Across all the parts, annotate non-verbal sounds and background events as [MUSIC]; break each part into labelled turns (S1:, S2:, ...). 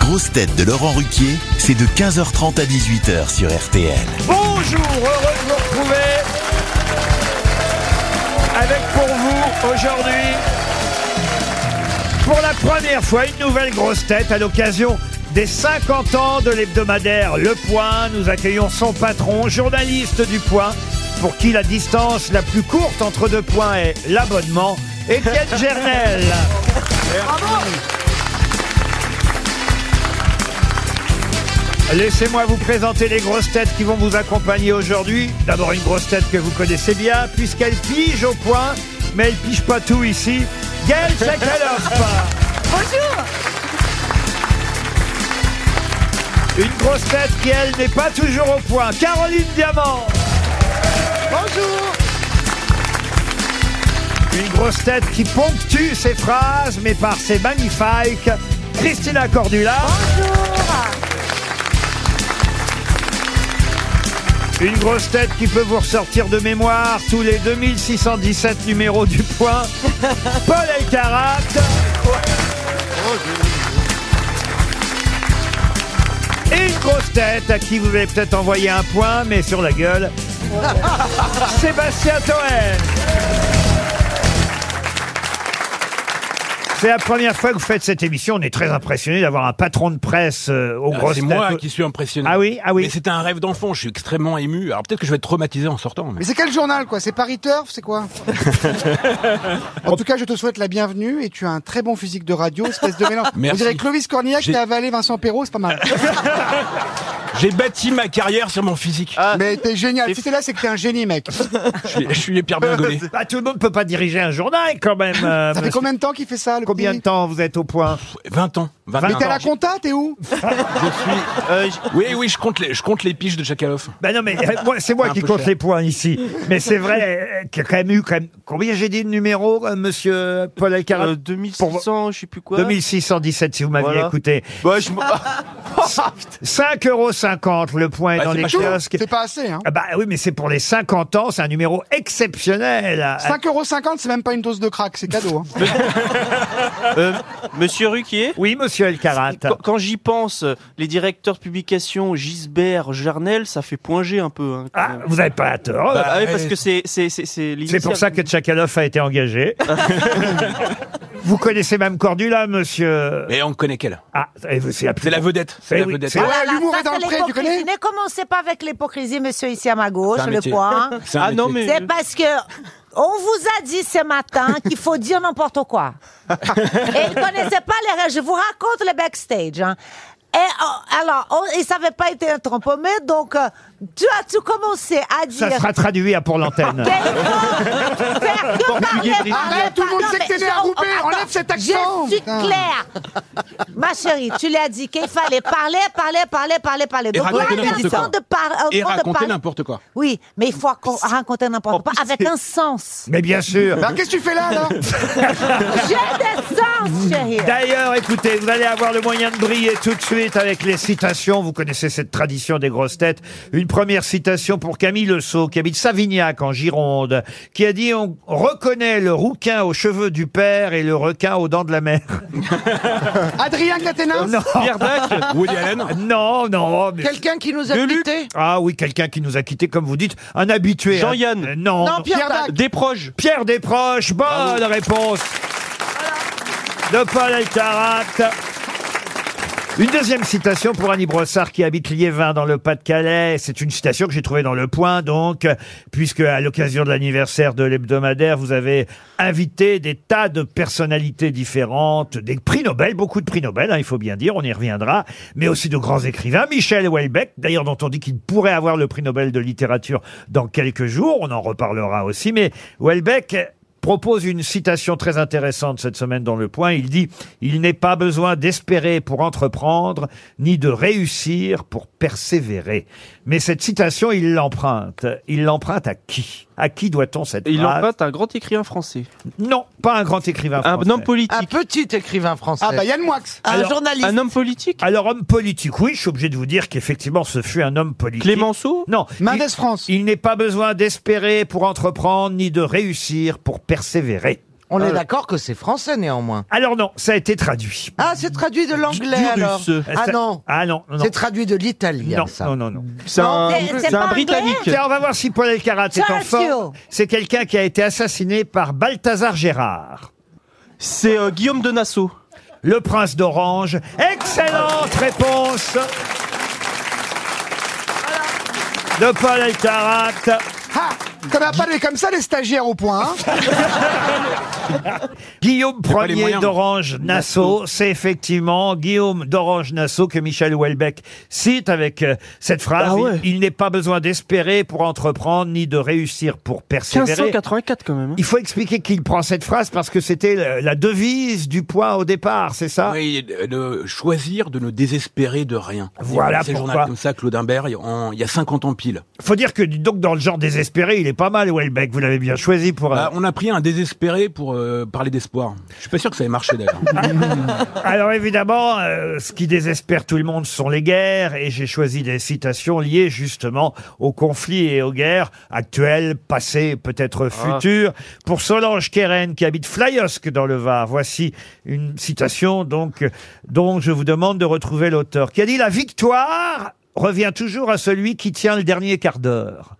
S1: grosses têtes de Laurent Ruquier, c'est de 15h30 à 18h sur RTL.
S2: Bonjour, heureux de vous retrouver avec pour vous aujourd'hui, pour la première fois, une nouvelle grosse tête à l'occasion des 50 ans de l'hebdomadaire Le Point. Nous accueillons son patron, journaliste du Point, pour qui la distance la plus courte entre deux points est l'abonnement, Étienne Gernel. Laissez-moi vous présenter les grosses têtes qui vont vous accompagner aujourd'hui. D'abord une grosse tête que vous connaissez bien, puisqu'elle pige au point, mais elle pige pas tout ici. Gaël Chakalov
S3: Bonjour
S2: Une grosse tête qui, elle, n'est pas toujours au point. Caroline Diamant
S3: Bonjour
S2: Une grosse tête qui ponctue ses phrases, mais par ses magnifiques. Christina Cordula
S3: Bonjour
S2: Une grosse tête qui peut vous ressortir de mémoire tous les 2617 numéros du point. Paul Elkarat. Et une grosse tête à qui vous avez peut-être envoyé un point, mais sur la gueule. Sébastien Toen. C'est la première fois que vous faites cette émission. On est très impressionné d'avoir un patron de presse euh, aux
S4: Ah,
S2: grosses
S4: c'est
S2: têtes.
S4: moi qui suis impressionné.
S2: Ah oui, ah oui.
S4: Mais c'était un rêve d'enfant, je suis extrêmement ému. Alors peut-être que je vais être traumatisé en sortant. Mais...
S5: Mais c'est quel journal, quoi C'est Paris Turf,
S2: [LAUGHS]
S5: c'est quoi En tout cas, je te souhaite la bienvenue et tu as un très bon physique de radio, espèce de
S2: [LAUGHS]
S5: mélange.
S4: Merci.
S5: On dirait Clovis Cornillac
S4: J'ai-
S5: qui a avalé Vincent Perrault, c'est pas
S2: Ah,
S5: mal.
S2: bah,
S4: J'ai bâti ma carrière sur mon physique.
S5: Mais t'es génial. Si t'es là, c'est que t'es un génie, mec. Ça
S4: Je suis, je suis les Pierre
S5: [LAUGHS]
S4: Bergolet.
S2: Bah, tout le monde ne peut pas diriger un journal quand même. euh,
S5: fait
S2: monsieur.
S5: combien de temps qu'il fait ça, le
S2: Combien de
S5: petit
S2: temps vous êtes au point
S4: 20 ans. 21
S5: Mais t'es à
S4: ans.
S5: la compta,
S2: [LAUGHS]
S5: t'es où
S4: Je
S2: Bah,
S4: suis... Oui, oui, Euh, je compte les, je compte les piges de Chakalov.
S2: Ben non, mais euh, moi, c'est moi
S4: Un
S2: qui
S4: peu
S2: compte
S4: cher.
S2: les points ici. Mais c'est vrai euh, qu'il y a quand même eu quand même... Combien j'ai dit de numéros, euh, monsieur Paul Alcarat
S6: Euh, 2600, je sais plus quoi.
S2: 2617, si vous m'aviez
S6: Voilà.
S2: écouté.
S6: Bah, je m-
S2: 5,50 euros le point est
S4: Ah,
S2: dans
S4: c'est
S2: les
S4: pas cher.
S2: kiosques.
S5: Bah, C'est pas assez, hein
S2: Ah bah oui, mais c'est pour les 50 ans, c'est un numéro exceptionnel. Ah,
S5: 5,50€, c'est même pas une dose de crack, c'est cadeau.
S2: [LAUGHS]
S5: hein.
S6: Euh, Monsieur Ruquier
S2: Oui, monsieur Alcarat.
S6: quand, quand j'y pense, euh, les directeurs de publication Gisbert, Jarnel, ça fait point G un peu. hein, quand
S2: Ah,
S6: même.
S2: vous n'avez pas tort.
S6: Bah, ouais, parce
S4: ouais.
S6: que c'est c'est c'est
S2: C'est pour ça que Tchakalov a été engagé. vous connaissez même Cordula, monsieur.
S4: Mais on connaît qu'elle.
S2: Ah, et vous, c'est la plus.
S4: C'est la vedette. C'est
S2: Eh
S4: la
S2: oui,
S4: vedette.
S2: c'est-
S5: Ah, l'humour
S7: ça,
S5: est dans
S7: c'est
S5: le pré, tu
S7: l'hypocrisie.
S5: connais
S7: Ne commencez pas avec l'hypocrisie, monsieur, ici à ma gauche,
S4: C'est un
S7: le
S4: métier.
S7: point.
S4: [LAUGHS] C'est un
S6: Ah non,
S4: métier.
S6: mais.
S7: C'est parce que on vous a dit ce
S4: [LAUGHS]
S7: matin qu'il faut dire n'importe quoi. Et vous connaissez pas les règles. Je vous raconte le backstage. hein. Et euh, alors, on, ils savaient pas été un trompomé, donc euh, tu as tout commencé à dire.
S2: Ça sera traduit à pour l'antenne.
S7: qu'il faut faire que parler, parler,
S5: Arrête, tout le monde
S7: parler.
S5: sait que t'es né à
S7: Non, mais-
S5: Roubaix,
S7: attends,
S5: enlève cet accent. Ah.
S7: Je suis
S5: Putain.
S7: claire. Ma chérie, tu l'as dit qu'il fallait parler, parler, parler, parler, parler.
S4: Et raconter
S7: voilà
S4: n'importe
S7: le
S4: quoi.
S7: sens de par-
S4: Et
S7: sens de
S4: raconter
S7: parler.
S4: n'importe Oh, quoi.
S7: Oui, mais il faut raco- raconter n'importe quoi avec un sens.
S2: Mais bien sûr.
S5: Alors qu'est-ce que tu fais là, là
S7: [LAUGHS] J'ai des sens, chérie.
S2: D'ailleurs, écoutez, vous allez avoir le moyen de briller tout de suite avec les citations. Vous connaissez cette tradition des grosses têtes. Une première citation pour Camille Le Sceau, qui habite Savignac, en Gironde, qui a dit « On reconnaît le rouquin aux cheveux du père et le requin aux dents de
S4: [LAUGHS]
S2: la mère.
S5: Adrien Caténin
S2: Euh, Non,
S6: Pierre
S2: [LAUGHS]
S6: Dac,
S4: [LAUGHS] Woody Allen.
S2: non, non. oh, mais-
S8: Quelqu'un qui nous a
S6: Deluc.
S8: quittés
S2: Ah oui, quelqu'un qui nous a quittés, comme vous dites, un habitué. hein.
S6: Jean-Yann.
S2: Euh, Non,
S8: Non, Pierre Dac.
S6: Desproges.
S2: Pierre Desproches, bonne réponse de Paul Elkarat. Une deuxième citation pour Annie Brossard qui habite Liévin dans le Pas-de-Calais. C'est une citation que j'ai trouvée dans Le Point, donc, puisque à l'occasion de l'anniversaire de l'hebdomadaire, vous avez invité des tas de personnalités différentes, des prix Nobel, beaucoup de prix Nobel, hein, il faut bien dire, on y reviendra, mais aussi de grands écrivains. Michel Houellebecq, d'ailleurs, dont on dit qu'il pourrait avoir le prix Nobel de littérature dans quelques jours, on en reparlera aussi, mais Houellebecq propose une citation très intéressante cette semaine dans Le Point. Il dit « Il n'est pas besoin d'espérer pour entreprendre, ni de réussir pour persévérer. » Mais cette citation, il l'emprunte. Il l'emprunte à qui À qui doit-on cette
S6: Il en
S2: phrase
S6: fait un grand écrivain français.
S2: Non, pas un grand écrivain
S6: Un
S2: français.
S6: homme
S8: Un
S6: politique.
S8: petit écrivain français.
S5: Ah bah Yann Moix
S8: un
S2: Alors,
S8: journaliste.
S6: Un homme politique
S2: Alors, homme politique, oui, je suis obligé de vous dire qu'effectivement, ce fut un homme politique.
S6: Clémenceau
S2: Non.
S5: Mendes France
S2: Il, il n'est pas besoin d'espérer pour entreprendre, ni de réussir pour persévérer. Euh,
S8: On est d'accord que c'est français néanmoins.
S2: Alors non, ça a été traduit.
S8: Ah, c'est traduit de l'anglais
S2: Du- du
S8: alors.
S2: russe.
S8: Ah
S2: Ça-
S8: non.
S2: Ah non, non.
S8: C'est traduit de l'italien.
S2: Non, non, non, non.
S8: C'est Non, un- c'est- c'est c'est un pas Britannique. anglais
S2: Tiens, on va voir si Paul Elkarat est en
S8: Horacio.
S2: forme. C'est quelqu'un qui a été assassiné par Balthazar Gérard. C'est euh, Guillaume de Nassau. Le prince d'Orange. Excellente réponse de Paul Elkarat.
S5: Ah T'en as parlé comme ça les stagiaires au point. hein
S2: Guillaume
S5: Y a pas les
S2: Ier
S5: moyens.
S2: d'Orange Nassau, c'est effectivement Guillaume d'Orange Nassau que Michel Houellebecq cite avec euh, cette phrase. Il- Il, n'est pas besoin d'espérer pour entreprendre ni de réussir pour persévérer.
S6: 1584 quand même. hein.
S2: Il faut expliquer qu'il prend cette phrase parce que c'était la, la devise du point au départ, c'est ça
S9: Oui, de- de choisir de ne désespérer de rien.
S2: Voilà
S9: C'est un
S2: pourquoi.
S9: journal comme ça, Claude Imbert, il en- il y a 50 ans pile.
S2: Faut dire que donc dans le genre désespéré, il est pas mal Houellebecq, vous l'avez bien choisi pour euh,
S9: Bah, on a pris un désespéré pour euh, parler d'espoir. Je suis pas sûr que ça ait marché d'ailleurs.
S2: [LAUGHS] Alors évidemment, euh, ce qui désespère tout le monde ce sont les guerres, et j'ai choisi des citations liées justement aux conflits et aux guerres actuelles, passées, peut-être
S10: Ah.
S2: futures. Pour Solange Keren, qui habite Flyosque dans le Var, voici une citation donc euh, dont je vous demande de retrouver l'auteur, qui a dit « La victoire revient toujours à celui qui tient le dernier quart d'heure ».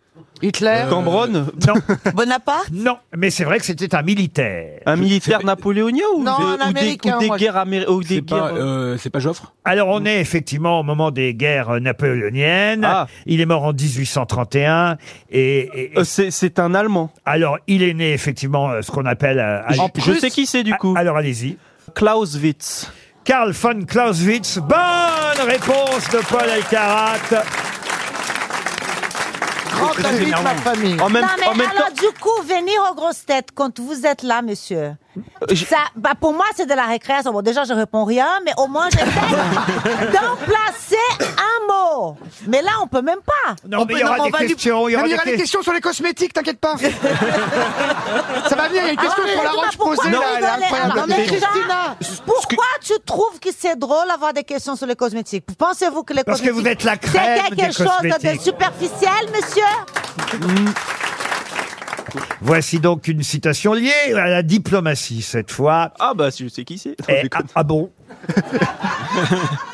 S2: Hitler
S6: Cambronne
S2: Non. [LAUGHS] Bonaparte Non, mais c'est vrai que c'était un militaire.
S6: Un militaire napoléonien ou
S2: Non,
S6: des,
S2: un
S6: ou des-
S2: Américain,
S6: ou des
S2: moi.
S6: guerres américaines ou des
S2: C'est pas,
S6: guerres
S9: c'est pas Joffre
S2: euh, Alors on est effectivement au moment des guerres euh, napoléoniennes.
S6: Ah.
S2: Il est mort en 1831 et,
S6: Euh, c'est un Allemand.
S2: Alors il est né effectivement euh, ce qu'on appelle euh, à-
S6: Je- je sais qui c'est, du
S2: Ah,
S6: coup.
S2: Alors allez-y.
S6: Clausewitz.
S2: Karl von Clausewitz. Bonne réponse de Paul Alcarat.
S7: Rentre vite, ma
S8: famille.
S6: En même,
S7: non, mais
S6: en même
S7: alors,
S6: temps,
S7: du coup, venir aux grosses têtes quand vous êtes là, monsieur.
S2: Euh,
S7: Ça, bah, pour moi, c'est de la récréation. Bon, déjà, je réponds rien, mais au moins, j'essaie
S2: [LAUGHS]
S7: d'en placer un mot. Mais là, on peut même pas.
S2: Non, mais il y aura des questions. Il y
S5: Non,
S2: aura
S5: mais il
S2: des
S5: y aura des
S2: questions.
S5: questions sur les cosmétiques,
S2: [LAUGHS]
S5: t'inquiète pas. Ça va venir, il y a une question
S7: Ah,
S5: sur la
S7: mais
S5: roche
S7: pourquoi
S5: posée là,
S7: vous
S5: elle est
S7: rigolez
S5: incroyable.
S7: Alors, déjà, Pourquoi tu trouves que c'est drôle d'avoir des questions sur les cosmétiques Pensez-vous que les
S2: Parce que
S7: cosmétiques.
S2: vous êtes la crème
S7: C'est quelque
S2: des
S7: chose de
S2: cosmétiques.
S7: superficiel, monsieur
S2: Mm. Voici donc une citation liée à la diplomatie cette fois.
S6: ah bah je sais qui c'est. [LAUGHS]
S2: Eh, ah, ah
S5: [LAUGHS]
S2: bon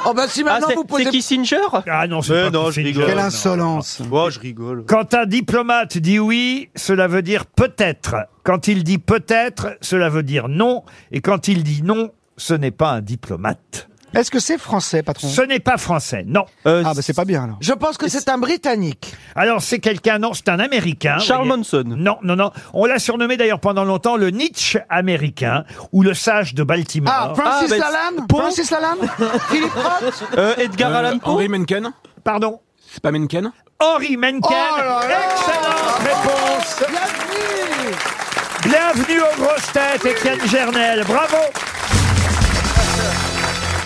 S8: Oh bah si maintenant
S6: Ah, c'est-
S8: vous posez.
S6: C'est Kissinger
S2: Ah non, c'est
S6: Mais
S2: pas
S6: non, je
S2: Kissinger.
S6: rigole. Quelle
S5: insolence.
S6: Oh, je rigole.
S2: Quand un diplomate dit oui, cela veut dire peut-être. Quand il dit peut-être, cela veut dire non. Et quand il dit non, ce n'est pas un diplomate.
S5: Est-ce que c'est français, patron
S2: Ce n'est pas français, non.
S6: Euh,
S5: Ah bah c'est pas bien alors.
S8: Je pense que c'est un Britannique.
S2: Alors c'est quelqu'un, non, c'est un Américain.
S6: Charles
S2: voyez.
S6: Manson.
S2: Non, non, non. On l'a surnommé d'ailleurs pendant longtemps le Nietzsche américain ou le sage de Baltimore.
S5: Ah, Francis
S2: ben,
S6: Ah, bah,
S5: Lalanne
S6: Pau
S2: [LAUGHS]
S5: Francis Lalanne Philippe Roth
S2: Euh,
S6: Edgar Allan Poe.
S9: Euh, Henri Mencken
S2: Pardon
S9: C'est pas Mencken
S2: Henri Mencken.
S8: Oh
S2: Excellente réponse. Bienvenue aux grosses têtes, Étienne Gernel. Bravo.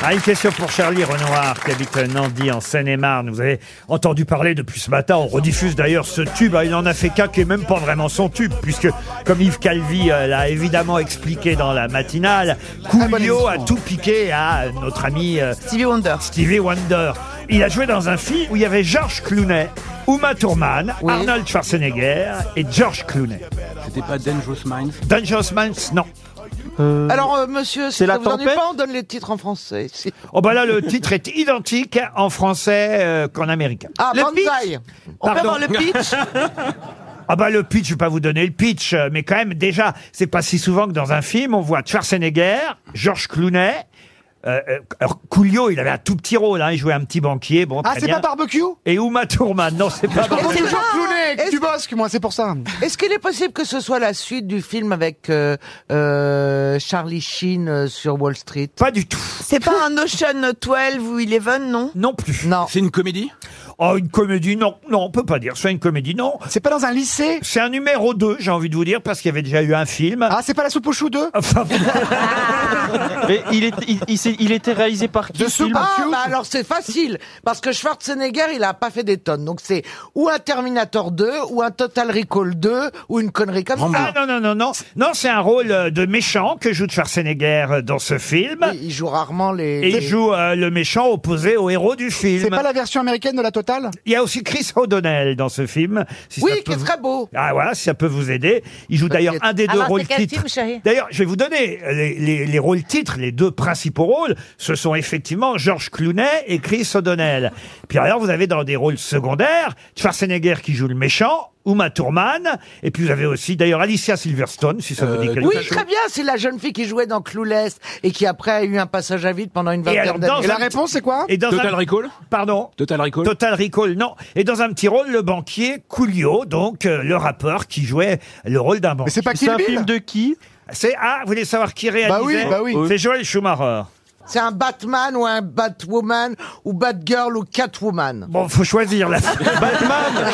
S2: Ah, une question pour Charlie Renoir, qui habite Nandy, en Seine-et-Marne. Vous avez entendu parler depuis ce matin. On rediffuse d'ailleurs ce tube. Ah, il n'en a fait qu'un qui est même pas vraiment son tube, puisque, comme Yves Calvi euh, l'a évidemment expliqué dans la matinale, Coolio a tout piqué à notre ami Ah, Stevie Wonder. Stevie Wonder. Il a joué dans un film où il y avait George Clooney, Uma Thurman, Arnold Schwarzenegger et George Clooney.
S9: C'était pas Dangerous Minds
S2: Dangerous Minds, non.
S8: Alors euh, monsieur, si
S2: c'est la
S8: ça vous ennuie
S2: tempête
S8: pas, on donne les titres en français. si.
S2: Oh bah là, le titre est identique en français euh, qu'en américain.
S8: Ah, Banzai. On peut
S2: Pardon.
S8: avoir le pitch
S2: [LAUGHS]
S8: [LAUGHS]
S2: Ah bah le pitch, je vais pas vous donner le pitch, euh, mais quand même déjà, c'est pas si souvent que dans un film on voit Schwarzenegger, Georges Clooney. euh, euh, alors Coolio, il avait un tout petit rôle, hein, il jouait un petit banquier. Bon,
S5: Ah,
S2: très
S5: c'est
S2: bien.
S5: pas barbecue
S2: Et Uma Thurman, non,
S8: Ah,
S2: c'est pas.
S5: Je comprends
S2: Barbecue.
S5: toujours Clooney, que tu bosques, moi, c'est pour ça.
S8: Est-ce qu'il est possible que ce soit la suite du film avec euh, euh, Charlie Sheen euh, sur Wall Street
S2: Pas du tout.
S11: C'est pas un Ocean 12
S2: [LAUGHS]
S11: ou 11, non
S2: Non plus.
S8: Non.
S9: C'est une comédie
S2: Oh, une comédie, non, non, on peut pas dire. C'est une comédie, non.
S5: C'est pas dans un lycée
S2: C'est un numéro 2, j'ai envie de vous dire, parce qu'il y avait déjà eu un film.
S5: Ah, c'est pas la soupe aux choux 2
S6: Mais il, est, il, il s'est- il était réalisé par qui
S8: De
S6: ce film
S8: Ah, bah alors c'est facile, parce que Schwarzenegger, il a pas fait des tonnes. Donc c'est ou un Terminator 2, ou un Total Recall 2, ou une connerie comme
S2: Ah
S8: ça.
S2: non, non, non, non. Non, c'est un rôle euh, de méchant que joue Schwarzenegger euh, dans ce film.
S8: Il joue rarement les...
S2: Et il
S8: les-
S2: joue euh, le méchant opposé au héros du film.
S5: C'est pas la version américaine de la total
S2: Il y a aussi Chris O'Donnell dans ce film. si
S5: Oui,
S2: ça
S5: qui
S2: peut
S5: est
S2: vous-
S5: très beau.
S2: Ah voilà, si ça peut vous aider. Il joue d'ailleurs un des deux
S7: Alors,
S2: rôles
S7: c'est quel
S2: titres.
S7: film, chérie
S2: D'ailleurs, je vais vous donner euh, les, les- les rôles titres, les deux principaux rôles. Ce sont effectivement Georges Clooney et Chris O'Donnell. Puis alors, vous avez dans des rôles secondaires Schwarzenegger qui joue le méchant, Uma Thurman, et puis vous avez aussi d'ailleurs Alicia Silverstone, si ça vous dit quelque
S8: Oui,
S2: chose.
S8: très bien, c'est la jeune fille qui jouait dans Clouless et qui après a eu un passage à vide pendant une vingtaine d'années.
S2: c'est quoi Total Recall Pardon Total Recall Total Recall, non. Et dans un petit rôle, le banquier Coolio, donc euh, le rappeur qui jouait le rôle d'un banquier. Mais
S5: c'est pas Kill C'est un Bill film
S2: de qui C'est Ah, vous voulez savoir qui réalisait
S8: Bah oui, bah oui.
S2: C'est Joel Schumacher.
S8: C'est un Batman ou un Batwoman ou Batgirl ou Catwoman.
S2: Bon, faut choisir là.
S8: Batman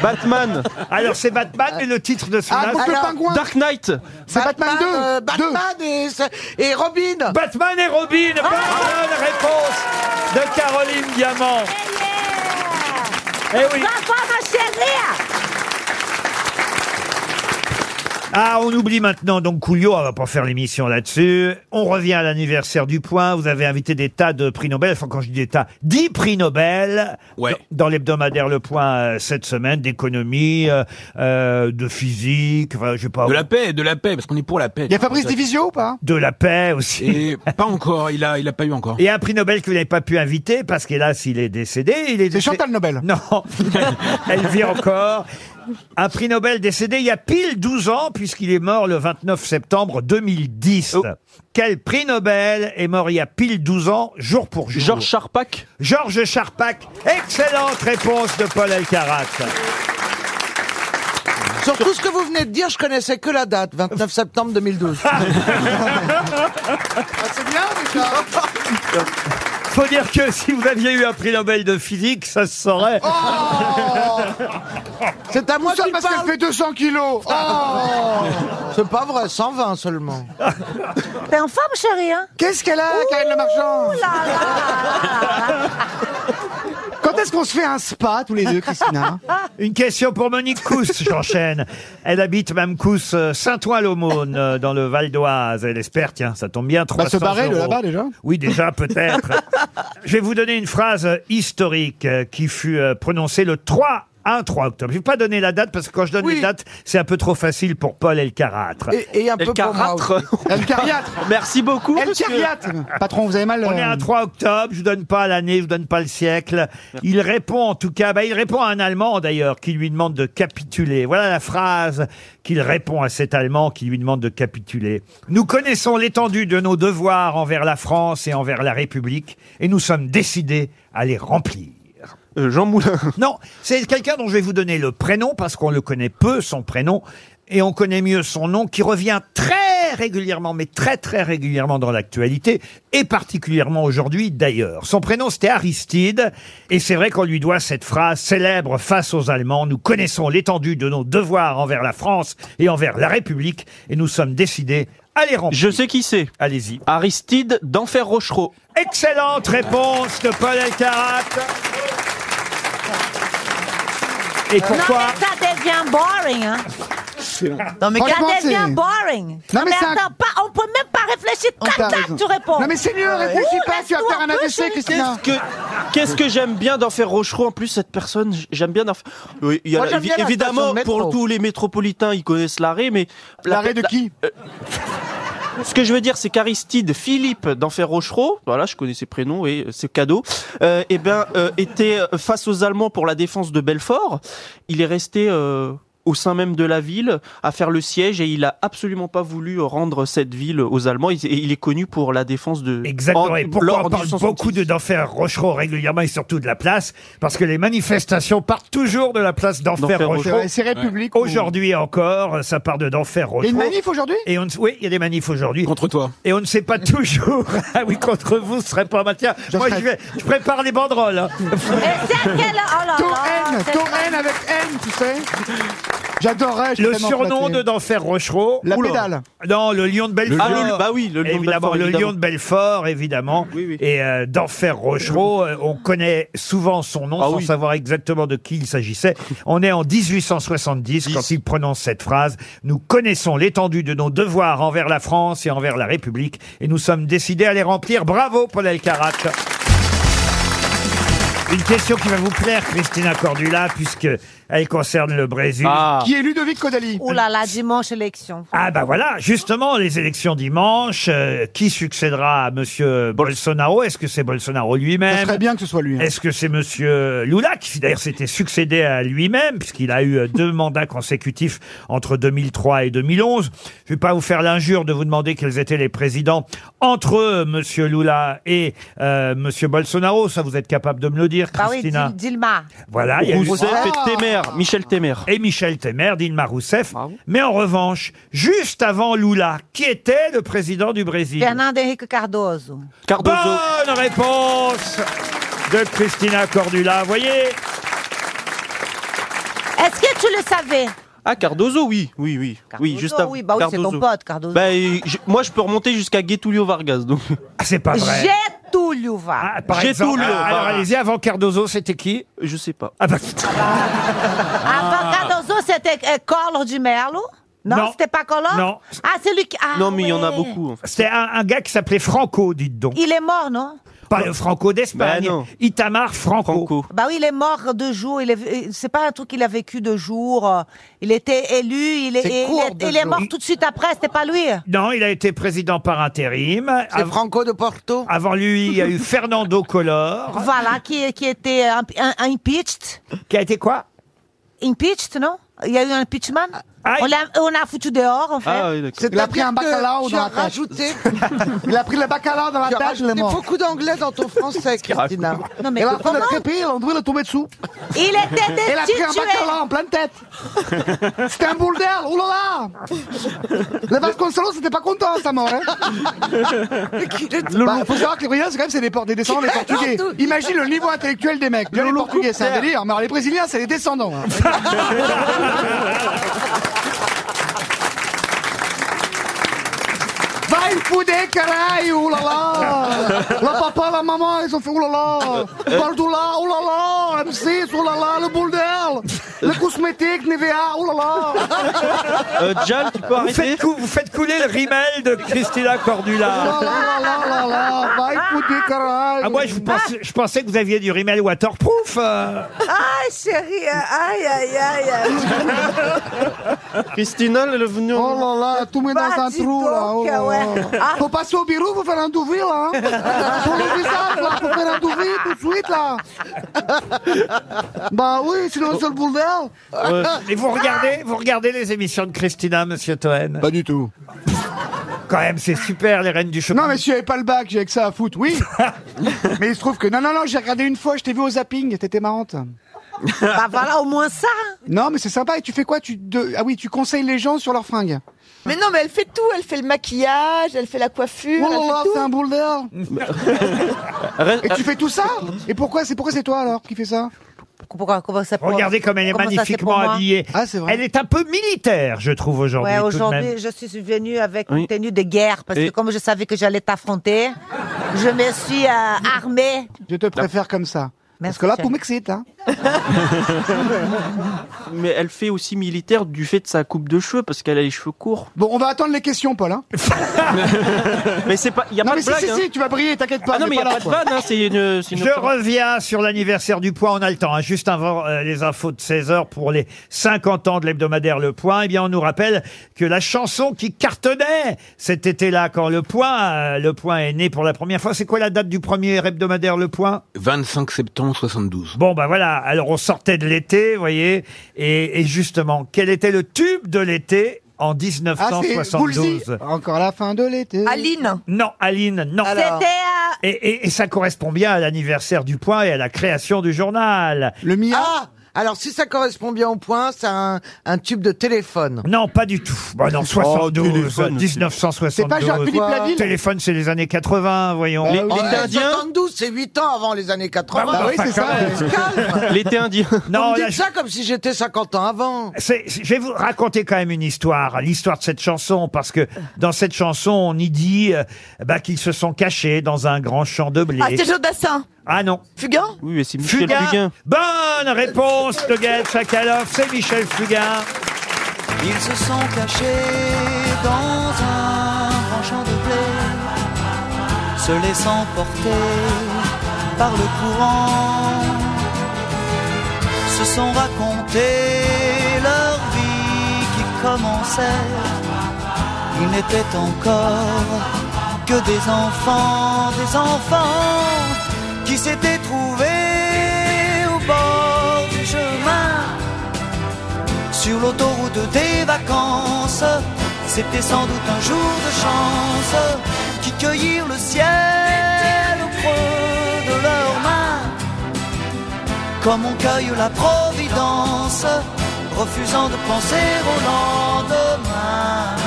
S2: Batman Alors c'est Batman, mais le titre de son
S8: Ah, donc le
S2: Alors,
S8: pingouin.
S2: Dark Knight
S8: C'est Batman, euh, Batman et, et Robin
S2: Batman et Robin Bonne réponse de Caroline Diamant Eh oui
S7: Papa, ma chérie
S2: Ah, on oublie maintenant donc Coulio, on va pas faire l'émission là-dessus. On revient à l'anniversaire du point. Vous avez invité des tas de prix Nobel. Enfin, quand je dis des tas, 10 prix Nobel dans, dans l'hebdomadaire Le Point euh, cette semaine d'économie, euh, euh, de physique, enfin, je sais pas.
S9: De la paix, de la paix, parce qu'on est pour la paix. euh,
S2: Il y a Fabrice
S5: Divisio ou pas
S2: De la paix aussi.
S9: Et pas encore, il a, il a pas eu encore.
S2: Et un prix Nobel que vous n'avez pas pu inviter parce qu'hélas, il est décédé. Il est C'est
S5: Chantal
S2: Nobel. Non, [LAUGHS] elle vit encore. Un prix Nobel décédé il y a pile 12 ans puisqu'il est mort le 29 septembre 2010.
S9: Oh.
S2: Quel prix Nobel est mort il y a pile 12 ans, jour pour jour Georges Charpak Georges Charpak. Excellente réponse de Paul Elkarat.
S8: Sur tout ce que vous venez de dire, je connaissais que la date, 29
S2: [LAUGHS]
S8: septembre 2012.
S2: Ah,
S5: C'est bien, déjà.
S2: Faut dire que si vous aviez eu un prix Nobel de physique, ça se saurait.
S12: Oh.
S8: C'est à moi
S5: Ça
S8: qu'il
S5: parce qu'elle
S8: parle.
S5: fait 200 kilos. Oh
S8: [LAUGHS] C'est pas vrai,
S2: [LAUGHS]
S8: 120 seulement.
S7: T'es en forme, chérie, hein
S5: Qu'est-ce qu'elle a, Karine Le Marchand Quand est-ce qu'on se fait un spa tous les deux,
S7: [LAUGHS]
S5: Christina
S2: [LAUGHS] Une question pour Monique Cous, j'enchaîne. Elle habite même Cous, euh, Saint-Ouen-l'Aumône, euh, dans le Val d'Oise. Elle espère, tiens, ça tombe bien,
S8: Bah,
S2: 300
S5: Bah, se barrer de
S2: euros.
S5: là-bas, déjà
S2: Oui, déjà,
S8: [LAUGHS]
S2: peut-être. Je vais vous donner une phrase euh, historique euh, qui fut euh, prononcée le 3 1 3 octobre. Je vais pas donner la date parce que quand je donne les dates, c'est un peu trop facile pour Paul Elkaratre.
S8: Et, et un
S2: El
S8: peu pour moi
S2: Carâtre.
S8: aussi.
S2: [LAUGHS]
S5: El Cariatre.
S2: Merci beaucoup.
S5: El Cariatre. Patron, vous avez mal.
S2: On
S5: euh,
S2: est à 3 octobre, je vous donne pas l'année, je vous donne pas le siècle. Il répond en tout cas, bah, il répond à un Allemand d'ailleurs qui lui demande de capituler. Voilà la phrase qu'il répond à cet Allemand qui lui demande de capituler. Nous connaissons l'étendue de nos devoirs envers la France et envers la République et nous sommes décidés à les remplir. Euh, Jean Moulin. [LAUGHS] Non, c'est quelqu'un dont je vais vous donner le prénom parce qu'on le connaît peu, son prénom, et on connaît mieux son nom qui revient très régulièrement, mais très très régulièrement dans l'actualité, et particulièrement aujourd'hui d'ailleurs. Son prénom c'était Aristide, et c'est vrai qu'on lui doit cette phrase célèbre face aux Allemands, nous connaissons l'étendue de nos devoirs envers la France et envers la République, et nous sommes décidés à les remplir. Je sais qui c'est. Allez-y. Aristide d'Enfer Rochereau. Excellente réponse de Paul Elkarat. Et pourquoi
S7: Non, mais ça devient boring, hein
S5: Non, mais
S7: ça
S5: Franchement,
S7: devient
S5: c'est-
S7: boring.
S5: Non, mais c'est un-
S7: attends, pas, on peut même pas réfléchir. Tac,
S5: t'as
S7: tac,
S5: raison.
S7: tu réponds.
S5: Non, mais c'est mieux, réfléchis
S7: Ouh,
S5: pas, tu vas
S7: reste-toi
S5: faire un
S7: peu,
S5: AVC,
S7: chérie.
S5: Christina.
S6: Qu'est-ce que, qu'est-ce que j'aime bien d'en faire Rochereau en plus cette personne j- j'aime bien d'en faire- Oui, il y a
S8: Moi,
S6: la-
S8: j'aime bien la
S6: évidemment
S8: station de métro.
S6: pour tous les métropolitains ils connaissent l'arrêt mais l'arrêt de qui Ce que je veux dire c'est qu'Aristide Philippe d'Enfer Rochereau voilà je connais ses prénoms et euh, c'est cadeau euh, eh ben euh, était euh, face aux Allemands pour la défense de Belfort il est resté euh, au sein même de la ville, à faire le siège, et il a absolument pas voulu euh, rendre cette ville aux Allemands. Il, et il est connu pour la défense de.
S2: Exactement.
S6: en-
S2: et pourquoi
S6: lors
S2: on
S6: du
S2: parle
S6: 1970.
S2: beaucoup de d'enfer Rochereau régulièrement et surtout de la place Parce que les manifestations partent toujours de la place d'enfer
S5: D'Enfer
S2: Rochereau.
S5: Rochereau. C'est République
S2: Ouais.
S5: ou-
S2: Aujourd'hui encore, ça part de d'enfer
S5: Il y a
S2: Rochereau.
S5: une manif aujourd'hui
S2: Et on ne- oui, il y a des manifs aujourd'hui. Contre toi. Et on ne sait pas [LAUGHS] toujours. ah oui, contre vous, ce serait pas mal. Tiens, moi, je, vais, je prépare les banderoles.
S5: [LAUGHS]
S2: hein.
S7: Oh
S5: Tauren, Tauren avec N, tu sais. J'adorerais. je
S2: Le
S5: suis tellement
S2: surnom
S5: flatté.
S2: de d'enfer Rochereau.
S5: La
S2: Oula.
S5: pédale.
S2: Non, le lion de Belfort.
S6: lion. Ah, le- bah oui, le lion de
S2: évidemment,
S6: Belfort,
S2: Le
S6: évidemment.
S2: lion de Belfort, évidemment. Et euh, d'enfer Rochereau, euh, on connaît souvent son
S6: Ah
S2: nom sans savoir exactement de qui il s'agissait. On est en 1870 quand il prononce cette phrase. Nous connaissons l'étendue de nos devoirs envers la France et envers la République et nous sommes décidés à les remplir. Bravo, Paul Elkarat. Une question qui va vous plaire, Christina Cordula, puisque elle concerne le Brésil.
S6: Ah.
S7: est Ludovic Codali. Ouh là là, dimanche élection.
S2: Ah bah voilà, justement, les élections dimanche, euh, qui succédera à Monsieur Bolsonaro Est-ce que c'est Bolsonaro lui-même
S10: Ça serait bien que ce soit lui. hein.
S2: Est-ce que c'est Monsieur Lula qui d'ailleurs s'était succédé à lui-même puisqu'il a eu euh,
S10: [LAUGHS]
S2: deux mandats consécutifs entre 2003 et 2011 Je vais pas vous faire l'injure de vous demander quels étaient les présidents entre eux, Monsieur Lula et euh, Monsieur Bolsonaro. Ça, vous êtes capable de me le dire,
S7: Bah oui,
S2: Christina
S7: Dil- Dilma.
S2: Voilà, il y a eu-
S6: Rousseff et Temer, Michel Temer.
S2: Et Michel Temer, Dilma Rousseff. Mais en revanche, juste avant Lula, qui était le président du Brésil
S7: Fernando Henrique Cardoso.
S2: Bonne réponse de Christina Cordula. Vous voyez,
S7: Est-ce que tu le savais
S6: Ah, Cardozo, oui, oui, oui. oui,
S7: Cardozo,
S6: juste avant-
S7: oui, bah oui, c'est ton pote, Cardozo.
S6: Bah, euh, je- moi, je peux remonter jusqu'à Getulio Vargas. Donc.
S2: Ah, c'est pas
S7: Getúlio Vargas.
S2: par exemple. Ah, alors,
S6: [LAUGHS]
S2: allez-y, avant Cardozo, c'était qui
S6: Je sais pas.
S2: Ah bah, Ah.
S7: Avant Cardoso, c'était euh, Collor de Mello. Non,
S2: Non.
S7: c'était pas Collor
S2: Non.
S7: Ah, c'est lui qui... ah, ouais.
S2: C'était un, un gars qui s'appelait Franco, dites donc.
S7: Il est mort, non
S2: Pas le Franco d'Espagne.
S6: Bah non.
S2: Itamar Ben Franco.
S7: Bah oui, il est mort deux jours. Il est- C'est pas un truc qu'il a vécu deux jours. euh, Il était élu. Il est,
S2: C'est
S7: et-
S2: court,
S7: il est-
S2: deux
S7: il est mort
S2: jours.
S7: tout de suite après. C'était pas lui.
S2: Non, il a été président par intérim.
S7: C'est
S2: Franco de Porto. Avant lui, il y a eu Fernando Collor.
S7: Voilà, qui, qui était un, un- un impeached.
S2: Qui a été quoi
S7: Impeached, non Il y a eu un impeachment
S2: Ah,
S7: on, l'a, on a foutu dehors, en fait.
S6: Ah oui, d'accord.
S5: Il a pris un bacalao dans la tête.
S2: [LAUGHS]
S5: [LAUGHS] Il a pris le bacalao dans la
S10: Tu as
S5: tête, il est
S10: rajouté
S5: mort. beaucoup d'anglais dans ton [LAUGHS] français, Christina.
S7: Non, mais
S5: Elle a fait
S7: comment
S5: le crépé, on devrait le tomber dessous.
S7: Il était
S5: [LAUGHS] Elle a pris un
S7: destitué.
S5: bacalao en
S7: [LAUGHS]
S5: pleine tête. C'était un boule d'air, oh là là Le Vasconcelos, c'était pas content à sa mort. Hein
S7: [LAUGHS]
S10: Loulou.
S5: bah, faut savoir que les Brésiliens, c'est quand même c'est des, por- des descendants des Portugais. Imagine le niveau intellectuel des mecs. Bien les Portugais, c'est un délire, mais alors les Brésiliens, c'est les descendants. hein. Va il fouder, caray, oh là là Le papa, la maman, ils ont fait oh là là Baldula, oh là là M6, oh là là, le boule d'air Le cosmétique, Nivea, oh là là
S6: Euh, Jal, tu peux
S2: vous
S6: arrêter
S2: faites, cou- vous faites couler le rimel de Christina Cordula.
S5: La la la la, va il fouder, caray
S2: Ah, moi, je, vous pensais, je pensais que vous aviez du rimel waterproof. euh.
S12: Aïe, chérie, aïe, aïe, aïe, aïe.
S6: Christina, elle est venue.
S5: Oh là là, tout met dans
S12: Bah,
S5: un
S12: dis
S5: trou là.
S12: donc,
S5: oh là
S12: ouais.
S5: là.
S7: Ah.
S5: Faut passer au bureau, faut faire un
S7: [LAUGHS]
S5: douvi là. hein. Pour le visage là, faut faire un douvi tout de suite là. Bah oui, sinon c'est le boule d'air.
S2: Euh,
S6: Euh,
S2: Et vous regardez, vous regardez les émissions de Christina, Monsieur Toen Pas
S10: du tout.
S2: Quand même, c'est super les reines du chemin.
S5: Non mais si j'avais pas le bac, j'avais que ça à foutre,
S2: [LAUGHS]
S5: oui. mais il se trouve que non non non, j'ai regardé une fois, je t'ai vu au zapping, t'étais marrante.
S7: Bah voilà, au moins ça.
S5: Non mais c'est sympa. Et tu fais quoi Tu de- ah oui, tu conseilles les gens sur leurs fringues.
S12: Mais non, mais elle fait tout. Elle fait le maquillage, elle fait la
S7: Euh,
S12: coiffure.
S5: Oh là
S7: bah,
S12: elle fait
S5: là,
S12: tout.
S5: c'est un boule d'air. Et tu fais tout ça Et pourquoi c'est pourquoi c'est toi alors qui
S6: [LAUGHS]
S5: fais ça
S7: [LAUGHS] Pourquoi, comment ça
S2: Regardez comme elle est
S7: comment ça, c'est
S2: magnifiquement
S7: pour moi
S2: habillée. Elle est un peu militaire, je trouve Oh, aujourd'hui.
S7: Ouais,
S2: tout de
S7: aujourd'hui,
S2: même.
S7: je suis venue avec
S2: Oui.
S7: une tenue de guerre parce
S2: Et-
S7: que comme je savais que j'allais t'affronter, je me suis euh, armée.
S5: Je te préfère comme ça. Parce que là, tout m'excite, hein.
S6: Mais elle fait aussi militaire du fait de sa coupe de cheveux parce qu'elle a les cheveux courts.
S5: Bon, on va attendre les questions, Paul. Hein.
S6: [LAUGHS] mais c'est pas. Y a
S5: non,
S6: pas
S5: mais
S6: de
S5: si,
S6: blague.
S5: si,
S6: hein.
S5: si, tu vas briller, t'inquiète pas.
S6: Ah non,
S5: on
S6: mais
S5: est
S6: y a
S5: là,
S6: pas de
S5: quoi.
S6: vanne, hein, c'est une. c'est une
S2: Je reviens sur l'anniversaire du Point. On a le temps, hein, juste avant euh, les infos de 16h pour les 50 ans de l'hebdomadaire Le Point. Eh bien, on nous rappelle que la chanson qui cartonnait cet été-là, quand Le Point, euh, Le Point est né pour la première fois. C'est quoi la date du premier hebdomadaire Le Point
S9: 25 septembre 72.
S2: Bon, bah voilà. Alors, on sortait de l'été, vous voyez. Et, et justement, quel était le tube de l'été en
S5: Ah, c'est Woolsey.
S2: 1972
S5: Encore la fin de l'été.
S12: Aline.
S2: Non, Aline, non.
S12: Alors. C'était,
S2: Et, et- et ça correspond bien à l'anniversaire du point et à la création du journal.
S5: Le mien
S10: Ah Alors si ça correspond bien au point, c'est un, un tube de téléphone.
S2: Non, pas du tout. Bah non, 72,
S10: Oh, téléphone,
S2: 1972.
S10: C'est pas Jean-Philippe Laville
S2: Téléphone, c'est les années 80,
S8: Euh,
S2: voyons.
S10: Ah oui. 72, c'est 8 ans avant les années 80.
S2: Bah, bah, oui, c'est ça.
S6: L'été indien.
S10: Non,
S2: [LAUGHS] Non,
S10: on dit
S2: là,
S10: ça comme si j'étais 50 ans avant.
S2: C'est- c'est- je vais vous raconter quand même une histoire, l'histoire de cette chanson, parce que dans cette chanson, on y dit euh, bah, qu'ils se sont cachés dans un grand champ de blé.
S12: Ah, c'est Jodassin.
S2: Ah non.
S12: Fugain
S6: Oui, mais c'est Michel
S2: Fugain.
S6: Fugain.
S2: Bonne réponse de Gaël Chakalov, c'est Michel Fugain.
S3: Ils se sont cachés dans un grand champ de blé, se laissant porter par le courant. se sont racontés leur vie qui commençait. Ils n'étaient encore que des enfants, des enfants qui s'étaient trouvés au bord du chemin. Sur l'autoroute des vacances, c'était sans doute un jour de chance qui cueillirent le ciel au creux de leurs mains. Comme on cueille la providence, refusant de penser au lendemain.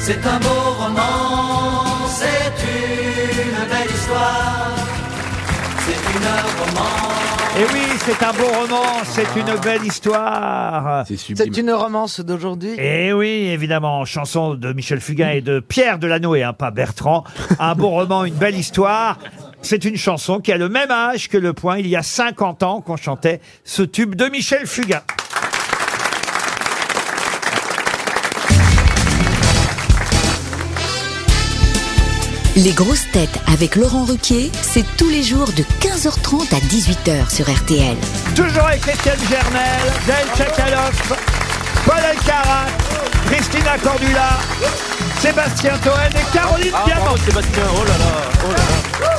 S3: C'est un beau roman, c'est une belle histoire, c'est une romance.
S2: Et oui, c'est un beau roman, c'est une belle histoire.
S10: C'est sublime. C'est une romance d'aujourd'hui.
S2: Et oui, évidemment, chanson de Michel Fugain et de Pierre Delanoë, hein, pas Bertrand. Un beau roman, une belle histoire. C'est une chanson qui a le même âge que Le Point, il y a 50 ans qu'on chantait ce tube de Michel Fugain.
S13: Les grosses têtes avec Laurent Ruquier, c'est tous les jours de 15h30 à 18h sur RTL.
S2: Toujours avec Étienne Germel, Del Tchakaloff, Paul Alcarat, Christina Cordula, Sébastien Toen et Caroline Diamant.
S6: Ah, Sébastien, oh là là, oh là là.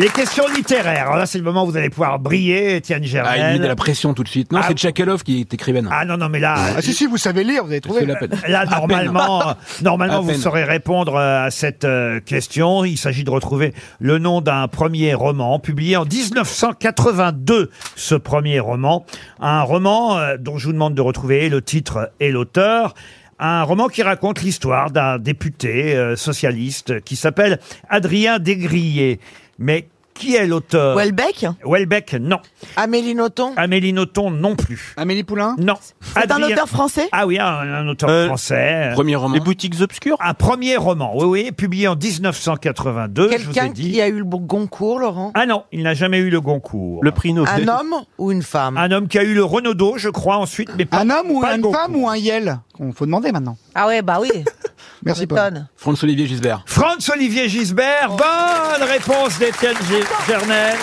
S2: Les questions littéraires. Alors là, c'est le moment où vous allez pouvoir briller, Étienne Germel.
S9: Ah, il met de la pression tout de suite. Non, c'est Tchakalov qui est écrivaine.
S2: Ah non, non, mais là.
S5: Ah si, si, vous savez lire, vous avez trouvé.
S9: C'est la peine.
S2: Là,
S9: À
S2: normalement,
S9: peine.
S2: euh, normalement
S9: À
S2: vous
S9: peine.
S2: saurez répondre euh, à cette euh, question. Il s'agit de retrouver le nom d'un premier roman publié en 1982. Ce premier roman, un roman euh, dont je vous demande de retrouver et le titre et l'auteur. Un roman qui raconte l'histoire d'un député euh, socialiste qui s'appelle Adrien Desgrilliers. Mais qui est l'auteur Welbeck Welbeck, non.
S10: Amélie Nothomb
S2: Amélie Nothomb, non plus.
S5: Amélie Poulain
S2: Non.
S10: C'est un
S2: Adrien-
S10: auteur français
S2: Ah oui, un, un auteur français.
S9: Euh,
S2: euh,
S9: Premier roman. Les
S6: boutiques obscures
S2: Un premier roman, oui, oui, publié en 1982, je vous ai
S10: Quelqu'un
S2: dit.
S10: qui a eu le Goncourt, Laurent
S2: Ah non, il n'a jamais eu le Goncourt.
S6: Le prix Nobel.
S10: Un homme ou une femme
S2: Un homme qui a eu le Renaudot, je crois, ensuite, mais pas
S5: Un homme ou
S2: pas le
S5: une
S2: Goncourt.
S5: femme ou un Yel On faut demander maintenant.
S7: Ah ouais, bah oui.
S5: [LAUGHS] Merci Paul.
S7: M'étonne.
S9: François-Olivier Gisbert.
S2: Franz-Olivier Gisbert, bonne réponse d'Étienne G- Gernet.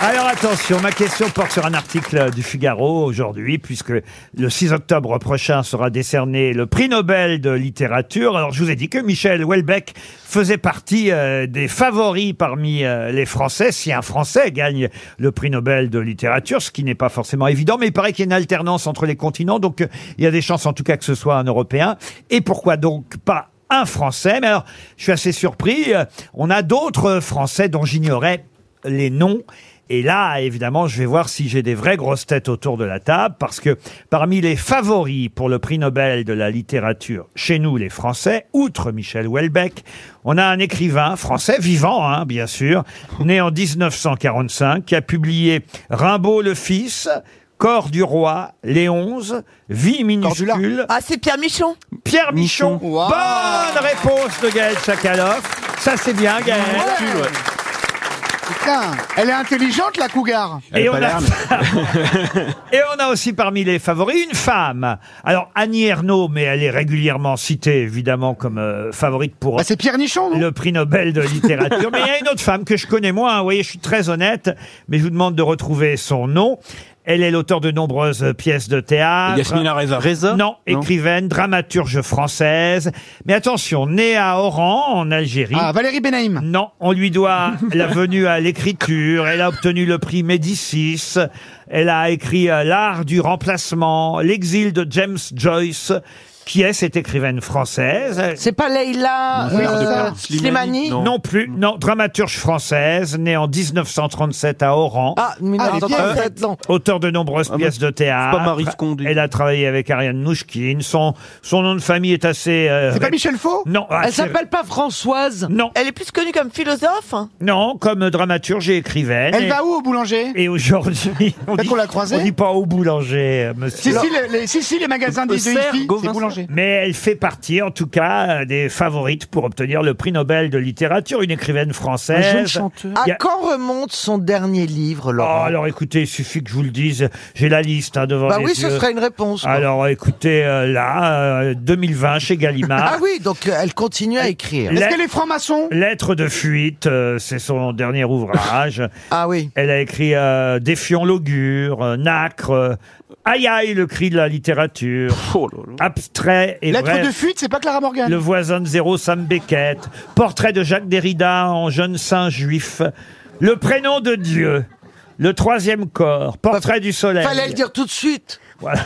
S2: Alors attention, ma question porte sur un article du Figaro aujourd'hui, puisque le 6 octobre prochain sera décerné le prix Nobel de littérature. Alors je vous ai dit que Michel Houellebecq faisait partie euh, des favoris parmi euh, les Français. Si un Français gagne le prix Nobel de littérature, ce qui n'est pas forcément évident, mais il paraît qu'il y a une alternance entre les continents, donc euh, il y a des chances en tout cas que ce soit un Européen. Et pourquoi donc pas un Français. Mais alors, je suis assez surpris. euh, On a d'autres Français dont j'ignorais les noms. Et là, évidemment, je vais voir si j'ai des vraies grosses têtes autour de la table, parce que parmi les favoris pour le prix Nobel de la littérature chez nous, les Français, outre Michel Houellebecq, on a un écrivain français vivant, hein, bien sûr, né en 1945, qui a publié Rimbaud le Fils, Corps du Roi, Les Onze, Vie minuscule,
S10: Ah, c'est Pierre Michon
S2: Pierre Michon.
S5: Wow.
S2: Bonne réponse de Gaël Chakalov. Ça, c'est bien, Gaël.
S5: Putain, elle est intelligente la cougar.
S2: Et on, a... [LAUGHS] Et on a aussi parmi les favoris une femme. Alors, Annie Ernaux, mais elle est régulièrement citée, évidemment, comme euh, favorite pour
S5: Bah, c'est Pierre Nichon, non
S2: le prix Nobel de littérature. mais il y a une autre femme que je connais moins. hein. Vous voyez, je suis très honnête, mais je vous demande de retrouver son nom. Elle est l'auteur de nombreuses pièces de théâtre.
S9: Yasmina Reza.
S6: Reza
S2: Non, écrivaine, dramaturge française. Mais attention, née à Oran, en Algérie.
S5: Ah, Valérie Benaïm.
S2: Non, on lui doit la venue à l'écriture. Elle a obtenu le prix Médicis. Elle a écrit euh, L'art du remplacement, L'exil de James Joyce. Qui est cette écrivaine française
S10: C'est pas Leïla
S9: Non,
S10: euh,
S9: Pierre de
S10: Slimani
S6: non.
S2: Non plus, non, dramaturge française, née en 1937 à Oran.
S10: Ah,
S5: Ah, les vieilles.
S10: 1937, non.
S2: Auteur de nombreuses
S6: Ah, mais
S2: pièces de théâtre.
S6: c'est pas Marie Scondé.
S2: Elle a travaillé avec Ariane Nouchkine. Son, son nom de famille est assez... euh,
S5: C'est
S2: ré-
S5: pas Michel Faux
S2: Non, ah,
S10: Elle
S2: c'est-
S10: s'appelle pas Françoise
S2: Non,
S11: Elle est plus connue comme philosophe
S2: non, comme dramaturge et écrivaine.
S5: Elle
S2: Et-
S5: va où au boulanger [LAUGHS]
S2: Et aujourd'hui, on
S5: Peut-être qu'on l'a croisée.
S2: On dit pas au boulanger, euh, monsieur.
S5: Si, si, les, les- si, si, les magasins de, de Ify, c'est boulanger.
S2: Mais elle fait partie, en tout cas, euh, des favorites pour obtenir le prix Nobel de littérature, une écrivaine française. Il y
S10: À
S2: a-
S10: quand remonte son dernier livre, Laurent
S2: Oh, alors écoutez, il suffit que je vous le dise. J'ai la liste hein, devant
S10: Bah
S2: les
S10: oui, ce
S2: yeux.
S10: serait une réponse, quoi.
S2: Alors écoutez, euh, là, euh, 2020 chez Gallimard.
S10: [LAUGHS] Ah oui, donc euh, elle continue à écrire.
S2: Est-ce qu'elle est
S5: franc-maçon
S2: Lettre de fuite, euh, c'est son dernier ouvrage.
S10: [LAUGHS] ah oui.
S2: Elle a écrit euh, Défiant l'augure, euh, Nacre, euh, Aïe aïe, le cri de la littérature,
S10: Oh
S2: Abstrait et
S5: Lettre
S2: bref.
S5: de fuite, c'est pas Clara Morgan.
S2: Le voisin de zéro, Sam Beckett. Portrait de Jacques Derrida en jeune saint juif. Le prénom de Dieu. Le troisième corps. Portrait du soleil.
S10: Fallait le dire tout de suite.
S2: Voilà.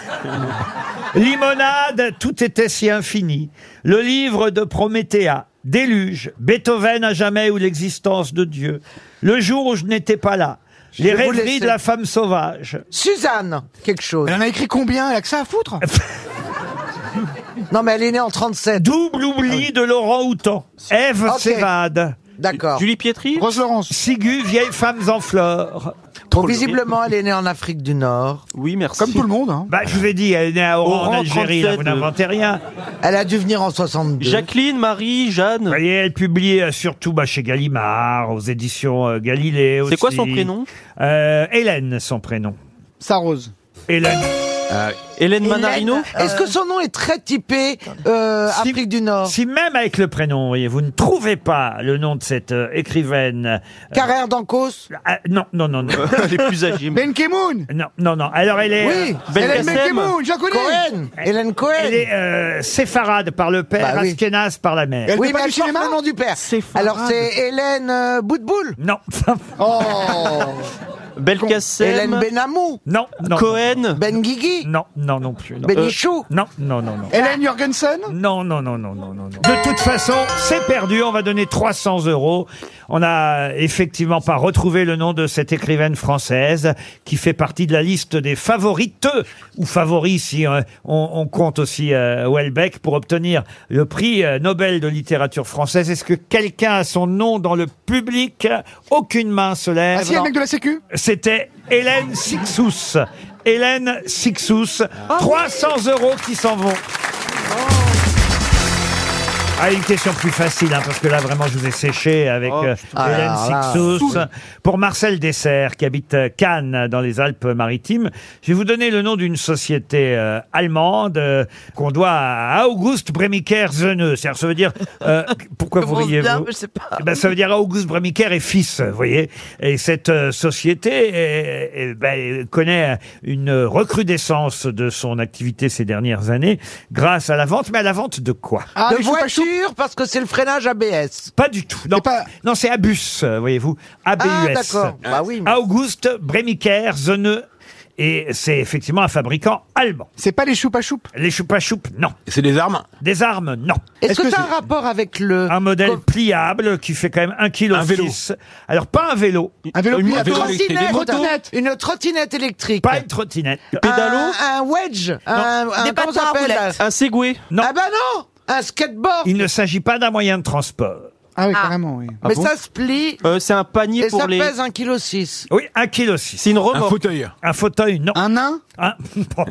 S2: Limonade, tout était si infini. Le livre de Prométhée, Déluge, Beethoven à jamais ou l'existence de Dieu. Le jour où je n'étais pas là. Les
S10: vais vous
S2: rêveries
S10: laisser.
S2: de la femme sauvage.
S10: Suzanne, quelque chose.
S5: Elle en a écrit combien Elle a que ça à foutre
S10: [LAUGHS] Non, mais elle est née en 37.
S2: Double
S5: Ah
S2: oubli de Laurent Houtan. Ève
S10: Ok.
S2: Sévade.
S10: D'accord.
S2: Julie
S6: Pietri.
S5: Rose Laurence.
S2: Sigu, vieilles femmes en fleurs.
S10: Bon, visiblement, elle est née en Afrique du Nord.
S6: Oui, merci.
S5: Comme tout le monde. Hein.
S2: Bah, je vous ai dit, elle est née à Oran, en
S10: Oran,
S2: Algérie, là, vous
S10: 37,
S6: euh,
S2: n'inventez rien.
S10: Elle a dû venir en 62.
S6: Jacqueline, Marie, Jeanne. Vous
S2: voyez, elle publie euh, surtout bah, chez Gallimard, aux éditions euh, Galilée aussi.
S6: C'est quoi son prénom
S2: Euh, Hélène, son prénom.
S5: Sarose.
S2: Hélène.
S6: Euh, Hélène
S10: Est-ce que son nom est très typé euh, Afrique du Nord
S2: Si même avec le prénom, voyez, vous ne trouvez pas le nom de cette euh, écrivaine. euh,
S10: Carrère d'Ancos
S2: ah, non, non, non, non.
S6: [LAUGHS] Elle est plus âgée.
S5: Ben Kemoun
S2: Non, non, non. Alors elle est. euh,
S10: Oui, Hélène Ben Kemoun, je connais. Cohen, Hélène Cohen.
S2: Elle est euh, séfarade par le père,
S10: Bah oui.
S2: Ashkenaz par la mère.
S10: Oui, mais elle porte le nom du père. Alors c'est Hélène euh, Boutboul
S2: Non.
S10: [LAUGHS]
S2: [LAUGHS]
S10: oh
S6: Belkacem.
S10: Hélène Benamou
S2: Non, non.
S6: Cohen.
S10: Ben Guigui
S2: Non, non, non plus. non. Euh,
S10: Benichou
S2: Non, non, non, non.
S5: Hélène Jorgensen
S2: Non, non, non, non, non, non. non. De toute façon, c'est perdu. On va donner 300 euros. On n'a effectivement pas retrouvé le nom de cette écrivaine française qui fait partie de la liste des favorites, ou favoris si euh, on, on compte aussi euh, Welbeck, pour obtenir le prix euh, Nobel de littérature française. Est-ce que quelqu'un a son nom dans le public Aucune main se lève.
S5: Ah si, le mec de la Sécu
S2: C'était Hélène Sixous. Hélène Sixous.
S5: Ah
S2: 300 euros qui s'en vont. Ah, une question plus facile, hein, parce que là, vraiment, je vous ai séché avec euh,
S10: Ah,
S2: Hélène
S10: alors là,
S2: Sixous.
S10: oui.
S2: Pour Marcel Dessert, qui habite euh, Cannes, dans les Alpes-Maritimes, je vais vous donner le nom d'une société euh, allemande euh, qu'on doit à August Bremiker Zöneux. C'est-à-dire, ça veut dire... euh, pourquoi vous
S10: Comment se
S2: riez
S10: dit,
S2: vous
S10: je sais pas.
S2: Eh ben, Ça veut dire August Bremiker et fils, vous voyez. Et cette euh, société eh, eh ben, connaît une recrudescence de son activité ces dernières années grâce à la vente. Mais à la vente de quoi
S10: de voiture parce que c'est le freinage ABS.
S2: Pas du tout. Non, non c'est Abus, euh, voyez-vous. ABUS.
S10: Ah, d'accord. Bah oui, mais-
S2: August Bremiker, Zone. Et c'est effectivement un fabricant allemand.
S5: C'est pas les choupa choups
S2: Les choupa choups, non.
S9: C'est des armes
S2: Des armes, non.
S10: Est-ce que ça a un rapport avec le...
S2: Un modèle pliable qui fait quand même un kilo
S9: Un vélo.
S2: six. Alors, pas un vélo.
S5: Un vélo
S10: Une trottinette Une trottinette électrique.
S2: Pas une trottinette.
S10: Un, un wedge Un, un,
S6: Des
S10: comment
S6: patins à
S10: ça s'appelle
S6: roulettes. Un Segway.
S2: Non.
S10: Ah bah non Un skateboard
S2: Il ne s'agit pas d'un moyen de transport.
S5: Ah oui, carrément, oui.
S10: Mais ça se plie
S6: Euh, c'est un panier
S10: et
S6: pour
S10: ça
S6: les.
S10: pèse 1,6 kg.
S2: Oui, un kilo six.
S6: C'est une remorque.
S2: Un fauteuil, non.
S5: Un nain
S2: Un- [LAUGHS] Bon.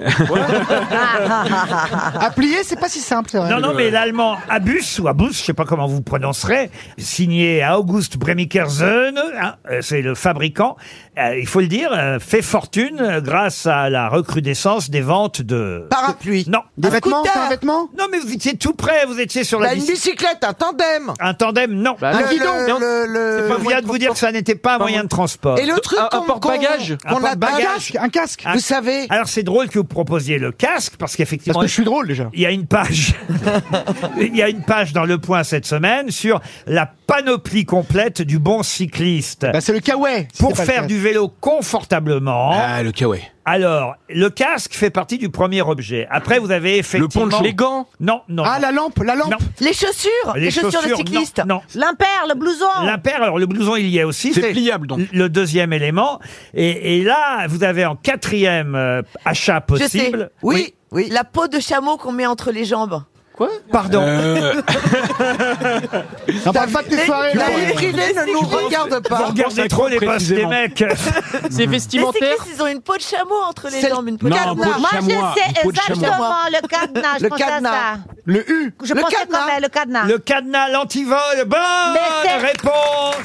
S5: [LAUGHS] À plier, c'est pas si simple, c'est vrai.
S2: Non, non, mais l'allemand Abus ou Abus, je sais pas comment vous prononcerez, signé à August Bremikersen, hein, euh, c'est le fabricant, euh, il faut le dire, euh, fait fortune euh, grâce à la recrudescence des ventes de...
S10: Parapluie.
S2: Non.
S5: Des vêtements, c'est un vêtement
S2: Non, mais vous étiez tout près, vous étiez sur la...
S10: Bah, une
S2: bici-
S10: bicyclette, un tandem
S2: Un tandem, non.
S6: Bah,
S5: Ah,
S10: Le-
S6: non. Non.
S10: le- le-
S2: Je viens de vous dire que ça n'était pas un moyen de transport.
S10: Et le truc
S6: un- un
S10: qu'on- qu'on-
S6: porte-bagages.
S2: Un
S10: qu'on attache,
S2: porte-bagages.
S5: Un casque
S10: vous savez,
S2: Alors c'est drôle que vous proposiez le casque, parce
S5: Parce
S2: qu'effectivement...
S5: que je suis drôle, déjà.
S2: Il y a une
S5: [LAUGHS]
S2: page, il y a une page dans Le Point cette semaine sur la panoplie complète du bon cycliste.
S5: Bah, c'est le kawaii. si
S2: Pour
S5: c'est pas
S2: faire
S5: le
S2: du vélo confortablement,
S9: Ah, le kawaii.
S2: alors le casque fait partie du premier objet. Après, vous avez effectivement
S9: poncho.
S6: Les gants.
S2: Non, non.
S5: Ah,
S2: non.
S5: la lampe, la lampe
S2: Non.
S11: Les chaussures Les, chaussures, de cycliste
S2: Non.
S7: L'impair, le blouson.
S2: non. L'impair, alors le blouson il y est aussi.
S9: C'est pliable, donc.
S2: Le deuxième élément. Et, et là, vous avez en quatrième euh, achat
S11: Je sais.
S2: possible.
S10: Oui, oui.
S11: La peau de chameau qu'on met entre les jambes.
S6: Quoi
S2: Pardon.
S9: Euh,
S8: T'as pas tes soirées.
S10: La vie privée ne nous regarde pas.
S2: Vous regardez trop les postes des mecs.
S6: [LAUGHS] C'est
S11: Mais c'est qu'ils ils ont une peau de chameau entre les jambes, une peau de
S2: Non,
S11: cadenas.
S2: peau de Moi, je chamois, sais une peau de exactement chamois.
S7: le
S3: Ah,
S7: cadenas, je
S2: Le
S7: pensais à
S2: cadenas.
S7: ça.
S2: Le U.
S7: Je pensais quand même le cadenas.
S2: Le cadenas, l'antivol. Bonne
S7: Mais c'est-
S2: réponse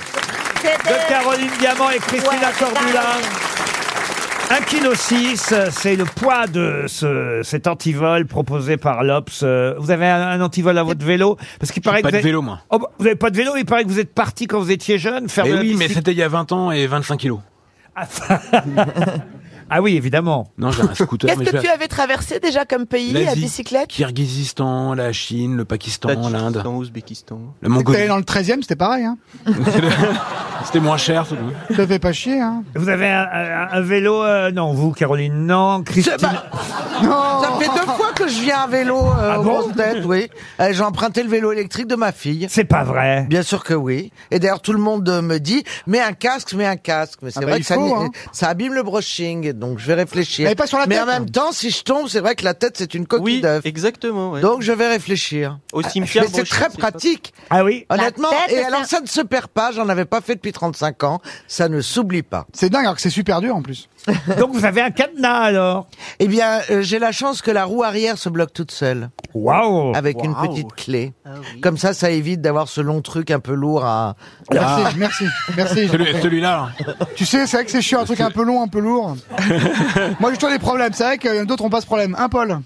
S2: de Caroline Diamant et Christina Cordula. 1,6 kg, c'est le poids de ce, cet antivol proposé par l'Obs. Euh, Vous avez un, un antivol à votre vélo Parce qu'il paraît
S9: pas
S2: que vous
S9: de
S2: êtes-
S9: vélo, moi.
S2: Oh, bah, vous n'avez pas de vélo, mais il paraît que vous êtes parti quand vous étiez jeune faire
S9: Eh
S2: de la
S9: oui, mais
S2: bicyclette.
S9: c'était il y a 20 ans et 25 kilos.
S2: [LAUGHS] Ah oui, évidemment.
S9: Non, j'ai un scooter.
S11: Qu'est-ce
S9: mais je
S11: que
S9: vais-
S11: tu avais traversé déjà comme pays à
S9: L'Asie,
S11: bicyclette
S9: Kirghizistan, la Chine, le Pakistan, l'Inde.
S6: Ouzbékistan.
S9: La
S5: T'allais
S9: Mongolie. [LAUGHS]
S5: dans le 13e, c'était pareil. Hein.
S9: C'était moins cher, c'est tout.
S5: Ça fait pas chier. Hein.
S2: Vous avez un, un- un vélo euh, Non, vous, Caroline, non. Christine
S5: Non.
S10: Ça fait deux fois que je viens à vélo euh,
S2: Ah
S10: aux
S2: bon
S10: grosses têtes, oui. Euh, J'ai emprunté le vélo électrique de ma fille.
S2: C'est pas vrai.
S10: Bien sûr que oui. Et d'ailleurs, tout le monde euh, me dit, mets un casque, mets un casque. Mais c'est
S5: Ah bah,
S10: vrai
S5: il
S10: que ça,
S5: faut, hein.
S10: ça abîme le brushing, donc je vais réfléchir.
S5: Mais pas sur la
S10: Mais
S5: tête,
S10: en même
S5: hein.
S10: temps, si je tombe, c'est vrai que la tête, c'est une coquille
S6: Oui,
S10: d'œuf.
S6: exactement. ouais.
S10: Donc je vais réfléchir.
S6: Au cimetière,
S10: Mais c'est
S6: brushing,
S10: très
S6: c'est pas-
S10: pratique.
S2: Ah oui
S10: Honnêtement,
S7: La tête,
S10: et
S7: c'est
S10: alors
S7: un-
S10: ça ne se perd pas, j'en avais pas fait depuis 35 ans, ça ne s'oublie pas.
S5: C'est dingue, alors que c'est super dur en plus.
S2: [LAUGHS] Donc vous avez un cadenas alors
S10: Eh bien, euh, j'ai la chance que la roue arrière se bloque toute seule,
S2: Waouh
S10: avec une
S6: Waouh.
S10: petite clé.
S7: Ah
S10: Comme ça, ça évite d'avoir ce long truc un peu lourd à... [LAUGHS]
S5: Merci, merci, merci.
S9: Ah. Celui- Celui-là.
S5: Ah, Tu sais, c'est vrai que c'est chiant, un truc un peu long, un peu
S9: [LAUGHS]
S5: lourd. Moi, j'ai toujours des problèmes. C'est vrai qu'il y en a d'autres, on pas ce problème. Un Paul.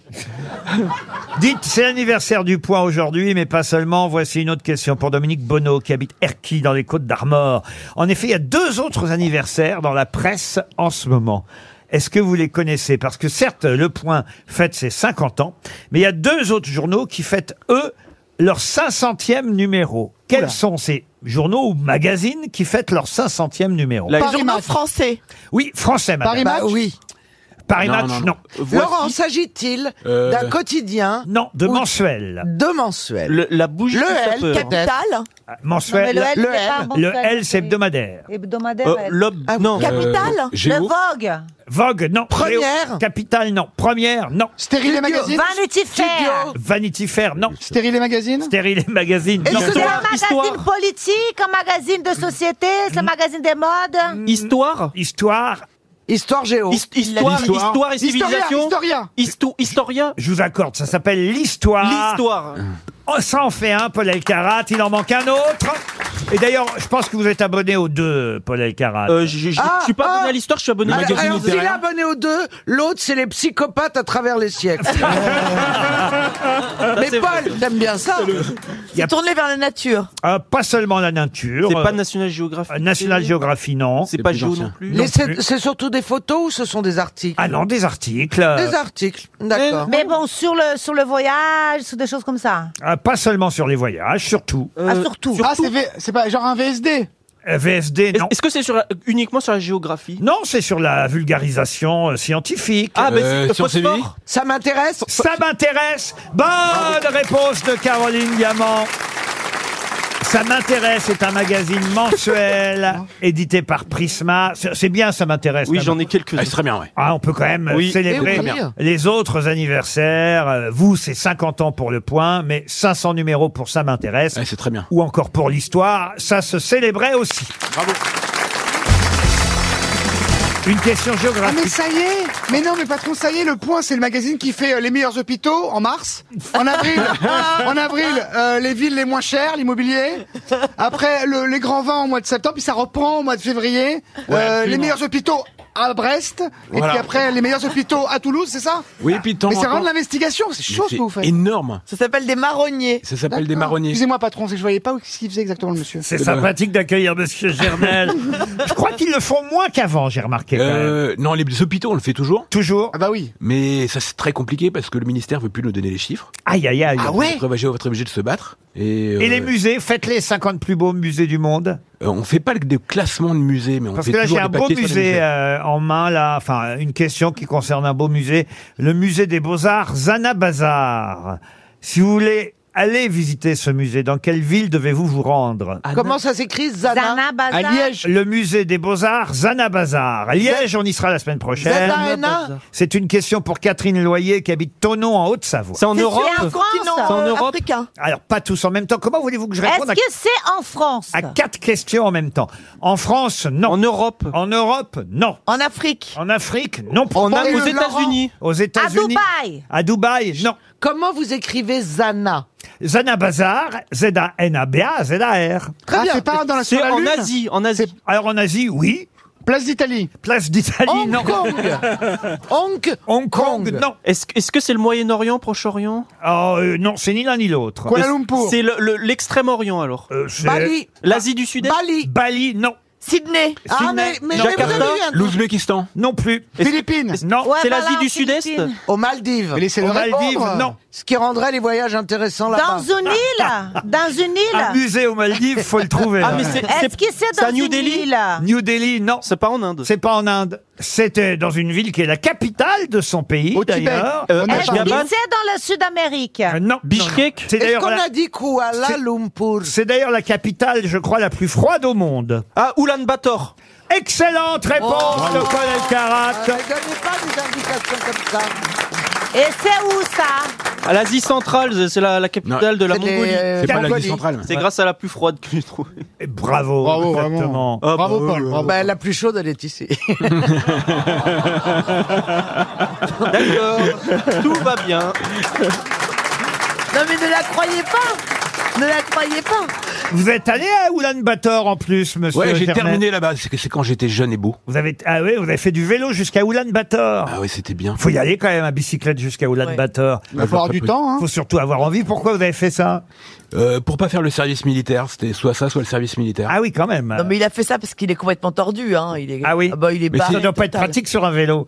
S2: Dites, c'est l'anniversaire du poids aujourd'hui, mais pas seulement. Voici une autre question pour Dominique Bonneau, qui habite Erquy, dans les Côtes d'Armor. En effet, il y a deux autres anniversaires dans la presse en ce moment. Est-ce que vous les connaissez Parce que certes, Le Point fête ses 50 ans, mais il y a deux autres journaux qui fêtent, eux, leur 500e numéro. Quels sont ces journaux ou magazines qui fêtent leur 500e numéro
S6: La-
S11: Par
S5: Paris
S11: journaux
S5: Match.
S11: français.
S2: Oui, français, madame.
S5: Paris
S10: Bah
S5: Match
S10: oui.
S2: Paris
S9: Non,
S2: Match,
S9: non,
S2: non.
S9: non.
S2: Non,
S6: Voici
S10: Laurent, s'agit-il
S9: Euh.
S10: d'un quotidien
S2: de
S10: Ou-
S2: mensuel.
S10: de mensuel
S6: le- la bougie
S10: Le
S6: du
S10: L,
S6: sapeur.
S10: capitaine.
S11: Tal.
S7: Non, mais
S2: Ah, Mensuel.
S7: le L,
S10: le
S7: c'est pas
S10: L.
S7: Ah, bon
S2: Le
S7: seul,
S2: L, c'est
S7: oui.
S2: hebdomadaire.
S7: Hebdomadaire.
S6: Euh,
S7: L.
S6: L'homme.
S10: Ah oui.
S6: non.
S11: Capital
S7: le
S9: Géo.
S7: Vogue.
S2: Vogue, non.
S10: Première.
S2: Réo. Capitale, non. Première, non.
S5: Stérile magazine.
S7: Vanity Fair.
S2: Vanity Fair, non.
S5: Stérile magazine.
S2: Stérile magazine,
S10: Est-ce
S2: non.
S10: que
S7: C'est un
S10: Histoire,
S7: magazine
S6: histoire.
S7: politique, un magazine de société, c'est un magazine des modes.
S6: Mm-hmm. Histoire.
S2: Histoire,
S10: Histoire géo.
S6: Hist- Histoire,
S9: L'histoire.
S6: histoire et
S5: Historia,
S6: civilisation.
S5: Historia.
S6: Histo- Historia.
S2: je vous accorde, ça s'appelle l'histoire.
S6: L'histoire.
S2: Oh, ça en fait un, Paul Elkarat, il en manque un autre. Et d'ailleurs, je pense que vous êtes abonné aux deux, Paul Elkarat.
S6: Euh, je- je- je
S10: Ah,
S6: suis pas
S10: ah.
S6: abonné à l'histoire, je suis abonné au
S10: Alors,
S6: magazine
S10: alors, s'il est
S6: littéraire.
S10: abonné aux deux, l'autre, c'est les psychopathes à travers
S2: [LAUGHS]
S10: les siècles. Ah, Mais
S6: c'est
S10: Paul, t'aimes bien ça
S11: C'est tourné vers la nature.
S2: Euh, pas seulement la nature.
S6: C'est pas
S2: euh,
S6: National Geographic.
S2: National Geography, non.
S6: C'est pas
S9: plus
S6: Géo
S9: ancien.
S6: non plus.
S10: Mais c'est
S2: plus.
S10: c'est surtout des photos ou ce sont des articles
S2: Ah non, des articles. euh,
S10: Des articles, d'accord.
S7: Mais bon, sur le, sur le voyage, sur des choses comme ça.
S2: euh, pas seulement sur les voyages, surtout.
S7: Ah,
S6: Euh,
S7: surtout.
S5: Ah, c'est V- c'est pas genre un VSD.
S2: Euh, VSD,
S6: Est-ce
S2: non.
S6: est-ce que c'est sur la- uniquement sur la géographie
S2: Non, c'est sur la vulgarisation euh, scientifique.
S6: Ah, mais
S9: Euh,
S6: c'est le
S9: sciences et vie.
S6: phosphore.
S10: Ça m'intéresse.
S2: Ça m'intéresse. Bonne réponse de Caroline Diamant. Ça m'intéresse est un magazine mensuel édité par Prisma. C'est c'est bien, ça m'intéresse.
S6: Oui,
S2: quand
S6: j'en
S2: même.
S6: ai quelques
S9: Ah, c'est très bien, ouais.
S2: Ah, on peut quand même euh,
S6: Oui.
S2: célébrer
S10: Eh oui.
S2: les autres anniversaires. Euh, Vous, c'est 50 ans pour le point, mais 500 numéros pour ça m'intéresse.
S9: Ouais, c'est très bien.
S2: Ou encore pour l'histoire, ça se célébrait aussi.
S9: Bravo.
S2: Une question
S5: Ah, mais
S2: géographique.
S5: ça y est. Mais non, mais patron, ça y est. Le point, c'est le magazine qui fait euh, les meilleurs hôpitaux en mars.
S9: [LAUGHS]
S5: En avril, en avril, euh, les villes les moins chères, l'immobilier. Après, le- les grands vins au mois de septembre. Puis ça reprend au mois de février. Euh, les meilleurs hôpitaux à Brest. Et
S9: Voilà.
S5: puis après, les meilleurs hôpitaux à Toulouse, c'est ça?
S9: Oui, puis tant
S5: Mais c'est vraiment de l'investigation, c'est chaud ce que vous faites.
S9: énorme.
S11: Ça s'appelle des marronniers.
S9: Ça s'appelle des
S5: D'accord.
S9: marronniers.
S5: Excusez-moi, patron, c'est que je voyais pas où- ce qu'il faisait exactement le monsieur.
S2: C'est sympathique d'accueillir Monsieur Germel. Je crois qu'ils le font moins qu'avant, j'ai remarqué. quand même.
S9: Euh, non, les hôpitaux, on le fait toujours.
S2: Toujours.
S5: Ah bah oui.
S9: Mais ça, c'est très compliqué parce que le ministère veut plus nous donner les chiffres.
S2: Aïe, aïe, aïe.
S10: Ah
S9: Donc, Votre va être obligé de se battre. Et, euh,
S2: Et les musées, faites les 50 plus beaux musées du monde.
S9: euh, on fait pas de classement de musées, mais on
S2: Parce
S9: fait
S2: que là,
S9: toujours
S2: j'ai un
S9: des
S2: beau
S9: paquets sur les
S2: musée
S9: musées.
S2: euh, en main, là. Enfin, une question qui concerne un beau musée. Le musée des beaux-arts Zana Bazar. Si vous voulez allez visiter ce musée, dans quelle ville devez-vous vous rendre
S10: Comment ça s'écrit Zana
S7: Bazar.
S2: À Liège. Le musée des Beaux-Arts, Zana Bazar. À Liège, on y sera la semaine prochaine.
S10: Zanaena
S2: C'est une question pour Catherine Loyer qui habite Tonon en Haute-Savoie. C'est
S6: en
S7: C'est- Europe c'est en France. C'est en Europe. Africain.
S2: Alors, pas tous en même temps. Comment voulez-vous que je réponde
S7: Est-ce
S2: à
S7: que c'est en France
S2: à quatre questions en même temps. En France, non. En Europe. En Europe, non.
S7: En Afrique.
S2: En Afrique, non.
S10: En Allemagne, aux États-Unis.
S2: Aux États-Unis.
S10: À Dubaï.
S2: À Dubaï, non.
S10: Comment vous écrivez Zana
S2: Zana Bazar, Z-A-N-A-B-A, Z-A-R.
S10: Très Ah, bien. c'est pas dans la- C'est sur la en Lune Asie,
S6: en Asie.
S2: Alors en Asie, oui.
S5: Place d'Italie.
S2: Place d'Italie,
S6: Hong
S2: non.
S6: Kong.
S2: [LAUGHS]
S10: Hong
S2: Hong Kong, non.
S6: Est-ce est-ce que c'est le Moyen-Orient, Proche-Orient
S2: Ah, euh, Non, c'est ni l'un ni l'autre. Euh,
S6: C'est le- le- l'extrême-orient alors
S2: c'est- Bali.
S6: L'Asie du Sud-Est
S10: Bali.
S2: Bali, non.
S7: Sydney.
S10: Ah, mais, mais j'ai
S6: Jakarta.
S10: prévu un truc.
S9: L'Ouzbékistan.
S2: Non plus.
S10: Philippines.
S2: Non.
S6: Ouais, C'est voilà, l'Asie du Philippines. Sud-Est
S10: Aux Maldives.
S6: Mais laissez-le Aux répondre. Maldives, non.
S10: Ce qui rendrait les voyages intéressants là-bas.
S7: Dans une île Dans une
S2: Un
S7: île
S2: musée aux Maldives, faut le trouver.
S6: Ah, mais
S2: là.
S6: c'est-
S10: Eh,
S7: Est-ce que c'est
S6: c'est à
S7: dans
S6: New
S7: une
S6: Delhi
S7: île
S2: New Delhi, non.
S6: C'est pas en Inde.
S2: C'est pas en Inde. C'était dans une ville qui est la capitale de son pays, d'ailleurs.
S6: Euh,
S7: Est-ce que c'est
S6: Ashgabat.
S7: dans le Sud-Amérique
S2: Euh, non.
S6: Bishkek.
S2: Non, non. C'est
S10: Est-ce
S2: d'ailleurs
S10: qu'on
S2: la-
S10: a dit Kuala
S2: c'est-
S10: Lumpur
S2: C'est d'ailleurs la capitale, je crois, la plus froide au monde.
S6: Ah, Ulan Bator.
S2: Excellente réponse de Paul Elkarat.
S10: Ne donnez pas des indications comme ça.
S7: Et c'est où ça
S6: À l'Asie centrale, c'est- c'est la, la capitale de la
S10: C'est des-
S6: Mongolie.
S10: C'est pas l'Asie Mongolie.
S9: centrale.
S6: C'est grâce à la plus froide que j'ai trouvée.
S2: Et Bravo,
S5: Bravo, vraiment.
S2: exactement. Oh,
S6: Ah, bah,
S5: Bravo,
S6: oui,
S5: Paul.
S6: oui.
S5: Bravo.
S10: Bah, la plus chaude, elle est ici. [LAUGHS]
S6: D'accord,
S2: euh,
S6: tout va bien.
S11: Non mais ne la croyez pas Ne la croyez pas
S2: Vous êtes allé à Oulan-Bator en plus, monsieur
S9: Ouais, j'ai
S2: Germain.
S9: terminé là-bas. C'est que- c'est quand j'étais jeune et beau.
S2: Vous avez, ah oui, vous avez fait du vélo jusqu'à Oulan-Bator.
S9: Ah ouais, c'était bien.
S2: Faut y aller quand même à bicyclette jusqu'à Oulan-Bator.
S5: Il va falloir du temps, hein.
S2: Bah, Faut surtout avoir envie. Pourquoi vous avez fait ça
S9: Euh, pour pas faire le service militaire, c'était soit ça, soit le service militaire.
S2: Ah oui, quand même.
S11: Non mais il a fait ça parce qu'il est complètement tordu, hein. Il est...
S2: Ah oui.
S11: bah, il est
S9: Mais
S11: barré
S2: ça doit pas être
S11: total.
S2: pratique sur un vélo.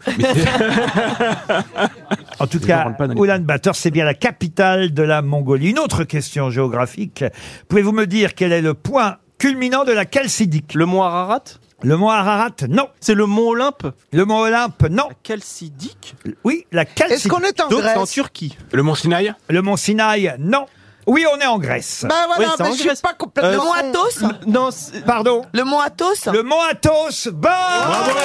S2: en tout cas,
S9: rentre pas dans les-
S2: Oulan-Bator, c'est bien la capitale de la Mongolie. Une autre question géographique. Pouvez-vous me dire quel est le point culminant de la calcidique
S6: Le mont Ararat
S2: Le mont Ararat Non.
S6: C'est le mont Olympe
S2: Le mont Olympe Non.
S6: Calcidique
S2: Oui, la
S10: Est-ce
S2: calcidique.
S10: qu'on est en
S6: Donc c'est en
S10: Grèce
S6: Turquie.
S9: Le Mont Sinaï
S2: Le mont Sinaï Non. Oui, on est en Grèce.
S10: Bah
S6: Oui,
S10: voilà,
S6: c'est
S10: mais
S6: en
S10: je
S6: Grèce. Euh,
S10: suis pas
S2: Euh,
S10: complètement.
S11: Le mont Athos
S6: Non, c'est-
S2: Pardon
S11: Le mont Athos
S2: Le mont Athos Bonne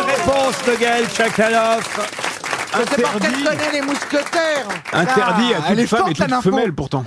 S2: réponse de Gaël Tchakaloff
S10: Je sais pas qu'elle
S9: interdit.
S10: connaît les mousquetaires.
S9: Interdit
S5: Ah,
S9: à
S5: elle est
S9: toute femme et
S5: forte, la
S9: toute
S5: nympho.
S9: femelle pourtant.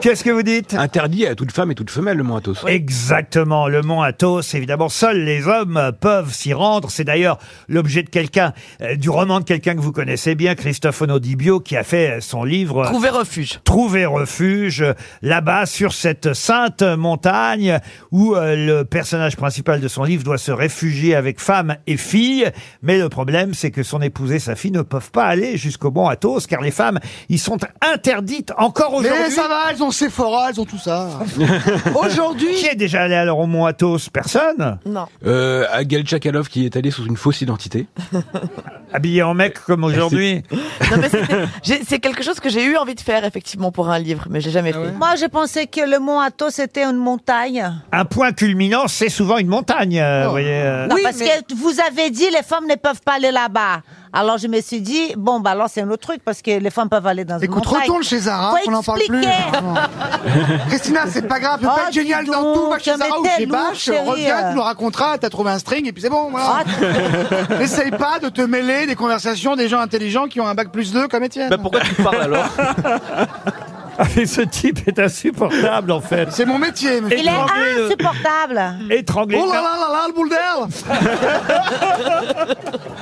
S2: Qu'est-ce que vous dites
S9: Interdit à toute femme et toute femelle le Mont Athos.
S2: Exactement, le mont Athos, évidemment, seuls les hommes euh, peuvent s'y rendre. C'est d'ailleurs l'objet de quelqu'un, euh, du roman de quelqu'un que vous connaissez bien, Christophe Onodibio, qui a fait euh, son livre euh,
S11: Trouver refuge.
S2: Trouver refuge euh, là-bas, sur cette sainte montagne, où euh, le personnage principal de son livre doit se réfugier avec femme et fille. Mais le problème, c'est que son épouse et sa fille ne peuvent pas aller jusqu'au mont Athos, car les femmes y sont interdites encore
S5: Mais
S2: aujourd'hui.
S5: ça va, elles ont Sephora, elles ont tout
S7: [LAUGHS]
S5: ça.
S10: Aujourd'hui,
S2: Qui est déjà allé alors au mont Athos Personne
S11: Non.
S9: Euh, à Gaël Chakalov qui est allé sous une fausse identité.
S2: [LAUGHS]
S9: Eh,
S2: Habillé en mec comme aujourd'hui
S11: Non, mais c'était- j'ai- c'est quelque chose que j'ai eu envie de faire effectivement pour un livre, mais j'ai jamais fait.
S7: Moi, je pensais que le mont Athos était une montagne.
S2: Un point culminant, c'est souvent une montagne. euh, vous voyez, euh.
S7: Non, Ah,
S10: Oui,
S7: parce
S10: mais-
S7: que vous avez dit les femmes ne peuvent pas aller là-bas. Alors je me suis dit bon bah alors c'est un autre truc parce que les femmes peuvent aller dans une
S5: Écoute,
S7: montagne.
S5: retourne chez Zara,
S7: Faut
S5: on n'en parle plus.
S7: expliquer.
S5: [LAUGHS] Christina, c'est pas grave, tu
S7: Oh,
S5: peux être
S7: dis
S5: génial dans
S7: donc,
S5: tout, va chez
S7: mais
S5: Zara ou
S7: t'es
S5: chez
S7: lourd,
S5: Bach,
S7: chérie.
S5: reviens, tu nous raconteras, t'as trouvé un string et puis c'est bon,
S7: euh. Ah,
S5: voilà. [LAUGHS] N'essaye pas de te mêler des conversations des gens intelligents qui ont un bac plus 2 comme Étienne.
S6: Bah pourquoi tu parles alors
S2: [LAUGHS] Ah, mais ce type est insupportable en fait.
S5: C'est mon métier, monsieur.
S7: il est
S2: Étrangler
S9: euh,
S2: le-
S7: insupportable.
S2: Étranglé.
S5: Oh là là là là, le boule d'air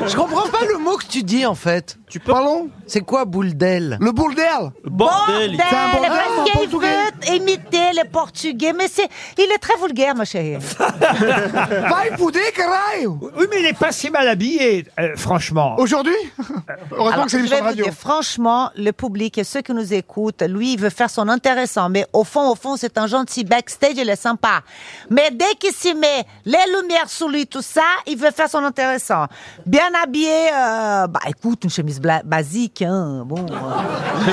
S10: je comprends pas le mot que tu dis en fait.
S6: Tu peux
S5: Pardon
S10: C'est quoi boule d'aile
S5: Le boule d'air
S6: Bordel,
S7: Bordel,
S5: un bordel, un
S7: parce qu'il
S5: portugais.
S7: veut imiter les Portugais, mais c'est, il est très vulgaire, ma
S5: [LAUGHS]
S7: chérie.
S5: Vai poudre, caralho
S2: Oui, mais il est pas si mal habillé, euh, franchement.
S5: Aujourd'hui Heureusement
S7: Alors,
S5: que c'est
S7: je vais
S5: l'émission de
S7: vous
S5: radio.
S7: dire, franchement, le public et ceux qui nous écoutent, lui, il veut faire son intéressant, mais au fond, au fond, c'est un gentil backstage, il est sympa. Mais dès qu'il s'y met les lumières sur lui, tout ça, il veut faire son intéressant. Bien habillé, euh, bah écoute, une chemise bla- basique, hein, bon.
S5: [LAUGHS]
S7: euh,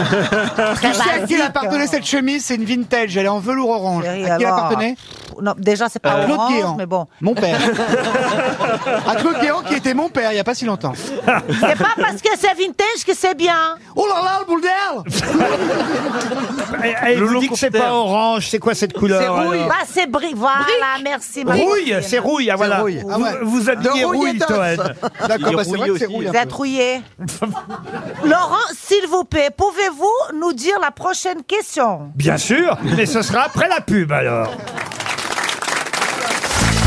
S7: très
S5: Tu sais à qui
S7: basique,
S5: elle appartenait
S7: hein.
S5: cette chemise C'est une vintage, elle est en velours orange.
S7: Chérie,
S5: À qui elle
S7: alors,
S5: appartenait
S7: pff, Non, déjà, c'est pas
S5: À Claude
S7: orange,
S5: Guéant.
S7: mais bon. [LAUGHS]
S5: Mon père. à Claude Guéant qui était mon père il n'y a pas si longtemps.
S7: C'est pas parce que c'est vintage que c'est bien. [LAUGHS]
S5: Oh là là, le boule d'air
S2: Elle, elle Eh, vous dit que c'est pas orange, c'est quoi cette couleur alors
S7: Bah, c'est bri. Voilà, merci. ma
S2: Rouille,
S7: copine.
S2: c'est rouille, ah, voilà.
S7: rouille.
S2: Vous,
S7: Ah ouais.
S2: vous habillez
S7: De rouille
S2: rouille,
S7: et d'os.
S2: Toen.
S7: [LAUGHS] D'accord, bah, c'est vrai que c'est rouille un peu. Vous êtes [LAUGHS] rouillé. Laurent, s'il vous plaît, pouvez-vous nous dire la prochaine question
S2: Bien sûr, mais ce sera après la pub alors.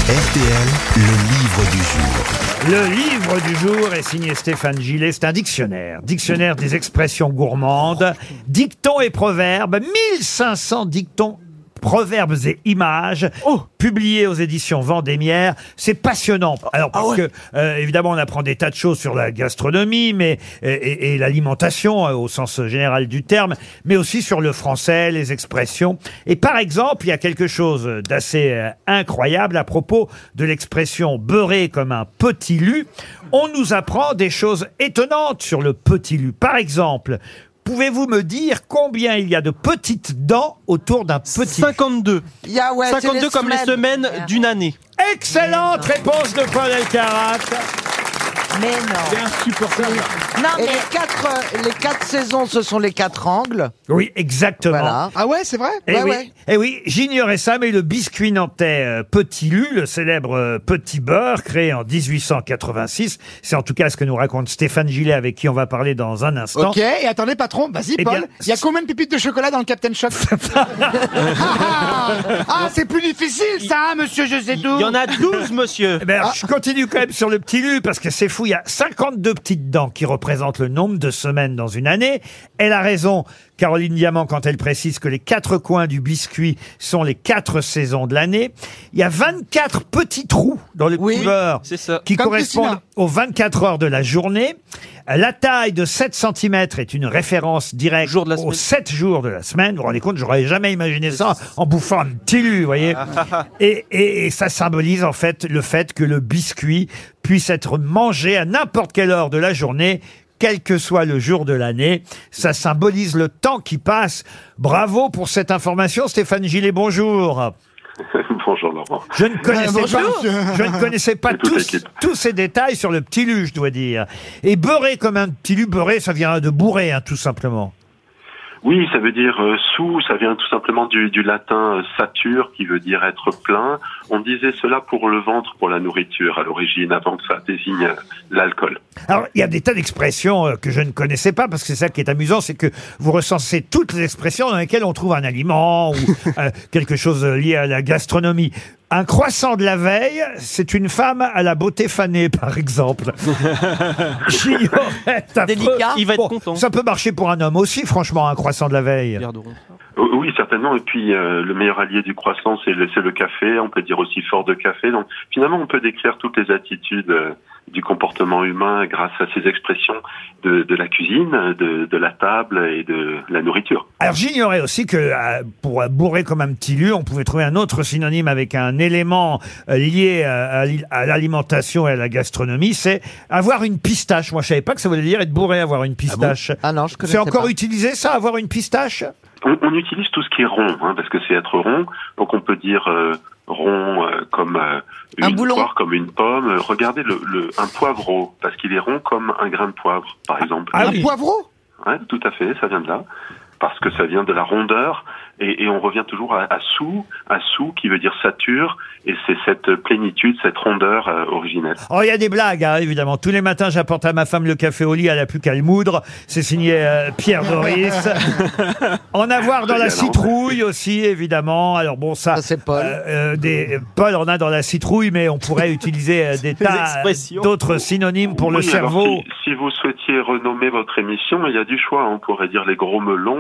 S1: RTL, le livre du jour.
S2: Le livre du jour est signé Stéphane Gillet. C'est un dictionnaire. Dictionnaire des expressions gourmandes, dictons et proverbes. 1500 dictons, proverbes et images. Publié aux éditions Vendémiaire. C'est passionnant. Alors, parce que, euh, évidemment, on apprend des tas de choses sur la gastronomie, mais, et, et- et l'alimentation euh, au sens général du terme, mais aussi sur le français, les expressions. Et par exemple, il y a quelque chose d'assez euh, incroyable à propos de l'expression beurré comme un petit lu. On nous apprend des choses étonnantes sur le petit lu. Par exemple, pouvez-vous me dire combien il y a de petites dents autour d'un petit 52.
S10: Yeah, ouais, c'est Mmh.
S6: 52 comme les semaines d'une année.
S2: Excellente réponse de Paul Elkarat.
S7: Mais non.
S10: C'est insupportable. Et les quatre, euh, les quatre saisons, ce sont les quatre angles.
S2: Oui, exactement.
S10: Ah ouais, c'est vrai
S2: Eh oui, eh oui j'ignorais ça, mais le biscuit nantais euh, Petit Lu, le célèbre euh, petit beurre créé en 1886, c'est en tout cas ce que nous raconte Stéphane Gillet avec qui on va parler dans un instant.
S5: Ok, et attendez, patron, vas-y,
S2: Eh
S5: Paul.
S2: bien,
S5: Il y a combien de pépites de chocolat dans le Captain Shop ah, ah, ah, c'est plus difficile, ça, hein, monsieur, je sais tout.
S6: Il y en a 12, monsieur.
S2: Eh ben, Je continue quand même sur le petit lu parce que c'est fou. Il y a 52 petites dents qui représentent le nombre de semaines dans une année. Elle a raison, Caroline Diamant, quand elle précise que les quatre coins du biscuit sont les quatre saisons de l'année. Il y a 24 petits trous dans le petit beurre qui
S6: Comme
S2: correspondent
S6: Christina.
S2: aux 24 heures de la journée. La taille de 7 cm est une référence directe aux 7 jours de la semaine. Vous vous rendez compte, j'aurais jamais imaginé ça en bouffant un petit lu, vous voyez.
S6: Ah,
S2: et, et- et ça symbolise en fait le fait que le biscuit puisse être mangé à n'importe quelle heure de la journée. Quel que soit le jour de l'année, ça symbolise le temps qui passe. Bravo pour cette information, Stéphane Gillet. Bonjour.
S14: [LAUGHS] Bonjour Laurent.
S2: Je ne connaissais
S14: Euh, bonjour,
S2: pas,
S14: monsieur.
S2: je ne connaissais pas
S14: Et toute
S2: tous,
S14: l'équipe.
S2: tous ces détails sur le petit lu, je dois dire. Et beurré comme un petit lu, beurré, ça vient de bourré, hein, tout simplement.
S14: Oui, ça veut dire euh, sous, ça vient tout simplement du, du latin euh, satur, qui veut dire être plein. On disait cela pour le ventre, pour la nourriture à l'origine, avant que ça désigne euh, l'alcool.
S2: Alors, il y a des tas d'expressions euh, que je ne connaissais pas, parce que c'est ça qui est amusant, c'est que vous recensez toutes les expressions dans lesquelles on trouve un
S14: [LAUGHS]
S2: aliment ou euh, quelque chose euh, lié à la gastronomie. Un croissant de la veille, c'est une femme à la beauté fanée, [LAUGHS] par
S14: [LAUGHS]
S2: exemple. J'ignorais ta-
S14: Délicat. Il va être
S2: Bon,
S14: content.
S2: Ça peut marcher pour un homme aussi, franchement, un croissant de la veille.
S14: O- Euh, Oui, certainement. Et puis, euh, le meilleur allié du croissant, c'est le, c'est le café. On peut dire aussi fort de café. Donc, finalement, on peut décrire toutes les attitudes euh, du comportement humain grâce à ces expressions de, de la cuisine, de, de la table et de la nourriture.
S2: Alors j'ignorais aussi que euh, pour euh, bourrer comme un petit lieu, on pouvait trouver un autre synonyme avec un élément euh, lié à, à l'i- à l'alimentation et à la gastronomie, c'est avoir une pistache. Moi je savais pas que ça voulait dire être bourré, avoir une pistache. Ah, non, je C'est
S10: connaissais
S2: encore
S10: pas.
S2: utilisé ça, avoir une pistache
S14: On, on utilise tout ce qui est rond, hein, parce que c'est être rond. Donc on peut dire euh, rond euh, comme euh, une poire, comme une pomme. Euh, Regardez le, le- un poivreau, parce qu'il est rond comme un grain de poivre, par exemple.
S5: Un poivreau
S14: Ouais, tout à fait, ça vient de là. Parce que ça vient de la rondeur, et, et on revient toujours à, à sous, à sous qui veut dire sature, et c'est cette plénitude, cette rondeur euh, originelle.
S2: Oh, il y a des blagues, hein, évidemment. Tous les matins, j'apporte à ma femme le café au lit, elle a plus qu'à le moudre. C'est signé euh, Pierre
S14: [LAUGHS]
S2: Doris. en avoir dans la
S14: Très galant.
S2: citrouille aussi, évidemment. Alors bon, ça... c'est Paul. des, Paul en a dans la citrouille, mais on pourrait utiliser
S14: [LAUGHS]
S2: euh, des tas
S14: expressions.
S2: d'autres synonymes pour le
S14: Oui, alors
S2: cerveau.
S14: si, si vous souhaitiez renommer votre émission, il y a du choix. hein. On pourrait dire les gros melons,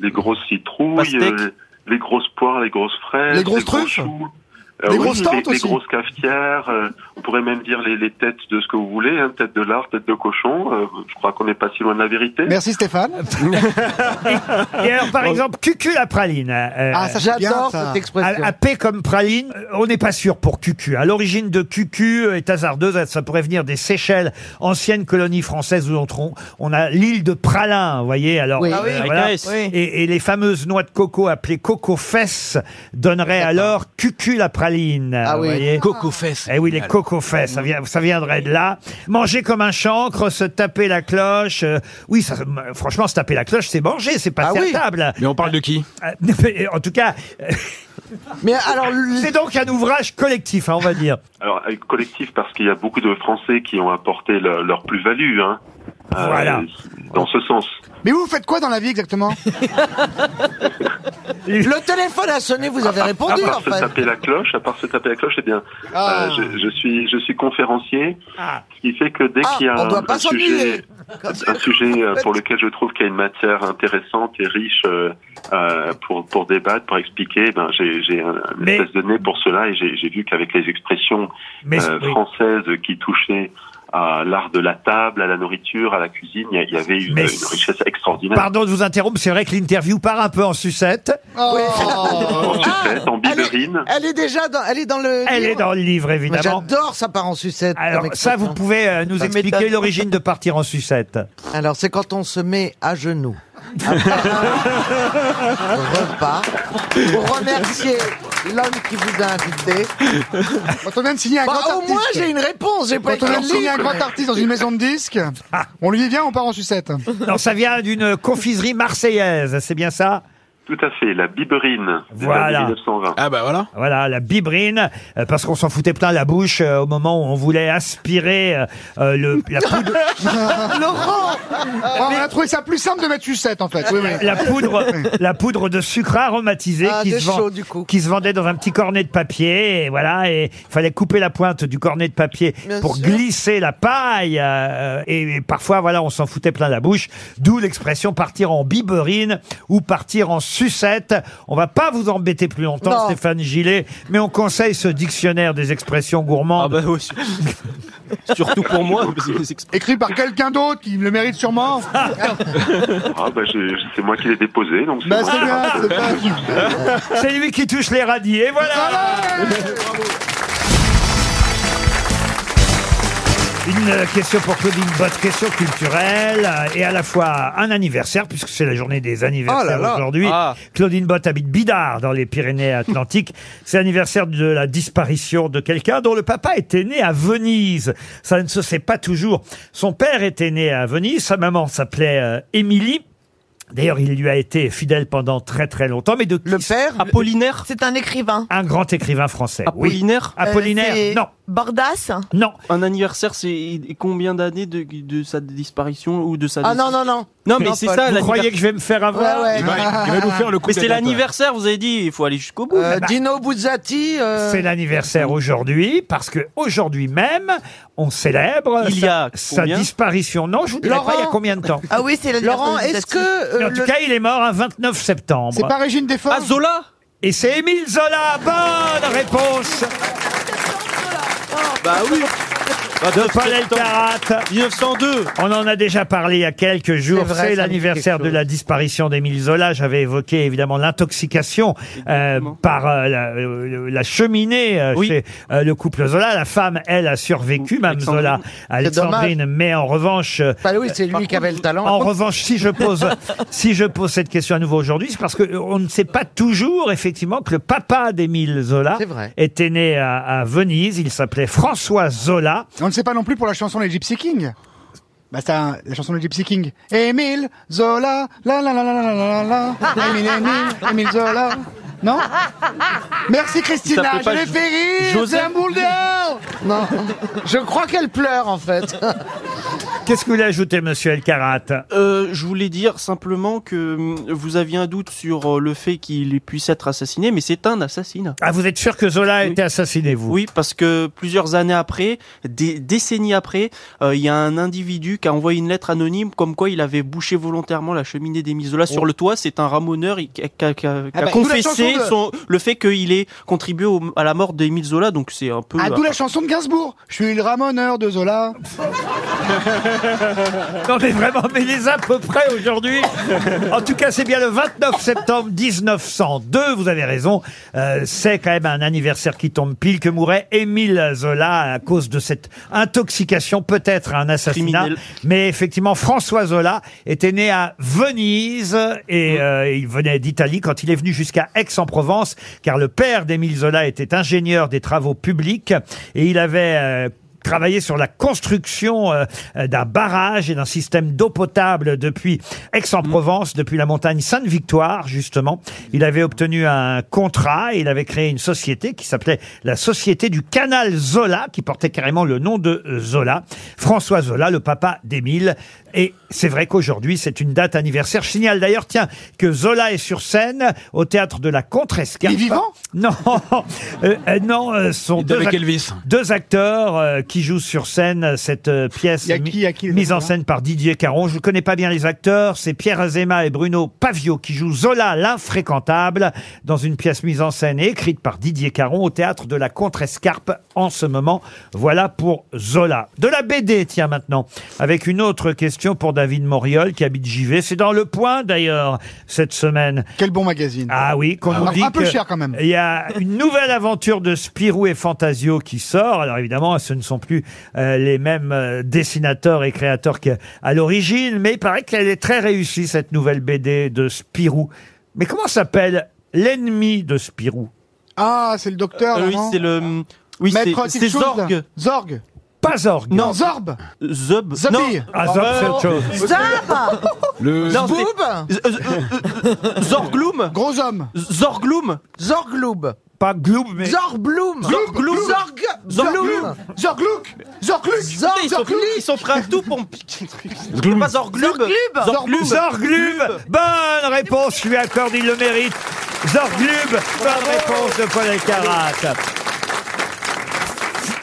S14: les grosses citrouilles,
S5: Pastèques.
S14: euh, les grosses poires, les grosses fraises,
S5: Les grosses
S14: gros
S5: truffes
S14: choux.
S5: Les
S14: oui,
S5: grosses
S14: les,
S5: tentes
S14: les
S5: aussi.
S14: grosses cafetières. euh, on pourrait même dire les, les têtes de ce que vous voulez, hein, tête de lard, tête de cochon. euh, je crois qu'on n'est pas si loin de la vérité.
S5: Merci Stéphane.
S2: [LAUGHS] Et alors, par exemple, cucu la praline. euh,
S5: Ah, ça, j'aime bien, J'adore ça. cette expression.
S2: À, à P comme praline, euh, on n'est pas sûr pour cucu. À l'origine de cucu euh, est hasardeuse, ça pourrait venir des Seychelles, ancienne colonie française où on, tron- on a l'île de Pralin, vous voyez. Alors, euh,
S6: Oui. Ah oui. Avec un S.
S2: Et, et les fameuses noix de coco appelées coco fesses donneraient alors cucu la praline. pralines.
S9: Ah oui.
S2: Coco-fesses. Eh oui, les coco-fesses, ça, vient- ça viendrait de là. Manger comme un chancre, se taper la cloche. euh, oui, ça, franchement, se taper la cloche, c'est manger, c'est passer
S9: Ah oui.
S2: à table.
S9: Mais on parle de qui
S2: Euh, [LAUGHS] En tout cas... Mais alors, c'est donc un ouvrage collectif, hein, on va dire.
S14: Alors, euh, collectif, parce qu'il y a beaucoup de Français qui ont apporté leur, leur plus-value, hein. Euh, dans ce sens.
S5: Mais vous, vous faites quoi dans la vie exactement
S10: [LAUGHS] Le téléphone a sonné, vous avez répondu
S14: à part
S10: en
S14: se
S10: fait.
S14: taper la cloche, à part se taper la cloche, eh bien,
S10: Ah.
S14: euh, je, je suis, je suis conférencier, ce qui fait que dès
S10: Ah,
S14: qu'il y a
S10: on
S14: un,
S10: doit pas
S14: un sujet,
S10: s'ennuyer.
S14: un sujet euh, pour lequel je trouve qu'il y a une matière intéressante et riche euh, euh, pour, pour débattre, pour expliquer, ben, j'ai j'ai un une
S2: Mais-
S14: espèce de nez pour cela et j'ai j'ai vu qu'avec les expressions
S2: Mais-
S14: euh,
S2: oui.
S14: françaises qui touchaient à l'art de la table, à la nourriture, à la cuisine, il y a- il y, avait une,
S2: Mais-
S14: une richesse extraordinaire.
S2: Pardon de vous interrompre, c'est vrai que l'interview part un peu en sucette.
S10: Oh. Ah.
S14: En sucette, en biberine.
S10: Elle est déjà dans, elle est dans le.
S2: Elle est dans le livre,
S10: Mais
S2: évidemment.
S10: J'adore sa part en sucette.
S2: Alors
S10: avec
S2: ça,
S10: son-
S2: vous pouvez euh, nous
S10: Ça
S2: expliquer
S10: m'étonne.
S2: l'origine de partir en sucette.
S10: Alors, c'est quand on se met à genoux. Après un repas. Pour remercier l'homme qui vous a invité.
S5: Quand on vient de signer un
S10: Bah,
S5: grand
S10: au
S5: artiste.
S10: moins, j'ai une réponse, j'ai pas
S5: Quand on vient de
S10: écrit le
S5: signer un
S10: livre.
S5: grand artiste dans une maison de disques, on lui dit viens, on part en sucette.
S2: Ah. Non, ça vient d'une confiserie marseillaise, c'est bien ça
S14: Tout à fait, la biberine des
S2: Voilà.
S14: années 1920.
S2: Ah bah voilà. Voilà, la biberine, euh, parce qu'on s'en foutait plein la bouche euh, au moment où on voulait aspirer euh, euh, le, la
S5: [LAUGHS]
S2: poudre.
S5: Laurent Ah, On a trouvé ça plus simple de mettre sucette en fait. Oui, oui.
S2: Ah, La poudre, la poudre de sucre aromatisée
S5: Ah,
S2: qui,
S5: de
S2: se vend-
S5: chaud, du coup.
S2: qui se vendait dans un petit cornet de papier. Et voilà, et il fallait couper la pointe du cornet de papier
S10: Bien
S2: pour
S10: sûr.
S2: glisser la paille. euh, et, et parfois, voilà, on s'en foutait plein la bouche. D'où l'expression partir en biberine ou partir en sucette. On va pas vous embêter plus longtemps,
S10: Non.
S2: Stéphane Gillet, mais on conseille ce dictionnaire des expressions gourmandes.
S6: Ah, bah
S2: [LAUGHS]
S6: Surtout pour moi, parce que c'est-
S5: Écrit par quelqu'un d'autre qui le mérite sûrement.
S14: Ah bah je- je- c'est moi qui l'ai déposé, donc c'est
S5: Bah,
S14: moi
S5: c'est
S14: qui
S5: bien,
S14: l'ai
S5: c'est
S14: déposé.
S2: Ah. [LAUGHS] C'est lui qui touche les radis. Et voilà Une euh, question pour Claudine Bott, question culturelle euh, et à la fois un anniversaire puisque c'est la journée des anniversaires
S10: Oh là là.
S2: aujourd'hui.
S10: Ah.
S2: Claudine Bott habite Bidart dans les Pyrénées-Atlantiques. c'est l'anniversaire de la disparition de quelqu'un dont le papa était né à Venise. Ça ne se sait pas toujours. Son père était né à Venise, sa maman s'appelait euh, Émilie. D'ailleurs, il lui a été fidèle pendant très très longtemps. Mais de le père
S6: Apollinaire.
S11: C'est un écrivain.
S2: Un grand écrivain français. oui.
S6: Apollinaire
S3: Euh,
S2: Apollinaire. non.
S11: Bordas
S2: Non.
S6: Un anniversaire, c'est combien d'années de, de sa disparition ou de sa
S10: Ah non, non, non.
S6: Non, mais
S10: Non,
S6: c'est
S10: Paul.
S6: ça. Eh ben,
S10: Vous
S6: l'anniver-
S10: croyez que je vais me faire avoir Ouais, ouais. Il va- il va nous faire le coup
S6: Mais
S10: de
S6: c'est
S10: la date,
S6: l'anniversaire, vous avez dit. Il faut aller jusqu'au bout.
S2: Bah,
S10: Euh, Dino Buzzati. euh,
S2: C'est l'anniversaire aujourd'hui parce que aujourd'hui même on célèbre
S6: Il y
S2: sa-
S6: a
S2: sa,
S6: combien
S2: disparition. Non, je vous dirai pas il y a
S10: Laurent
S2: combien de temps.
S11: Ah oui, c'est l'anniversaire
S10: Laurent,
S11: de
S10: est-ce
S11: Zati.
S10: que. euh,
S2: Mais en tout
S10: le-
S2: cas, il est mort un 29 septembre.
S5: C'est pas Régine Desforges
S6: Ah, Zola
S2: Et c'est Émile Zola. Bonne réponse
S6: Bah oui.
S2: de Paul Elkarat.
S6: 1902.
S2: On en a déjà parlé il y a quelques jours.
S10: C'est vrai, ça me
S2: C'est
S10: dit
S2: l'anniversaire
S10: quelque
S2: de la disparition d'Émile Zola. J'avais évoqué évidemment l'intoxication euh, par euh, la, euh, la cheminée euh, chez euh, le couple Zola. La femme, elle, a
S5: Mmh.
S2: survécu, Mme Zola, Alexandrine. Mais en revanche, euh,
S10: Bah oui, c'est lui qui avait le talent.
S2: en revanche, si je
S10: [LAUGHS]
S2: pose, si je pose cette question à nouveau aujourd'hui, c'est parce que euh, on ne sait pas toujours effectivement que le papa d'Émile Zola
S10: C'est vrai.
S2: était né à, à Venise. Il s'appelait François Zola.
S5: On ne sait pas non plus pour la chanson Les Gypsy Kings. Bah c'est un- la chanson des Gypsy Kings. Émile Zola, la la la la la la la la. Émile, Émile, Émile Zola. Non Merci
S10: Il
S5: Christina,
S10: s'appelait
S5: je
S10: pas
S5: l'ai fait rire.
S10: Joseph
S5: c'est un boule d'air.
S10: Non, je crois qu'elle pleure en fait.
S2: Qu'est-ce que vous voulez ajouter, Monsieur Elkarat
S6: Euh, je voulais dire simplement que hum, vous aviez un doute sur euh, le fait qu'il puisse être assassiné, mais c'est un assassinat.
S2: Ah, vous êtes sûr que Zola a été
S6: [LAUGHS]
S2: assassiné, vous
S6: Oui, parce que plusieurs années après, des décennies après, euh, il y a un individu qui a envoyé une lettre anonyme comme quoi il avait bouché volontairement la cheminée des Zola sur le toit. C'est un ramoneur il- qui a, qui a- qui a- qui a
S5: Oh. Ah bah,
S6: confessé
S5: d'où la chanson
S6: son- le fait qu'il ait contribué au- à la mort d'Émile Zola, donc c'est un peu...
S5: Ah, d'où la chanson de Gainsbourg. Je suis le ramoneur de Zola.
S2: Non mais vraiment, mais les à peu près aujourd'hui. En tout cas, c'est bien le 29 septembre 1902, vous avez raison. Euh, c'est quand même un anniversaire qui tombe pile que mourait Émile Zola à cause de cette intoxication, peut-être un assassinat.
S6: Criminel.
S2: Mais effectivement, François Zola était né à Venise et euh, il venait d'Italie. Quand il est venu jusqu'à Aix-en-Provence, car le père d'Émile Zola était ingénieur des travaux publics et il avait euh, travaillé sur la construction euh, euh, d'un barrage et d'un système d'eau potable depuis Aix-en-Provence, depuis la montagne Sainte-Victoire, justement. Il avait obtenu un contrat et il avait créé une société qui s'appelait la Société du Canal Zola, qui portait carrément le nom de euh, Zola. François Zola, le papa d'Émile. Et c'est vrai qu'aujourd'hui, c'est une date anniversaire. Je signale d'ailleurs, tiens, que Zola est sur scène au théâtre de la Contrescarpe. Il est vivant Non, [LAUGHS] Euh, euh, non, euh, ce sont
S9: était
S2: deux,
S9: avec
S2: ac-
S9: Elvis.
S2: deux acteurs euh, qui jouent sur scène euh, cette euh, pièce mi- mise en scène par Didier Caron. Je ne connais pas bien les acteurs. C'est Pierre Azéma et Bruno Pavio qui jouent Zola l'infréquentable dans une pièce mise en scène et écrite par Didier Caron au théâtre de la Contrescarpe en ce moment. Voilà pour Zola. De la BD, tiens maintenant, avec une autre question pour David Moriol qui habite JV. C'est dans le point d'ailleurs cette semaine. Quel bon magazine. Ah oui, qu'on
S5: Ah
S2: nous
S5: oui.
S2: dit
S5: Un peu
S2: que
S5: cher, quand même.
S2: Il y a une nouvelle aventure de Spirou et Fantasio qui sort. Alors évidemment, ce ne sont plus euh, les mêmes euh, dessinateurs et créateurs qu'à à l'origine, mais il paraît qu'elle est très réussie cette nouvelle BD de Spirou. Mais comment s'appelle l'ennemi de Spirou
S5: Ah, c'est le docteur.
S2: Euh,
S5: là,
S2: oui,
S5: non
S2: c'est le- oui,
S5: Maître
S2: c'est-
S5: quelque
S2: c'est
S5: chose,
S2: Zorg.
S5: là. Zorg.
S2: Pas Zorg.
S5: Non, Zorb.
S6: Zob.
S5: Zobby.
S6: euh, Non.
S5: Ah, Zob, c'est autre chose.
S2: [LAUGHS]
S7: Zob
S3: Euh,
S6: Le
S5: Non,
S10: Euh,
S6: Zorgloom.
S5: Gros homme.
S6: Zorgloom.
S10: Zorgloom.
S2: Pas Gloom, mais.
S10: Zorbloom.
S6: Zorgloom.
S10: Zorg.
S6: Zorgloom.
S5: Zorglook.
S6: Zorglook. Ils sont, ils sont prêts à tout pour me piquer le truc. C'est pas Zorglub.
S2: Zorglub. Zorglub. Bonne réponse, je lui accorde, il le mérite. Zorglub. Bonne réponse de Paul Elkarat.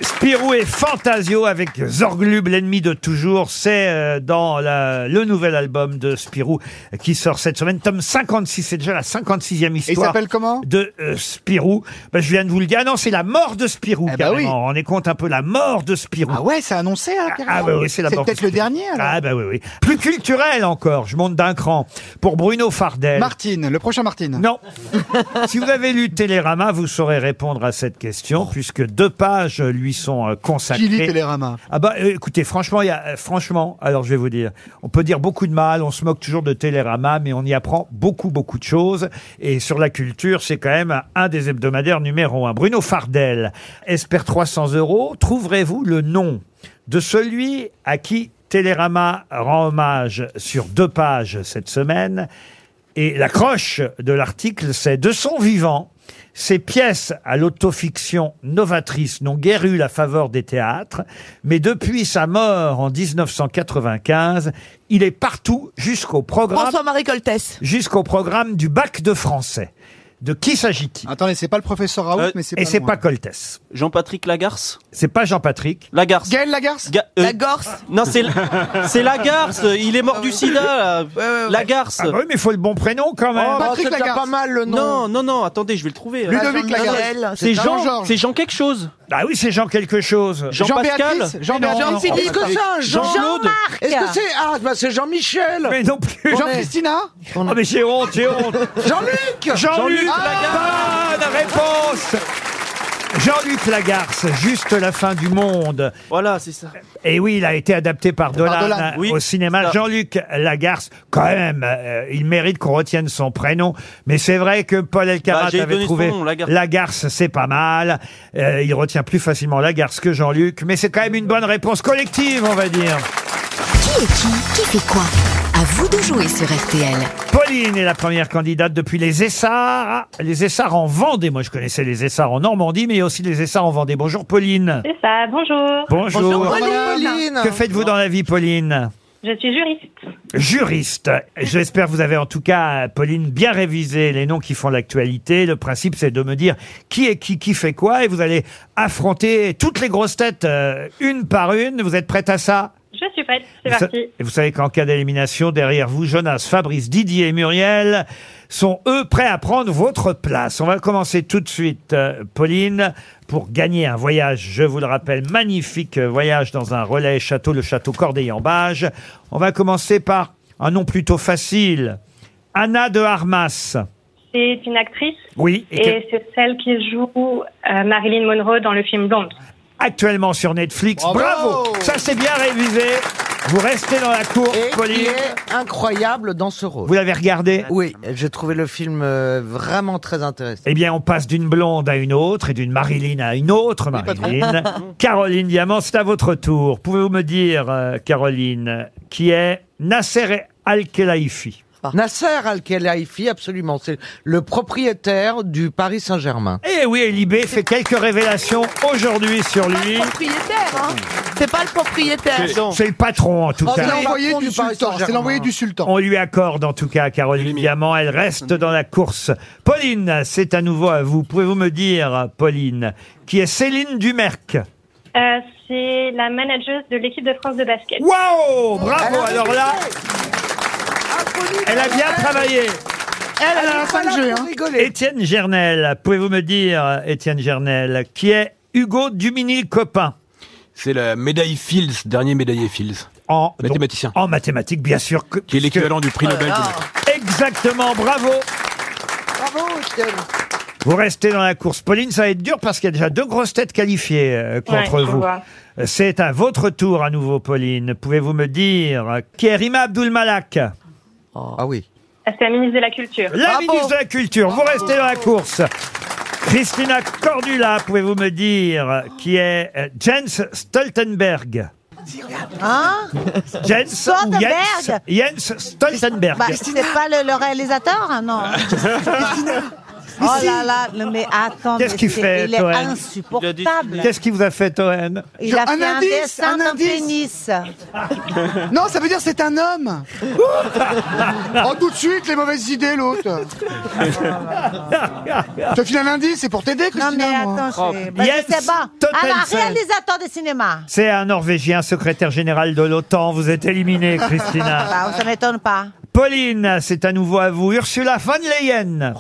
S2: Spirou et Fantasio avec Zorglub, l'ennemi de toujours. C'est euh, dans la- le nouvel album de Spirou qui sort cette semaine. Tome 56, c'est déjà la 56e histoire.
S5: s'appelle comment
S2: De euh, Spirou. Ben, je viens de vous le dire. Ah non, c'est la mort de Spirou. carrément.
S5: Eh ben oui.
S2: On rendez compte un peu la mort de Spirou. Ah
S5: ouais, c'est annoncé. hein,
S2: ah bah oui, c'est la
S5: C'est
S2: mort de
S5: peut-être le
S2: Spirou.
S5: dernier, alors.
S2: Ah bah oui, oui. Plus culturel encore. Je monte d'un cran. Pour Bruno Fardel.
S5: Martine, le prochain Martine.
S2: Non. [LAUGHS] si vous avez lu Télérama, vous saurez répondre à cette question, puisque deux pages lui sont euh, consacrées.
S5: Qui lit Télérama
S2: Ah bah euh, écoutez, franchement, il y a, euh, franchement, alors je vais vous dire, on peut dire beaucoup de mal, on se moque toujours de Télérama, mais on y apprend beaucoup, beaucoup de choses. Et sur la culture, c'est quand même un des hebdomadaires numéro un. Bruno Fardel espère 300 euros. Trouverez-vous le nom de celui à qui Télérama rend hommage sur deux pages cette semaine et la croche de l'article, c'est de son vivant. Ces pièces à l'autofiction novatrice n'ont guère eu la faveur des théâtres, mais depuis sa mort en 1995, il est partout jusqu'au programme.
S11: François-Marie Coltès.
S2: Jusqu'au programme du bac de français. De qui s'agit-il
S5: Attendez, c'est pas le professeur
S6: Euh,
S5: Raoult, Ah mais c'est pas
S2: Et c'est
S5: loin.
S2: pas Coltès.
S6: Jean-Patrick Lagarce.
S2: C'est pas Jean-Patrick.
S6: Lagarce.
S5: Gaël Lagarce
S6: Lagarce. Non,
S5: [LAUGHS]
S6: c'est la- c'est Lagarce. Il est mort du sida. là. Lagarce.
S2: Ah bah oui, mais faut le bon prénom quand même.
S6: Oh,
S2: Patrick
S6: c'est déjà
S2: Lagarce.
S6: pas mal le nom. Non, non, non, attendez, je vais le trouver.
S2: Ludovic
S6: Ah, Jean-
S2: Lagarce.
S6: Gabriel,
S2: C'est
S6: C'est
S2: Jean
S6: Jean,
S2: Georges.
S6: c'est Jean quelque chose.
S2: Ah oui, c'est Jean quelque chose.
S6: Jean Jean-Béatrice Pascal Jean-
S10: Non,
S6: Jean-
S10: Jean-Philippe.
S6: Jean-
S10: Est-ce que c'est un Jean-
S6: Jean-Claude
S10: Jean-Marc Est-ce que c'est ah bah c'est Jean-Michel
S2: Mais non plus.
S5: Jean-Christina
S2: Oh, mais j'ai honte, j'ai honte.
S10: Jean-Luc
S2: Jean-Luc Lagarde Bonne réponse Jean-Luc Lagarce, juste la fin du monde.
S6: Voilà, c'est ça.
S2: Et oui, il a été adapté par Dolan,
S6: Dolan,
S2: euh,
S6: oui,
S2: au cinéma.
S6: ça.
S2: Jean-Luc Lagarce, quand même, euh, il mérite qu'on retienne son prénom. Mais c'est vrai que Paul Elkarat
S6: Bah, j'ai
S2: avait
S6: donné son
S2: trouvé
S6: nom, Lagarce.
S2: Lagarce, c'est pas mal. Euh, il retient plus facilement Lagarce que Jean-Luc. Mais c'est quand même une bonne réponse collective, on va dire.
S13: Qui est qui Qui fait quoi À vous de jouer sur RTL.
S2: Pauline est la première candidate depuis les Essarts. Ah, Les Essarts en Vendée. Moi, je connaissais les Essarts en Normandie, mais il y a aussi les Essarts en Vendée. Bonjour, Pauline.
S15: C'est ça, bonjour.
S2: Bonjour. Que faites-vous dans la vie, Pauline
S15: Je suis juriste.
S2: Juriste. J'espère que vous avez en tout cas, Pauline, bien révisé les noms qui font l'actualité. Le principe, c'est de me dire qui est qui, qui fait quoi, et vous allez affronter toutes les grosses têtes euh, une par une. Vous êtes prête à ça
S15: Je suis prête, c'est
S2: Vous sa-
S15: parti.
S2: Et vous savez qu'en cas d'élimination, derrière vous, Jonas, Fabrice, Didier et Muriel sont eux prêts à prendre votre place. On va commencer tout de suite, euh, Pauline, pour gagner un voyage, je vous le rappelle, magnifique euh, voyage dans un relais château, le château Corday-en-Bage. On va commencer par un nom plutôt facile. Anna de Armas.
S15: C'est une actrice
S2: Oui. et
S15: et,
S2: que-
S15: c'est celle qui joue euh, Marilyn Monroe dans le film Blonde.
S2: actuellement sur Netflix. Bravo, Ça, c'est bien révisé. Vous restez dans la cour,
S10: Et
S2: Pauline.
S10: il est incroyable dans ce rôle.
S2: Vous l'avez regardé
S10: Ah, Oui, j'ai trouvé le film euh, vraiment très intéressant.
S2: Eh bien, on passe d'une blonde à une autre et d'une Marilyn à une autre Marilyn. [LAUGHS] Caroline Diamant, c'est à votre tour. Pouvez-vous me dire, euh, Caroline, qui est Nasser Al-Khelaifi
S10: Nasser Al-Khelaifi, absolument, c'est le propriétaire du Paris Saint-Germain.
S2: Eh oui, Libé fait quelques révélations aujourd'hui sur lui.
S11: Propriétaire, hein C'est pas le propriétaire.
S2: C'est le patron en tout
S11: Oh,
S2: cas.
S11: c'est l'envoyé
S5: du sultan, c'est l'envoyé du sultan.
S2: On lui accorde en tout cas Caroline Diamant. Elle reste dans la course. Pauline, c'est à nouveau à vous. Pouvez-vous me dire, Pauline, qui est Céline Dumerc
S15: Euh, c'est la manageuse de l'équipe de France de basket.
S2: Waouh
S5: Oh,
S2: Bravo Alors là, elle a bien travaillé.
S5: Elle, elle a la fin de jeu. Hein.
S2: Étienne Gernel, pouvez-vous me dire, Étienne Gernel, qui est Hugo Duminil Copin
S9: C'est la médaille Fields, dernier médaillé Fields.
S2: En,
S9: Mathématicien.
S2: en mathématiques, bien sûr. Que,
S9: qui est l'équivalent du prix Nobel.
S2: Exactement, bravo
S10: Bravo, Étienne.
S2: Vous restez dans la course. Pauline, ça va être dur parce qu'il y a déjà deux grosses têtes qualifiées euh, contre
S15: Ouais, je
S2: vous.
S15: vois.
S2: Euh, C'est à votre tour à nouveau, Pauline. Pouvez-vous me dire euh, qui est Rima Abdul-Malak
S10: Ah oui.
S15: C'est la ministre de la Culture.
S2: La ministre de la Culture, vous restez dans la course. Christina Cordula, pouvez-vous me dire euh, qui est euh, Jens Stoltenberg
S7: Hein
S2: Jens ou Jens,
S7: Stoltenberg
S2: Jens Stoltenberg.
S7: Bah, c'est pas le, le réalisateur,
S2: [LAUGHS]
S7: hein, non Oh là là, le- mais attends,
S2: Qu'est-ce
S7: mais
S2: qu'il
S7: c'est-
S2: fait,
S7: Il est
S2: Toen
S7: insupportable.
S2: Qu'est-ce qui vous a fait, Toen
S7: Il a
S5: Un
S7: fait un
S5: indice,
S7: dessin
S5: un
S7: d'un
S5: indice.
S7: pénis.
S5: Non, ça veut dire c'est un homme. oh, tout de suite, les mauvaises idées, l'autre. Je te file un indice, c'est pour t'aider,
S7: Non mais
S5: Christina. moi.
S7: attends, c'est- bah,
S2: Jens
S7: je sais pas. Alors,
S2: Stoltenberg.
S7: réalisateur de cinéma.
S2: [LAUGHS] C'est un Norvégien, secrétaire général de l'OTAN. Vous êtes
S7: [LAUGHS]
S2: éliminé, Christina.
S7: Bah, ça m'étonne pas.
S2: Pauline, c'est à nouveau à vous. Ursula von Leyen.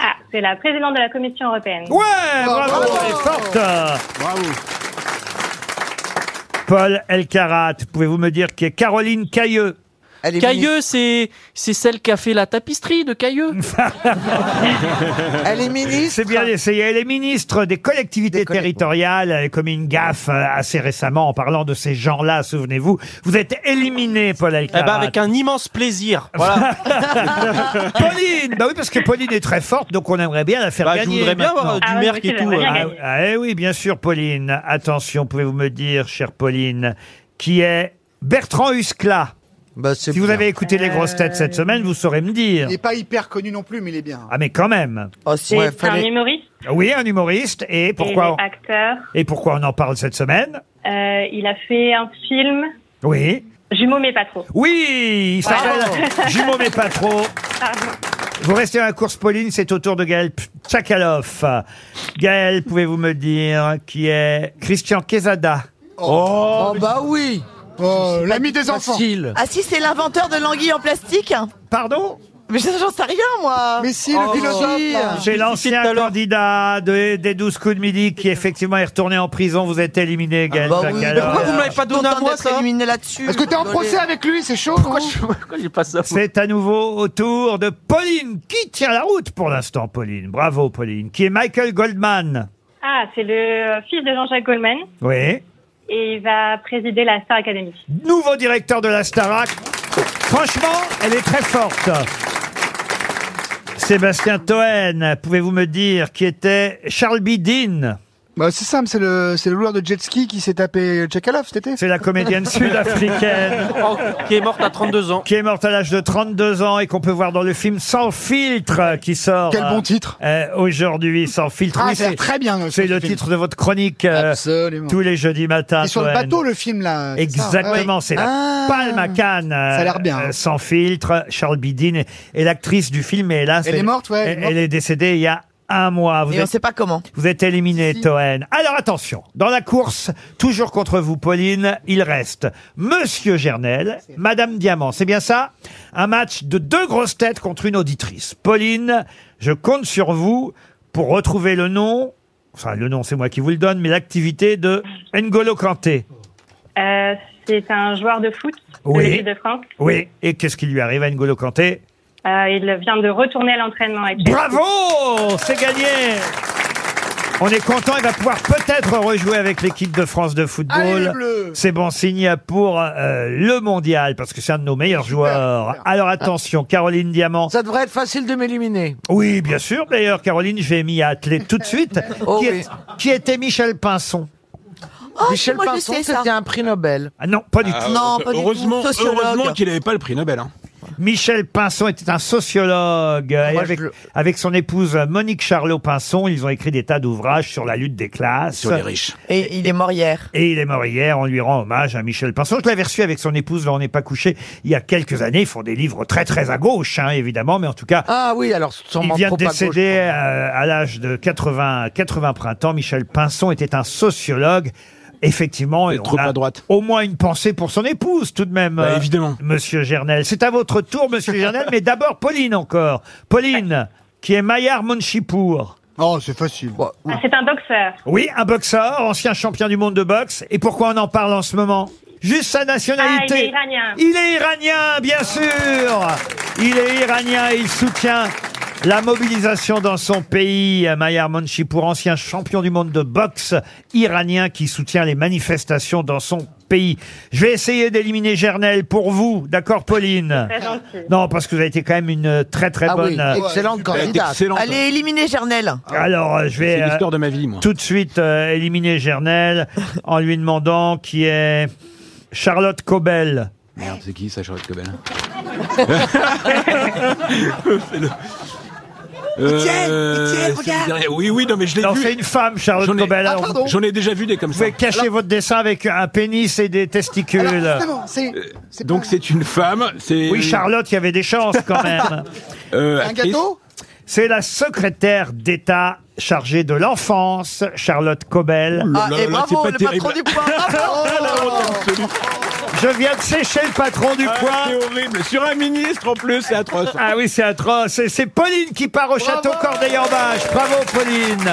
S15: Ah, c'est la présidente de la Commission européenne.
S2: Ouais,
S9: Bah,
S2: bravo, elle est forte. Bravo. Paul Elkarat, pouvez-vous me dire qui est Caroline Cailleux
S6: Cailleux, c'est c'est celle qui a fait la tapisserie de [LAUGHS] Cailleux.
S10: Elle est ministre.
S2: C'est bien essayé. Elle est ministre des collectivités territoriales. Elle a commis une gaffe euh, assez récemment en parlant de ces gens-là, souvenez-vous. Vous êtes éliminé, Paul Elkarat.
S6: Eh ben, avec un immense plaisir. Voilà.
S2: [LAUGHS] Pauline Bah oui, parce que Pauline est très forte, donc on aimerait bien la faire
S6: Bah, je
S2: gagner.
S6: voudrais bien avoir, euh, du Ah oui, merc et j'aimerais tout, bien
S2: Ah,
S6: gagner.
S2: ah, eh oui, bien sûr, Pauline. Attention, pouvez-vous me dire, chère Pauline, qui est Bertrand Huskla
S10: Bah,
S2: Si vous avez écouté les grosses têtes
S6: Euh,
S2: cette semaine, vous saurez me dire.
S5: Il n'est pas hyper connu non plus, mais il est bien.
S2: Ah, mais quand même.
S15: Oh, C'est un humoriste.
S2: Oui, un humoriste. Et pourquoi,
S15: Il est acteur.
S2: et pourquoi on en parle cette semaine
S15: Euh, il a fait un film.
S2: Oui.
S15: Jumeaux mais pas trop.
S2: Oui, il s'appelle [LAUGHS]
S15: Bravo.
S2: Jumeau mais pas trop. Vous restez dans la course, Pauline, c'est au tour de Gaël P- Tchakaloff. Gaël, pouvez-vous me dire qui est Christian Quesada
S10: Oh, bah oui
S3: Oh,
S5: L'ami des enfants.
S11: Ah si, c'est l'inventeur de l'anguille en plastique
S2: Pardon
S11: Mais j'en j'en sais rien, moi
S5: Mais si, le Oh, philosophe, si. là.
S2: C'est l'ancien candidat de- des 12 coups de midi qui effectivement est retourné en prison. Vous êtes
S10: Ah,
S2: éliminé, Gaël
S10: bah
S2: Tchakaloff.
S6: pas donné à moi,
S11: ça
S2: hein
S11: éliminé là-dessus.
S5: Parce que t'es en
S11: Désolé.
S5: procès avec lui, c'est chaud. non
S2: C'est à nouveau au tour de Pauline qui tient la route pour l'instant, Pauline. Bravo, Pauline. Qui est Michael Goldman.
S15: Ah, c'est le euh, fils de Jean-Jacques Goldman
S2: Oui.
S15: et il va présider la Star Academy.
S2: nouveau directeur de la Starac. Franchement, elle est très forte. Sébastien Toen, pouvez-vous me dire qui était Charles Bidin
S5: Bah, c'est Sam, c'est le, c'est le loueur de jet ski qui s'est tapé Tchakalov cet été.
S2: C'est la
S5: [LAUGHS]
S2: comédienne sud-africaine.
S6: Oh, qui est morte à 32 ans.
S2: Qui est morte à l'âge de 32 ans et qu'on peut voir dans le film Sans filtre euh, qui sort.
S5: Quel bon
S2: euh,
S5: titre.
S2: euh, Aujourd'hui, Sans filtre.
S5: Ah,
S2: Oui,
S5: ça a l'air très bien, euh,
S2: C'est
S5: ce
S2: le
S5: film.
S2: titre de votre chronique euh, tous les jeudis matins.
S5: C'est sur le
S2: Toen.
S5: bateau, le film, là. Euh, c'est ça
S2: Exactement,
S5: Ouais. Ah.
S2: c'est la palme à Cannes. euh,
S5: Ça a l'air bien, hein.
S2: sans filtre, Charles Bidin est, est l'actrice du film, et là,
S5: Elle est morte, ouais, elle est
S2: Elle,
S5: morte.
S2: elle est décédée il y a un mois. Vous
S11: Et on sait pas comment.
S2: Vous êtes éliminé, Toen. Alors attention, dans la course, toujours contre vous, Pauline, il reste Monsieur Gernel, Madame Diamant, c'est bien ça Un match de deux grosses têtes contre une auditrice. Pauline, je compte sur vous pour retrouver le nom, enfin le nom c'est moi qui vous le donne, mais l'activité de N'Golo Kanté.
S15: Euh, c'est un joueur de foot
S2: Oui.
S15: de l'équipe de France.
S2: Oui, et qu'est-ce qui lui arrive à N'Golo Kanté
S15: Euh, il vient de retourner à l'entraînement actuel.
S2: Bravo C'est gagné On est content, il va pouvoir peut-être rejouer avec l'équipe de France de
S5: Allez, les
S2: football.
S5: Bleus
S2: C'est bon signe pour euh, le mondial, parce que c'est un de nos meilleurs joueurs. Alors attention, Caroline Diamant. Ça devrait être facile de m'éliminer. Oui, bien sûr. D'ailleurs, Caroline, j'ai mis à atteler tout de [LAUGHS] suite. qui, est- qui était Michel Pinson
S10: Michel Oh, moi, je Pinson, sais ça. c'était un
S2: prix Nobel. Ah non, pas du
S9: Ah,
S2: tout.
S9: Non, pas du heureusement- tout. Sociologue. heureusement qu'il n'avait pas le prix Nobel. hein.
S2: Michel Pinson était un sociologue. Et avec, avec son épouse euh, Monique Charlot Pinson, ils ont écrit des tas d'ouvrages sur la lutte des classes.
S9: Sur les riches.
S2: Et il est mort hier. Et il est mort hier. On lui rend hommage à Michel Pinson. Je l'avais reçu avec son épouse, là, on n'est pas couché, il y a quelques années. Ils font des livres très, très à gauche, hein, évidemment. Mais en tout cas.
S10: Ah oui, alors sûrement
S2: Il vient de
S10: trop à gauche.
S2: décéder euh, à l'âge de 80, 80 printemps. Michel Pinson était un sociologue. Effectivement, et on
S9: trop
S2: a
S9: à droite.
S2: au moins une pensée pour son épouse, tout de même.
S9: Bah,
S2: euh,
S9: évidemment.
S2: Monsieur Gernel. C'est à votre tour,
S9: [LAUGHS]
S2: Monsieur Gernel, mais d'abord Pauline encore. Pauline, qui est Maillard Monchipour. Oh, c'est facile.
S15: Ah, c'est un boxeur.
S2: Oui, un boxeur, ancien champion du monde de boxe. Et pourquoi on en parle en ce moment Juste sa
S15: Ah, il est
S2: nationalité.
S15: iranien.
S2: Il est iranien, bien sûr. Il est iranien et il soutient la mobilisation dans son pays. Maillard Monchipour, ancien champion du monde de boxe iranien qui soutient les manifestations dans son pays. Je vais essayer d'éliminer Gernel pour vous, d'accord Pauline
S11: Très gentil.
S2: Non, parce que vous avez été quand même une très très
S11: Ah oui,
S2: bonne... euh,
S11: excellente candidate. Allez, éliminer Gernel.
S2: alors, euh, je vais
S9: C'est l'histoire
S2: euh,
S9: de ma vie, moi.
S2: tout de suite euh, éliminer
S9: [LAUGHS]
S2: Gernel en lui demandant qui est Charlotte
S9: [LAUGHS]
S2: Cobel.
S9: Merde, c'est qui ça, Charlotte Cobel
S2: [LAUGHS] Étienne, regarde.
S9: Euh, Oui, oui, non, mais je l'ai vu.
S2: Non, c'est une femme, Charlotte
S9: J'en ai-
S2: Cobel.
S9: Ah,
S2: Alors,
S9: pardon. J'en ai déjà vu des comme
S2: Vous
S9: ça.
S2: pouvez cacher votre dessin avec un pénis et des testicules.
S5: Alors, justement, c'est-
S2: Euh,
S5: c'est
S9: Donc c'est une femme, c'est...
S2: oui, Charlotte, il y avait des chances
S9: [LAUGHS]
S2: quand même.
S9: Euh, actrice.
S2: C'est la secrétaire d'État chargée de l'enfance, Charlotte Cobel.
S9: Oh là Ah, là et là, bravo, c'est pas le terrible. patron du
S2: point. [LAUGHS] Je viens de sécher le patron du
S9: Ah,
S2: point.
S9: c'est horrible. Sur un ministre, en plus, c'est atroce.
S2: Ah oui, c'est atroce. Et C'est Pauline qui part au château corday en bâche Bravo, Pauline.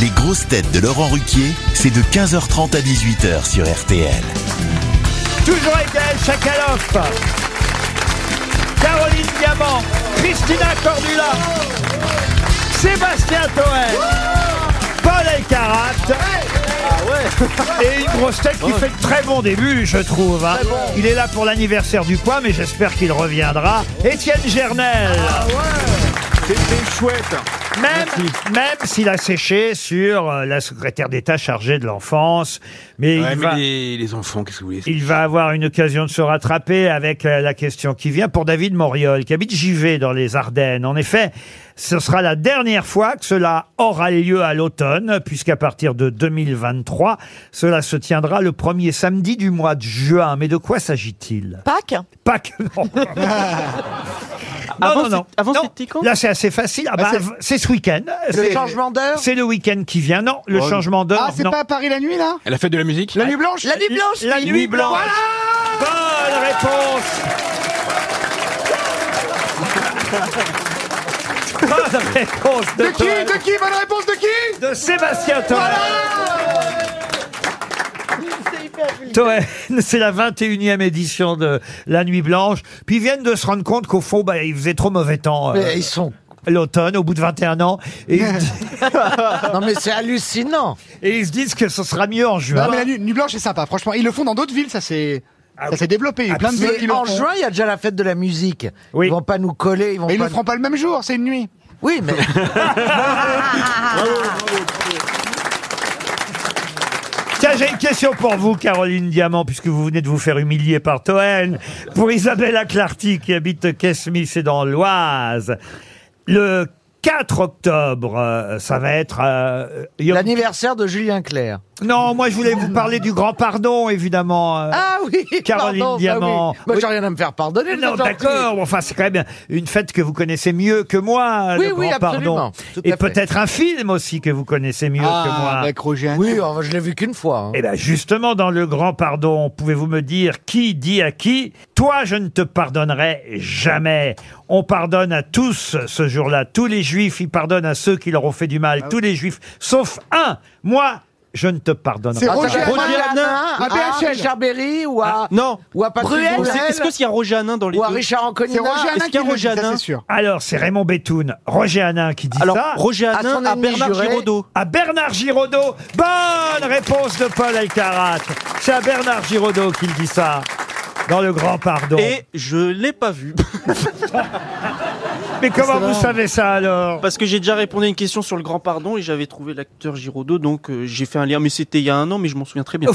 S1: Les grosses têtes de Laurent Ruquier, c'est de 15h30 à 18h sur RTL.
S2: Toujours avec elle, Chakaloff. Caroline Diamant. Christina Cordula. Sébastien Toer. Paul Elkarat.
S9: Ah
S2: Et une grosse tête qui fait de très bon début, je trouve. hein. Il est là pour l'anniversaire du poids, mais j'espère qu'il reviendra. Étienne Gernel.
S11: Ah
S9: C'était chouette.
S2: Même, même s'il a séché sur euh, la secrétaire d'État chargée de l'enfance, mais,
S9: Ouais,
S2: il,
S9: mais
S2: va,
S9: les, les enfants, qu'est-ce que vous voulez
S2: il va avoir une occasion de se rattraper avec euh, la question qui vient pour David Moriol, qui habite Givet dans les Ardennes. En effet, ce sera la dernière fois que cela aura lieu à l'automne, puisqu'à partir de 2023, cela se tiendra le premier samedi du mois de juin. Mais de quoi s'agit-il
S11: Pâques
S9: [LAUGHS]
S2: Pâques, [LAUGHS] non.
S6: Avant,
S2: non, non.
S6: c'est- avant, c'était quand
S2: Là, c'est assez facile. Ah bah,
S6: Ah, c'est-
S2: av- c'est ce week-end.
S6: Le
S2: C'est-
S6: changement
S5: d'heure
S2: C'est le week-end qui vient. Non, le
S9: Oh, oui.
S2: changement d'heure.
S5: Ah, c'est
S2: non.
S5: pas à Paris la nuit, là
S9: La fête de la musique
S5: La nuit blanche
S11: La nuit blanche
S2: La nuit blanche. Bonne réponse. Bonne réponse de,
S5: De qui
S2: Toen.
S5: De qui Bonne réponse de qui
S2: De Sébastien Toen. Toen, c'est la 21e édition de La Nuit Blanche. Puis ils viennent de se rendre compte qu'au fond, bah, il faisait trop mauvais temps.
S10: Mais ils
S2: sont. L'automne, au bout de 21 ans. Et non, mais c'est hallucinant. Et ils se disent que ce sera mieux en juin.
S5: Non, mais la nuit, nuit blanche, c'est sympa. Franchement, ils le font dans d'autres villes, ça s'est
S2: Ah
S5: ça s'est développé. Il y a eu plein de villes qui le
S10: Mais en
S5: font.
S10: juin, il y a déjà la fête de la musique. Ils vont pas nous coller. Ils vont
S5: Mais ils
S10: pas
S5: le feront pas le même jour, c'est une nuit.
S10: Oui,
S5: [LAUGHS]
S10: mais.
S7: Ah,
S2: Tiens, j'ai une question pour vous, Caroline Diamant, puisque vous venez de vous faire humilier par Toen. Pour Isabella Clarty, qui habite Kesmis, c'est dans l'Oise. Le 4 octobre, euh, ça va être... L'anniversaire de Julien Clerc. Non, moi je voulais vous parler du grand pardon, évidemment. euh,
S10: Ah oui
S2: [LAUGHS] Caroline
S10: pardon, bah oui.
S2: Diamant.
S10: Moi, j'ai rien à me faire pardonner. vous
S2: Non,
S10: êtes gentil.
S2: d'accord. mais Enfin, c'est quand même une fête que vous connaissez mieux que moi,
S10: Oui,
S2: le
S10: oui,
S2: Grand
S10: absolument.
S2: Pardon.
S10: Tout à
S2: Et
S10: fait.
S2: peut-être un film aussi que vous connaissez mieux
S10: Ah,
S2: que moi.
S10: avec
S2: Oui,
S10: je l'ai vu qu'une fois. hein.
S2: Eh bien, justement, dans le grand pardon, pouvez-vous me dire qui dit à qui Toi, je ne te pardonnerai jamais. On pardonne à tous ce jour-là. Tous les juifs, ils pardonnent à ceux qui leur ont fait du mal. Tous les juifs, sauf un. Moi, Je ne te pardonnerai
S5: C'est
S10: Ah,
S5: Roger
S2: pas.
S5: Hanin, à
S10: à
S5: BHL.
S10: Gerberi ou à
S6: Non.
S10: ah, ou à Patrick
S6: Bruel.
S10: Bruel.
S6: Est-ce que s'il y a Roger Hanin dans les
S10: Ou à
S6: deux
S10: Richard Anconina.
S6: Est-ce qu'il y a Roger Hanin
S2: Alors, c'est Raymond Bétoun, Roger Hanin qui dit
S6: Alors,
S2: ça.
S6: Roger À Hanin son à ennemi Bernard juré. Giraudot.
S2: À Bernard Giraudot. Bonne réponse de Paul Alcarat. C'est à Bernard Giraudot qu'il dit ça. Dans le grand pardon.
S6: Et je l'ai pas
S2: [LAUGHS]
S6: vu.
S2: Mais comment vous savez ça alors
S6: Parce que j'ai déjà répondu à une question sur le grand pardon et j'avais trouvé l'acteur Giraudot, donc euh, j'ai fait un lien. Mais c'était il y a un an, mais je m'en souviens très [LAUGHS] bien.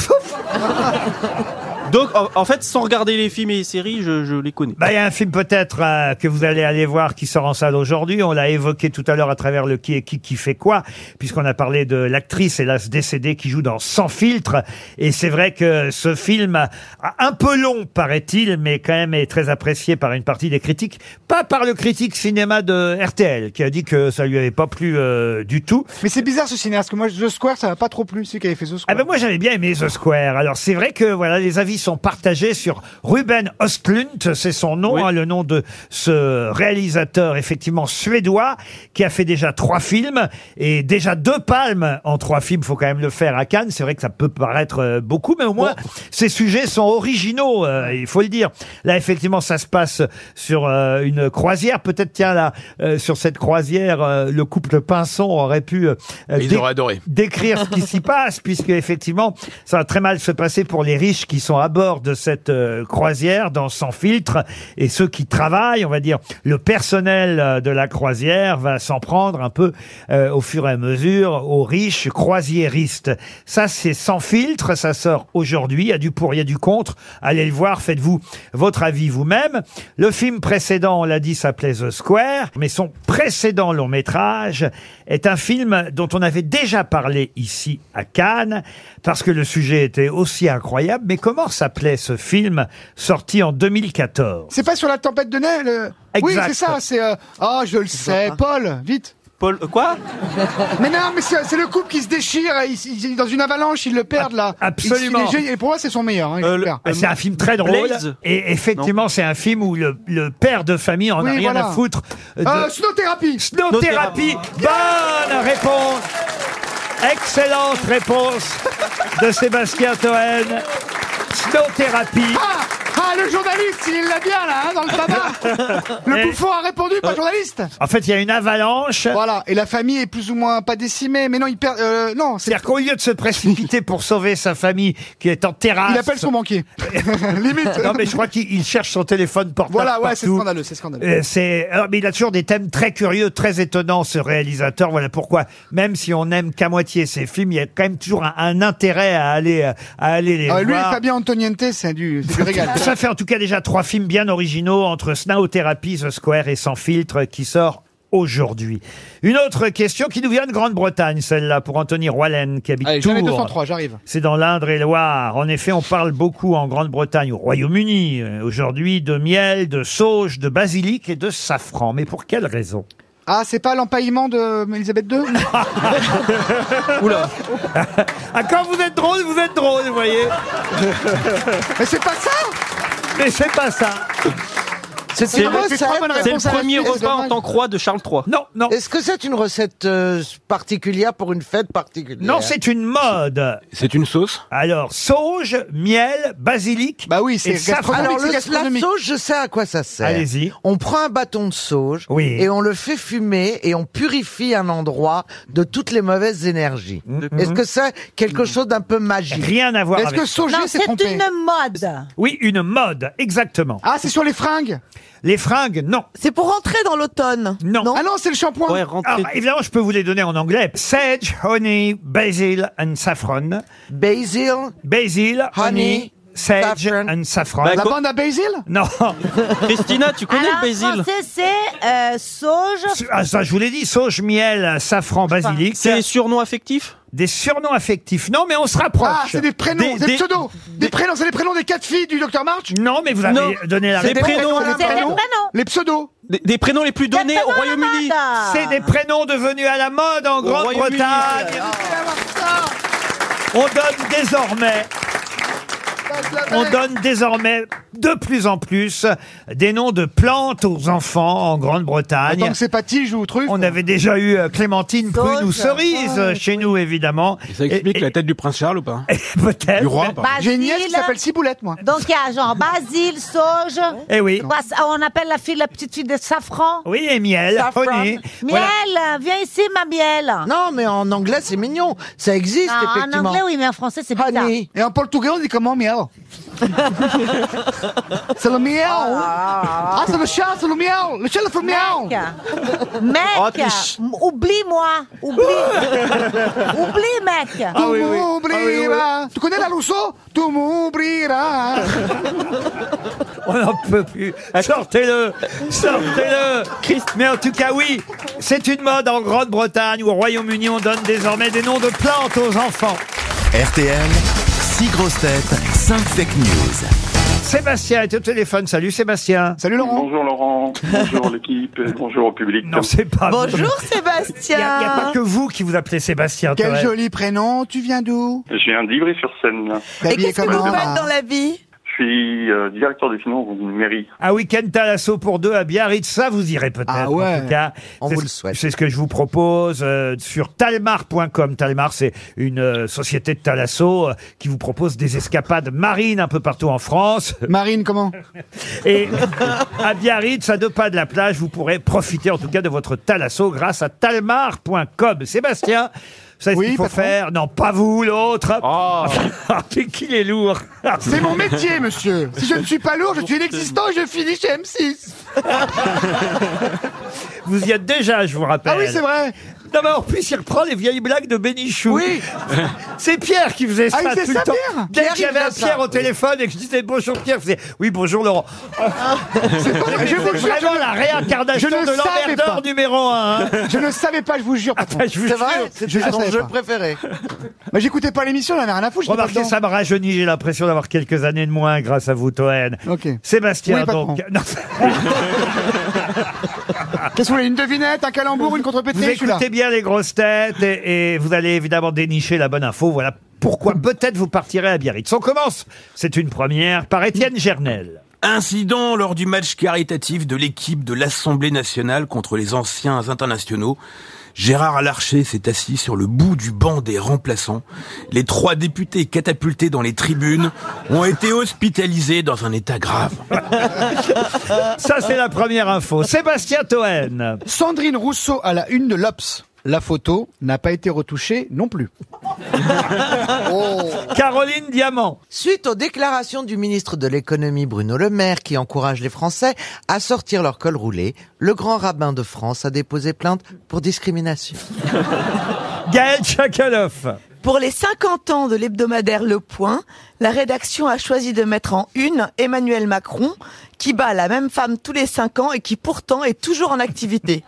S6: donc en, en fait, sans regarder les films et les séries, je, je les connais.
S2: Bah, il y a un film peut-être euh, que vous allez aller voir qui sort en salle aujourd'hui. On l'a évoqué tout à l'heure à travers le qui est qui qui fait quoi, puisqu'on a parlé de l'actrice hélas décédée qui joue dans Sans filtre. Et c'est vrai que ce film, a- a un peu long paraît-il, mais quand même est très apprécié par une partie des critiques, pas par le critique cinéma de RTL qui a dit que ça lui avait pas plu euh, du tout.
S5: Mais c'est bizarre ce cinéaste, que moi, The Square, ça m'a pas trop plu, celui qui avait fait The Square.
S2: Ah ben moi j'avais bien aimé The Square. Alors c'est vrai que voilà les avis sont partagés sur Ruben Östlund, c'est son nom, hein, le nom de ce réalisateur effectivement suédois qui a fait déjà trois films et déjà deux palmes en trois films. Faut quand même le faire à Cannes. C'est vrai que ça peut paraître euh, beaucoup, mais au moins ces sujets sont originaux. euh, il faut le dire. Là effectivement ça se passe sur euh, une croisière. Peut-être tiens là euh, sur cette croisière euh, le couple Pinson aurait pu euh,
S9: Ah,
S4: Ils
S2: dé-
S4: auraient adoré.
S2: décrire ce qui s'y passe, puisque effectivement, ça va très mal se passer pour les riches qui sont à bord de cette euh, croisière dans sans filtre, et ceux qui travaillent, on va dire, le personnel euh, de la croisière va s'en prendre un peu euh, au fur et à mesure aux riches croisiéristes. Ça, c'est sans filtre, ça sort aujourd'hui, il y a du pour, il y a du contre, allez le voir, faites-vous votre avis vous-même. Le film précédent, on l'a dit, s'appelait The Square, mais son précédent long métrage est un film dont on avait déjà parlé ici à Cannes, parce que le sujet était aussi incroyable. Mais comment s'appelait ce film sorti en 2014
S5: C'est pas sur la tempête de neige le-
S2: Exact.
S5: Oui, c'est ça, c'est. euh, Ah, je le sais, Paul, vite
S6: Paul,
S2: euh,
S6: quoi
S5: Mais non, mais c'est c'est le couple qui se déchire, et ils- ils- dans une avalanche, ils le perdent là.
S2: Ah, absolument.
S5: Il- il est génial, et pour moi, c'est son meilleur. hein, il le perd.
S2: Ah, C'est un film très drôle.
S5: Blaze
S2: Et effectivement, c'est un film où le, le père de famille en a
S5: Oui,
S2: rien
S5: voilà.
S2: à foutre. de-
S5: Euh, Snowthérapie
S2: Snowthérapie. Bonne réponse. Excellente réponse de Sébastien Toen. Snowthérapie.
S5: Ah, ah, le journaliste, il l'a bien là, hein, dans le
S2: [LAUGHS]
S5: tabac Le
S2: Et-
S5: bouffon a répondu, pas
S2: Euh,
S5: journaliste
S2: En fait, il y a une avalanche.
S5: Voilà, et la famille est plus ou moins pas décimée, mais non, il perd. euh, non, c'est.
S2: C'est-à-dire qu'au lieu de se précipiter pour sauver sa famille qui est en terrasse.
S5: Il appelle son banquier. Ah, [LAUGHS] Limite.
S2: Non, mais je crois qu'il il cherche son téléphone portable.
S5: [LAUGHS] Voilà, ouais, c'est
S2: partout.
S5: scandaleux, c'est scandaleux.
S2: Euh, c'est alors, mais il a toujours des thèmes très curieux, très étonnants ce réalisateur. Voilà pourquoi même si on aime qu'à moitié ses films, il y a quand même toujours un, un intérêt à aller euh, à aller les
S5: Ah, lui et
S2: voir.
S5: Fabien Antoniente, c'est du, c'est du régal.
S2: Ça fait en tout cas déjà trois films bien originaux entre Snaotherapy, The Square et Sans filtre qui sort aujourd'hui. Une autre question qui nous vient de Grande-Bretagne, celle-là pour Anthony Roylen qui habite
S5: Allez, j'en ai
S2: Tours.
S5: 203, j'arrive.
S2: C'est dans l'Indre-et-Loire. En effet, on parle beaucoup en Grande-Bretagne, au Royaume-Uni, euh, aujourd'hui, de miel, de sauge, de basilic et de safran. Mais pour quelle raison
S5: Ah, c'est pas l'empaillement de euh, Elisabeth
S2: [LAUGHS]
S5: II
S2: Ah, Oula Ah, quand vous êtes drôle, vous êtes drôle, vous voyez
S5: Mais c'est pas ça
S2: Mais c'est pas ça
S10: C'est
S6: C'est
S10: une
S6: le,
S10: recette.
S6: c'est le premier repas en tant que roi de Charles III.
S2: Non, non.
S10: Est-ce que c'est une recette euh, particulière pour une fête particulière
S2: Non, c'est une mode.
S9: C'est une sauce
S2: Alors, sauge, miel, basilic.
S5: Bah oui,
S2: et safran.
S10: Alors, le, la sauge, je sais à quoi ça sert.
S2: Allez-y.
S10: On prend un bâton de sauge
S2: Oui.
S10: et on le fait fumer et on purifie un endroit de toutes les mauvaises énergies. Est-ce que c'est quelque chose d'un peu magique
S2: Mm-hmm. Rien à voir avec ça.
S7: Non, c'est une mode.
S2: Oui, une mode, exactement.
S5: Ah, c'est sur les fringues
S2: Les fringues, non.
S11: C'est pour rentrer dans l'automne.
S2: Non.
S5: Ah non, c'est le shampoing
S2: Alors, évidemment, je peux vous les donner en anglais. Sage, honey, basil and saffron.
S10: Basil.
S2: Basil, honey,
S10: Honey,
S2: sage and saffron.
S6: Bah,
S5: La bande à Basil
S2: Non.
S6: [LAUGHS] Christina, tu connais
S7: Alors,
S6: le
S7: en
S6: Bézil
S7: français, c'est euh, sauge.
S2: Ah, ça, je vous l'ai dit, sauge, miel, safran, basilic.
S6: C'est des surnoms affectifs
S2: Des surnoms affectifs. Non, mais on se rapproche.
S5: Ah, c'est des prénoms, des, pseudos Des prénoms, c'est les prénoms des quatre filles du Dr March
S2: Non, mais vous avez
S6: Non.
S2: donné la
S6: C'est des
S2: réponse.
S6: prénoms,
S5: c'est des
S7: C'est des prénoms.
S5: Les pseudos
S6: Des, des prénoms les plus donnés au Royaume-Uni.
S2: C'est des prénoms devenus à la mode en
S11: Ah,
S2: Grande-Bretagne. On donne désormais, on donne désormais de plus en plus des noms de plantes aux enfants en Grande-Bretagne.
S5: Tant que c'est pas tige ou truffe.
S2: On avait déjà eu euh, clémentine, prune ou cerise euh, chez nous, évidemment.
S9: Ça explique la tête du prince Charles ou pas
S2: [LAUGHS] Peut-être.
S9: Du roi, pardon.
S5: J'ai une nièce qui s'appelle Ciboulette, moi.
S7: Donc il y a genre basile, sauge.
S2: Eh oui.
S7: Quoi, On appelle la fille, la petite fille de safran.
S2: Oui, et miel, honey.
S7: Miel,
S2: Voilà.
S7: viens ici, ma miel.
S10: Non, mais en anglais, c'est mignon. Ça existe,
S7: Non, en
S10: effectivement.
S7: anglais, oui, mais en français, c'est bizarre.
S10: Honey.
S5: Ah, Et en portugais, on dit comment miel C'est le miel Ah, c'est le chat, c'est le miel Le chat, le miel
S7: Mec,
S5: Oh, triche.
S7: m- oublie-moi.
S14: [LAUGHS]
S7: Oublie. oublie, mec.
S5: Tu m'oublieras. Tu connais la Rousseau Tu [LAUGHS] m'oublieras.
S2: On n'en peut plus. Sortez-le Sortez-le Mais en tout cas, oui, c'est une mode en Grande-Bretagne où au Royaume-Uni, on donne désormais des noms de plantes aux enfants.
S1: RTL, 6 grosses têtes, 5 fake news.
S2: Sébastien est au téléphone. Salut Sébastien. Salut
S16: Bonjour Laurent,
S2: [LAUGHS]
S16: bonjour l'équipe, et bonjour au public.
S2: Non, c'est pas vrai. Il n'y a, il y a pas
S5: Sébastien
S2: que vous qui vous appelez Sébastien.
S5: Quel
S2: Thorel.
S5: joli prénom, tu viens d'où
S16: J'ai un livre sur scène.
S2: Bah,
S5: Et qu'est-ce que vous faites dans
S11: la vie
S16: Je suis euh, directeur des finances d'une mairie.
S2: Un week-end à l'assaut pour deux à Biarritz, ça vous irez peut-être.
S16: Ah ouais.
S2: En tout cas, on vous le souhaite. C'est ce que je vous propose euh, sur talmar.com. Talmar, c'est une euh, société de Talasso euh, qui vous propose des escapades marines un peu partout en France.
S5: Marine, comment
S2: [LAUGHS] Et à Biarritz, à deux pas de la plage, vous pourrez profiter en tout cas de votre Talasso grâce à talmar.com. Sébastien, vous savez ce qu'il faut faire Non, pas vous, l'autre. [LAUGHS] Oh. qu'il est lourd.
S5: C'est mon métier, monsieur. Si je ne suis pas lourd, je suis inexistant et je [LAUGHS] finis chez M6.
S2: Vous y êtes déjà, je vous rappelle.
S5: Ah oui, c'est vrai.
S2: Non, mais en plus, il reprend les vieilles blagues de Bénichou. Oui. [LAUGHS] C'est Pierre qui faisait
S5: Ah,
S2: ça
S5: il faisait
S2: tout
S5: ça,
S2: le temps.
S5: Pierre
S2: Dès
S5: Pierre,
S2: qu'il y
S5: il
S2: avait un
S5: faisait ça,
S2: Pierre au
S5: oui.
S2: téléphone et que je disais bonjour Pierre, il faisait oui, bonjour
S5: [LAUGHS]
S2: Laurent.
S5: Je vous jure,
S2: vraiment
S5: je-
S2: la réincarnation
S5: je ne
S2: de
S5: savais pas.
S2: l'emmerdeur numéro un. hein.
S5: Je ne savais pas, je vous jure. patron.
S2: bah, je vous C'est vrai jure.
S5: Je
S2: C'était
S5: je
S2: ton
S5: savais
S2: jeu
S5: pas. Mais j'écoutais pas l'émission, j'en avais rien à foutre. j'étais pas
S2: Remarquez,
S5: dedans.
S2: ça me rajeunit, j'ai l'impression d'avoir quelques années de moins grâce à vous, Toen. Sébastien,
S5: Oui, patron.
S2: donc. Non, [LAUGHS]
S5: Qu'est-ce que vous voulez Une devinette, un calembour, une
S2: vous
S5: contrepétée, je suis là.
S2: écoutez bien les grosses têtes et, et vous allez évidemment dénicher la bonne info. Voilà pourquoi peut-être vous partirez à Biarritz. On commence, c'est une première, par Étienne
S5: [LAUGHS]
S2: Gernel.
S9: Incident lors du match caritatif de l'équipe de l'Assemblée nationale contre les anciens internationaux. Gérard Larcher s'est assis sur le bout du banc des remplaçants. Les trois députés catapultés dans les tribunes ont été hospitalisés dans un état grave.
S2: Ça, c'est la première info. Sébastien Toen.
S5: Sandrine Rousseau à la une de l'Obs. La photo n'a pas été retouchée
S2: [LAUGHS]
S5: non plus.
S2: Caroline Diamant.
S10: Oh. Suite aux déclarations du ministre de l'économie Bruno Le Maire qui encourage les Français à sortir leur col roulé, le grand rabbin de France a déposé plainte
S2: [LAUGHS]
S10: pour discrimination.
S2: Gaël Tchakaloff.
S11: Pour les 50 ans de l'hebdomadaire Le Point, la rédaction a choisi de mettre en une Emmanuel Macron, qui bat la même femme tous les 5 ans et qui pourtant est toujours en activité.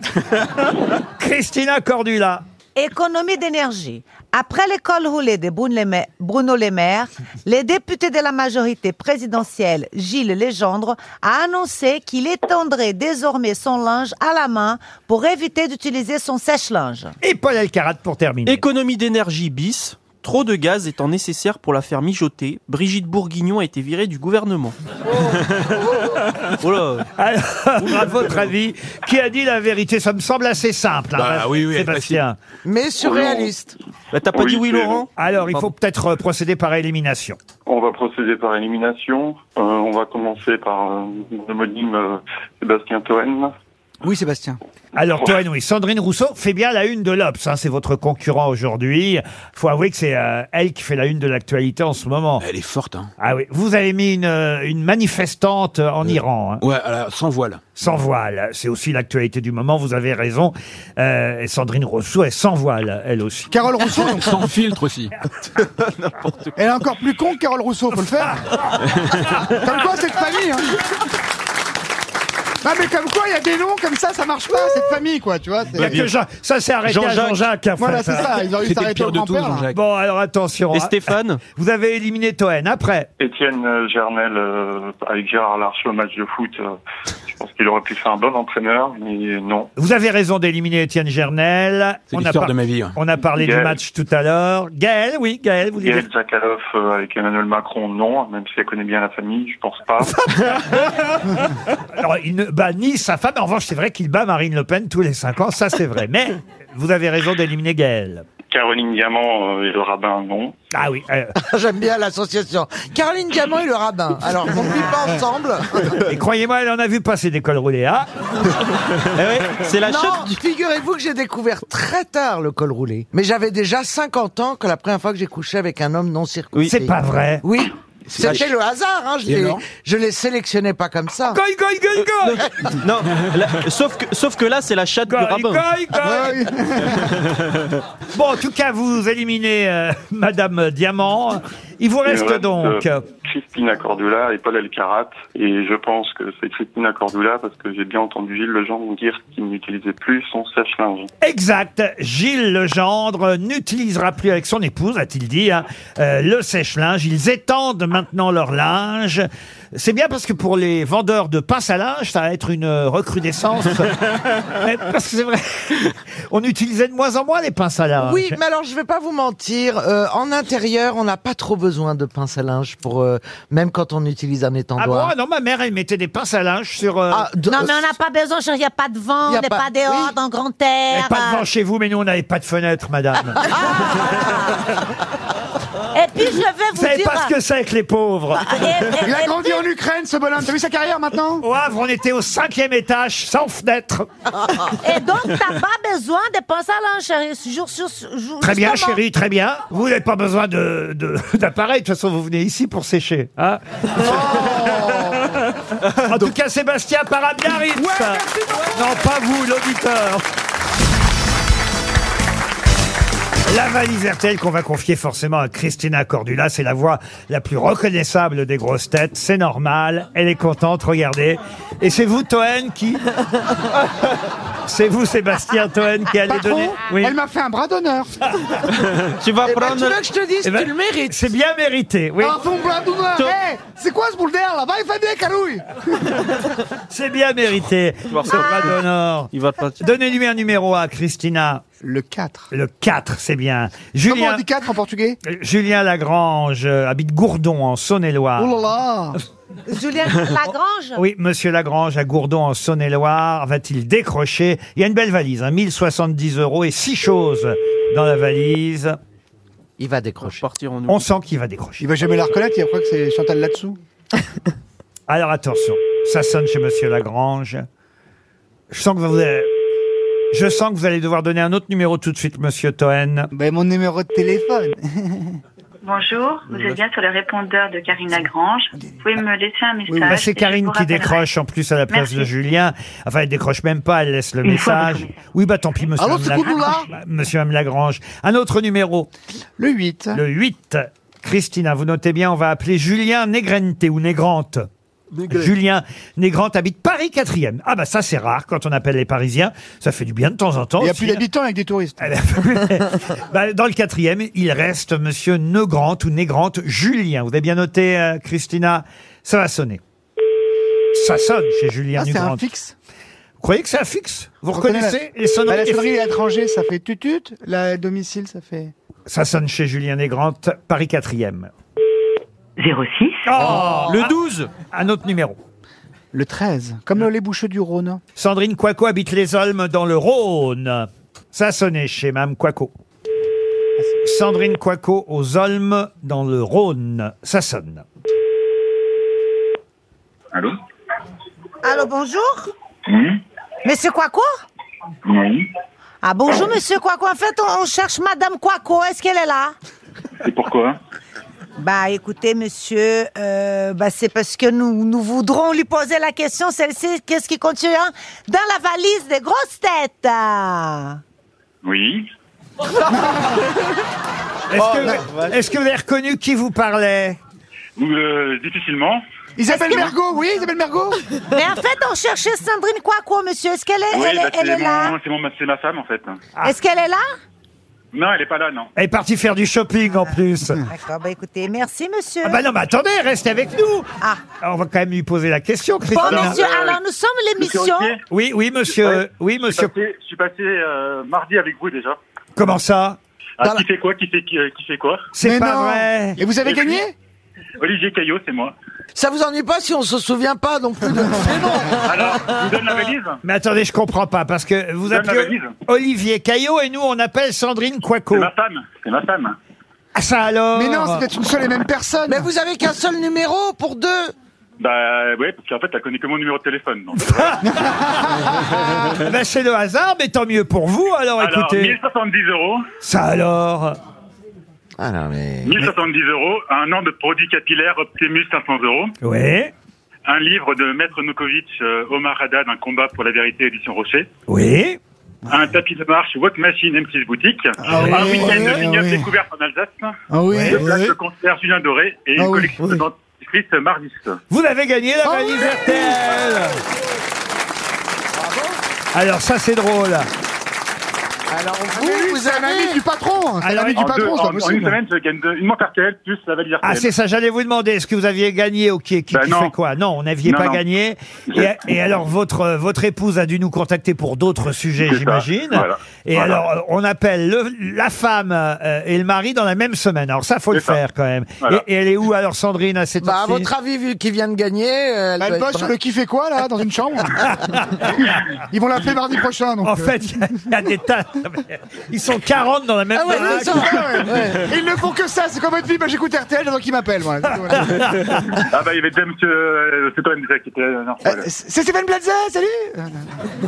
S9: [LAUGHS]
S2: Christina Cordula.
S7: Économie d'énergie. Après l'école roulée de Bruno Le Maire- Bruno
S2: [LAUGHS]
S7: Le Maire, les députés de la majorité présidentielle, Gilles Légendre, a annoncé qu'il étendrait désormais son linge à la main pour éviter d'utiliser son sèche-linge.
S2: Et Paul Elkarat pour terminer.
S6: Économie d'énergie bis. Trop de gaz étant nécessaire pour la faire mijoter, Brigitte Bourguignon a été virée du gouvernement. Oh
S2: Alors, à votre avis, qui a dit la vérité Ça me semble assez simple. hein,
S6: Bah oui, oui,
S2: Sébastien.
S10: Mais
S6: surréaliste. Bah, t'as pas Oui, dit oui, c'est- Laurent
S2: Alors, il
S6: Pardon.
S2: faut peut-être euh, procéder par élimination.
S16: On va procéder par élimination. Euh, on va commencer par euh, l'homonyme euh, Sébastien Toen.
S5: Oui, Sébastien.
S2: Alors, Toen, oui. Sandrine Rousseau fait bien la une de l'Obs. hein, c'est votre concurrent aujourd'hui. faut avouer que c'est euh, elle qui fait la une de l'actualité en ce moment.
S9: Elle est forte, hein.
S2: Ah oui, vous avez mis une, euh, une manifestante en Iran. hein.
S9: Euh, Ouais, alors, sans voile.
S2: Sans voile, c'est aussi l'actualité du moment, vous avez raison. Euh, et Sandrine Rousseau est sans voile, elle aussi.
S5: Carole
S9: [LAUGHS]
S5: Rousseau, donc. Sans
S2: [LAUGHS]
S9: filtre aussi.
S5: Elle est encore plus con que Carole Rousseau, faut
S2: [LAUGHS]
S5: le faire. comme quoi, cette famille. Hein. Ah, mais comme quoi, il y a des noms comme ça, ça marche pas, cette famille, quoi, tu vois. c'est-
S2: Il y a que Jean- ça s'est arrêté à
S5: Jean-Jacques.
S2: Jean-Jacques. enfin,
S5: Voilà, c'est ça, ils ont eu s'arrêter au grand-père. là.
S2: Bon, alors attention.
S6: Et
S2: hein.
S6: Stéphane
S2: [LAUGHS] Vous avez éliminé Toen. Après,
S16: Étienne euh, Gernel euh, avec Gérard Larcher au match de foot. euh, pense qu'il aurait pu faire un bon entraîneur, mais non.
S2: Vous avez raison d'éliminer Étienne Gernel.
S16: C'est
S2: On a
S16: l'histoire de ma vie, ouais.
S2: On a parlé du
S16: Gaël.
S2: match tout à l'heure. Gaël, oui, Gaël, vous voulez
S16: Gaël
S2: dire
S16: Zakharov euh, avec Emmanuel Macron, non, même si elle connaît bien la famille, je pense
S2: [LAUGHS]
S16: pas.
S2: [LAUGHS] Alors, il ne bat ni sa femme. En revanche, c'est vrai qu'il bat Marine Le Pen tous les cinq ans. Ça, c'est vrai. Mais vous avez raison d'éliminer Gaël.
S16: Caroline Diamant euh, et le rabbin, non.
S2: Ah oui. euh,
S10: [LAUGHS] J'aime bien l'association. Caroline Diamant et le rabbin. Alors, on ne vit pas ensemble.
S2: Et croyez-moi, elle en a vu passer des cols roulés. hein.
S10: non, Figurez-vous que j'ai découvert très tard le col roulé. Mais j'avais déjà 50 ans que la première fois que j'ai couché avec un homme non circoncis.
S2: C'est pas vrai.
S10: Oui.
S2: C'est
S10: C'était
S2: pas-
S10: le hasard, hein, je
S2: Et
S10: l'ai-
S2: alors
S10: je l'ai sélectionné pas comme ça. Euh,
S2: Goy, goy, goy, goy
S6: Non, là, sauf, que, sauf que là, c'est la chatte
S2: Ah,
S6: du rabbin.
S2: [LAUGHS] Bon, en tout cas, vous éliminez euh, [LAUGHS] Madame Diamant. Il vous
S16: Il
S2: reste
S16: me reste,
S2: donc.
S16: euh, Christina Cordula et Paul Elkarat. Et je pense que c'est Christina Cordula parce que j'ai bien entendu Gilles Lejean nous dire qu'il n'utilisait plus son sèche-linge.
S2: Exact. Gilles Legendre n'utilisera plus avec son épouse, a-t-il dit, hein, euh, le sèche-linge. Ils étendent maintenant leur linge. C'est bien parce que pour les vendeurs de pince à linge, ça va être une euh, recrudescence. Mais parce que c'est vrai, [LAUGHS] on utilisait de moins en moins les pinces à linge.
S10: Oui, mais alors je vais pas vous mentir. euh, en intérieur, on n'a pas trop besoin de pince à linge pour euh, même quand on utilise un
S2: Ah bon
S10: étendoir.
S2: Ah non, ma mère, elle mettait des pinces à linge sur. euh,
S7: Non, mais on n'a pas besoin, il n'y a pas de vent,
S2: Y a
S7: on n'est
S2: pas-
S7: pas, dehors,
S2: oui.
S7: dans grand
S2: Il n'y
S7: air.
S2: avait pas de vent chez vous, mais nous, on n'avait pas de fenêtre, madame.
S7: Et [LAUGHS] puis, je vais
S2: vous
S7: vous
S2: savez
S7: dire... Ah, eh,
S2: pas ce que c'est que les pauvres.
S5: Il a grandi en Ukraine, ce bonhomme. T'as vu sa carrière maintenant
S2: Au Havre, on était au cinquième étage, sans fenêtre.
S7: [LAUGHS] euh, Et donc, t'as pas besoin de penser à l'ange, chérie. Jour sur jour.
S2: Très bien,
S7: justement.
S2: chérie, très bien. Vous n'avez pas besoin de- de- [LAUGHS] d'appareil. De, toute façon, vous venez ici pour sécher. hein.
S5: Oh.
S2: [LAUGHS] en tout cas, Sébastien Parabiaritz. non, pas vous, l'auditeur. La valise RTL qu'on va confier forcément à Christina Cordula, c'est la voix la plus reconnaissable des grosses têtes. C'est normal, elle est contente, regardez. Et c'est vous, Toen,
S5: [LAUGHS]
S2: qui... c'est vous, Sébastien Toen, qui allez
S5: Patron,
S2: donner...
S5: elle m'a fait un bras d'honneur.
S2: [LAUGHS] Tu vas
S5: Eh ben, tu veux que je te dise, tu
S2: le mérites. C'est bien mérité, oui.
S5: Ah, son bras d'honneur.
S2: Tom.
S5: Eh, c'est quoi ce boule d'air là Va, il fait des carouilles.
S2: C'est bien mérité. Il va Donnez-lui un numéro à Christina.
S5: Le 4.
S2: Le 4, c'est bien.
S5: Comment
S2: Julien, Euh,
S5: on dit 4 en portugais
S2: Julien Lagrange euh, habite Gourdon en Saône-et-Loire.
S5: Oh là
S7: là Julien Lagrange
S2: Oui, monsieur Lagrange à Gourdon en Saône-et-Loire va-t-il décrocher Il y a une belle valise, hein, 1070 euros et six choses dans la valise.
S10: Il va décrocher.
S2: On sent qu'il va décrocher.
S5: Il va jamais la reconnaître, il va croire que c'est Chantal là-dessous.
S2: Alors attention, ça sonne chez Monsieur Lagrange. Je sens que vous allez, je sens que vous allez devoir donner un autre numéro tout de suite, Monsieur Toen.
S5: Ben mon numéro de téléphone. [LAUGHS]
S17: Bonjour, vous êtes bien sur le répondeur de Karine Lagrange. Vous pouvez me laisser un message.
S2: Bah, c'est
S17: et je
S2: Karine
S17: vous
S2: qui
S17: rappellerai. [LAUGHS]
S2: décroche en plus à la place
S17: Merci.
S2: de Julien. Enfin, elle décroche même pas, elle laisse le
S17: Une fois,
S2: message. oui, bah tant pis, monsieur.
S17: Allô,
S2: Mme
S17: c'est Kouloula
S2: Bah, monsieur M. Lagrange. Un autre numéro.
S5: Le 8.
S2: Le 8. Christina, vous notez bien, on va appeler Julien Négrente ou Négrante. Julien Négrante habite Paris 4e. Ah bah ça c'est rare quand on appelle les Parisiens, ça fait du bien de temps en temps.
S5: Il n'y a
S2: aussi. hein.
S5: plus d'habitants avec des touristes.
S2: Bah, dans le quatrième, il reste Monsieur Negrant ou Négrante Julien. Vous avez bien noté, euh, Christina Ça va sonner. Ça sonne chez Julien
S5: Ah, c'est un
S2: Negrant.
S5: fixe
S2: Vous croyez que c'est un fixe Vous
S5: reconnaissez Bah,
S2: reconnaissez les sonneries
S5: La sonnerie
S2: des-
S5: à l'étranger, ça fait tutut. La domicile, ça fait.
S2: Ça sonne chez Julien Négrante, Paris 4e.
S17: 06.
S2: le 12 Un autre numéro. Ah.
S5: Le 13, comme les boucheux du Rhône.
S2: Sandrine Quaco habite les Olmes dans le Rhône. Ça sonnait chez Mme Quaco. Sandrine Quaco aux Olmes dans le Rhône. Ça sonne.
S16: Allô
S7: Allô, bonjour Monsieur Quaco
S16: Oui.
S7: Ah, bonjour, monsieur Quaco. En fait, on, on cherche madame Quaco. Est-ce qu'elle est là
S16: Et pourquoi
S7: Bah, écoutez, monsieur, euh, bah, c'est parce que nous, nous voudrons lui poser la question, celle-ci, qu'est-ce qui contient hein, dans la valise des grosses têtes ah.
S16: Oui.
S2: Est-ce
S5: Oh,
S2: que, est-ce que vous avez reconnu qui vous parlait
S16: Euh, difficilement.
S5: Isabelle
S7: Est-ce que-
S5: Mergo, oui, Isabelle Mergo
S7: Mais en fait, on cherchait Sandrine Quaco, monsieur. Est-ce qu'elle est,
S16: Oui,
S7: elle est-
S16: bah,
S7: elle
S16: c'est
S7: est là
S2: Ah.
S16: mon- c'est mon ma- c'est ma femme en fait.
S7: Est-ce qu'elle est là
S16: Non, elle est pas là, non.
S2: Elle est partie faire du shopping en
S5: [LAUGHS]
S2: plus.
S7: D'accord, bah écoutez, merci monsieur.
S2: Ah bah non, mais attendez, restez avec nous. On va quand même lui poser la question, Christophe.
S7: Ah. Bon monsieur, alors nous sommes
S16: Monsieur
S7: l'émission.
S16: Ruquier
S2: Oui, oui, monsieur.
S16: Ouais.
S2: Oui, monsieur.
S16: Je suis passé, je suis passé, euh, mardi avec vous déjà.
S2: Comment ça
S16: Ah, qui fait quoi Qui fait, qui, euh, qui fait quoi
S2: C'est Mais pas non. vrai.
S5: Et vous avez
S16: puis,
S5: gagné
S16: Olivier Caillot, c'est moi.
S10: Ça vous ennuie pas si on se souvient pas non plus de...
S2: [LAUGHS]
S10: Mais non
S16: Alors, je vous donne la valise
S2: Mais attendez, je comprends pas parce que vous
S16: Donne la
S2: appelez
S16: valise.
S2: Olivier Caillot et nous on appelle Sandrine Quaco.
S16: C'est ma femme. C'est ma femme.
S2: Ah ça alors
S5: Mais non, c'est peut-être une seule et même personne.
S10: Mais vous avez qu'un seul numéro pour deux
S16: Bah ouais, parce qu'en fait, elle connaît que mon numéro de
S2: [LAUGHS]
S16: téléphone. donc.
S2: Ah, bah, c'est le hasard, mais tant mieux pour vous alors,
S16: Alors,
S2: écoutez.
S16: 1070 euros.
S2: Ça alors.
S10: Ah non,
S2: Eh
S10: mais...
S16: 1070 euros, un an de produits capillaires Optimus 500 euros.
S2: Oui.
S16: Un livre de Maître Nukovic, euh, Omar Haddad, Un combat pour la vérité, édition Rocher.
S2: Oui.
S16: Un tapis de marche Walk Machine M6 Boutique.
S2: Ah
S16: un
S2: oui,
S16: week-end
S2: ah
S16: de
S2: oui,
S16: vignoble
S2: ah oui.
S16: découverte en Alsace.
S2: Ah oui,
S16: Deux
S2: oui.
S16: places de concert Julien Doré et une
S2: Ah oui,
S16: collection de dentifrice Marvis.
S2: Vous avez gagné
S10: Ah
S2: la valise RTL. Alors ça c'est drôle.
S10: Alors
S5: vous, vous avez l'ami du patron. hein. C'est l'ami du
S16: En deux-
S5: patron, c'est
S16: en-
S5: pas
S16: en une
S5: possible.
S16: semaine, je gagne deux- une montre RTL plus euh, la valise RTL.
S2: Ah c'est
S16: [LAUGHS]
S2: ça, j'allais vous demander, est-ce que vous aviez gagné ou qui, qui,
S16: Bah
S2: qui
S16: non.
S2: fait quoi Non, on n'aviez
S16: Non,
S2: pas
S16: non.
S2: gagné. Et,
S16: J'ai-
S2: et alors votre euh, votre épouse a dû nous contacter pour d'autres sujets,
S16: C'est ça.
S2: j'imagine.
S16: Voilà.
S2: Et
S16: Voilà.
S2: alors euh, on appelle le- la femme euh, et le mari dans la même semaine. Alors ça faut le
S16: C'est ça.
S2: faire quand même.
S16: Voilà.
S2: Et, et elle est où alors Sandrine à cette
S10: Bah, à
S2: heure-ci
S10: votre avis, vu qu'il vient de gagner... euh, Elle,
S5: Bah,
S10: doit
S5: Elle bosse
S10: être-
S5: sur le qui fait quoi, là, dans une
S10: [LAUGHS]
S5: chambre Ils vont l'appeler mardi prochain. donc,
S2: En
S5: euh.
S2: fait, il y a- il y, a des tas. Ils sont 40 dans la même
S5: Ah ouais,
S2: baraque.
S5: c'est ça, ouais, ouais. Ils ne font que ça, c'est comme votre vie, bah, j'écoute RTL, j'attends qu'ils m'appellent. moi.
S16: Ah bah il y avait déjà monsieur, euh, c'est toi déjà qui était là. la dernière fois, là.
S5: C'est Stéphane Plaza, salut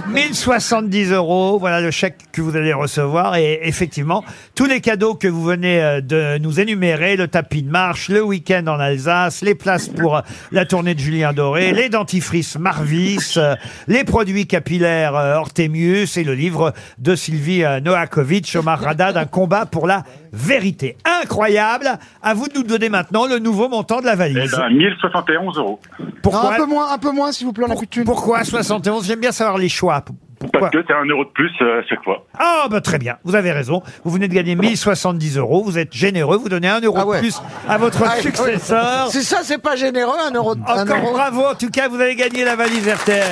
S2: 1070 euros, voilà le chèque que vous allez recevoir. Et effectivement, tous les cadeaux que vous venez euh, de nous énumérer, le tapis de marche, le week-end en Alsace, les places pour euh, la tournée de Julien Doré, les dentifrices Marvis, euh, les produits capillaires euh, Hortemius et le livre de Sylvie euh, Noakovic, Omar Haddad, un combat pour la vérité. Incroyable À vous de nous donner maintenant le nouveau montant de la
S16: Eh
S2: valise.
S16: ben 1071 euros.
S5: Non,
S2: Pourquoi
S5: un peu moins, un peu moins, s'il vous plaît, on a plus de thunes.
S2: Pourquoi 71 J'aime bien savoir les choix. Pourquoi
S16: Parce que c'est un euro de plus euh, à chaque fois.
S2: Ah, bah très bien, vous avez raison. Vous venez de gagner 1070 euros, vous êtes généreux, vous donnez un euro
S10: Ah ouais.
S2: de plus à votre
S10: Ah,
S2: successeur.
S10: ouais. C'est ça, c'est pas généreux, un euro. Un
S2: Encore
S10: euro.
S2: bravo, en tout cas, vous avez gagné la valise RTL.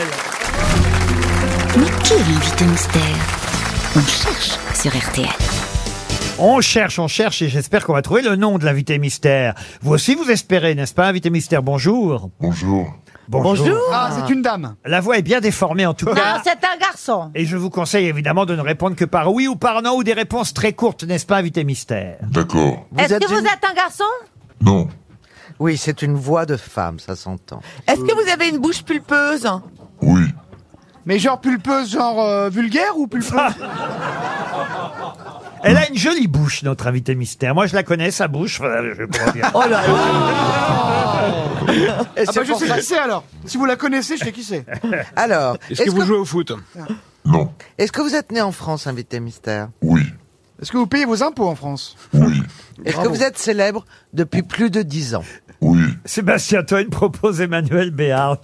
S13: Mais qui est l'invité mystère On cherche sur RTL.
S2: On cherche, on cherche et j'espère qu'on va trouver le nom de l'invité mystère. Vous aussi, vous espérez, n'est-ce pas, invité mystère Bonjour. Bonjour. Bonjour.
S5: Ah, c'est une dame.
S2: La voix est bien déformée en tout
S7: Non,
S2: cas.
S7: c'est un garçon.
S2: Et je vous conseille évidemment de ne répondre que par oui ou par non ou des réponses très courtes, n'est-ce pas, invité mystère
S1: D'accord.
S7: Est-ce que vous êtes un garçon
S10: Oui, c'est une voix de femme, ça s'entend.
S11: Est-ce que vous avez une bouche pulpeuse
S5: Mais genre pulpeuse, genre euh, vulgaire ou pulpeuse
S2: Ah.
S10: [LAUGHS]
S2: Elle a une jolie bouche, notre invité mystère. Moi, je la connais, sa bouche. Euh, je pourrais dire.
S11: Oh là là
S10: Et
S5: Ah
S10: c'est
S5: bah je
S10: pour
S5: sais
S10: ça-
S5: qui c'est alors. Si vous la connaissez, je sais qui c'est.
S10: Alors,
S4: [LAUGHS] Est-ce que vous jouez au foot
S10: est-ce que vous êtes né en France, invité mystère
S5: Est-ce que vous payez vos impôts en France
S10: Est-ce que
S5: Bravo.
S10: vous êtes célèbre depuis plus de dix ans
S2: Sébastien Toen propose Emmanuel Béard.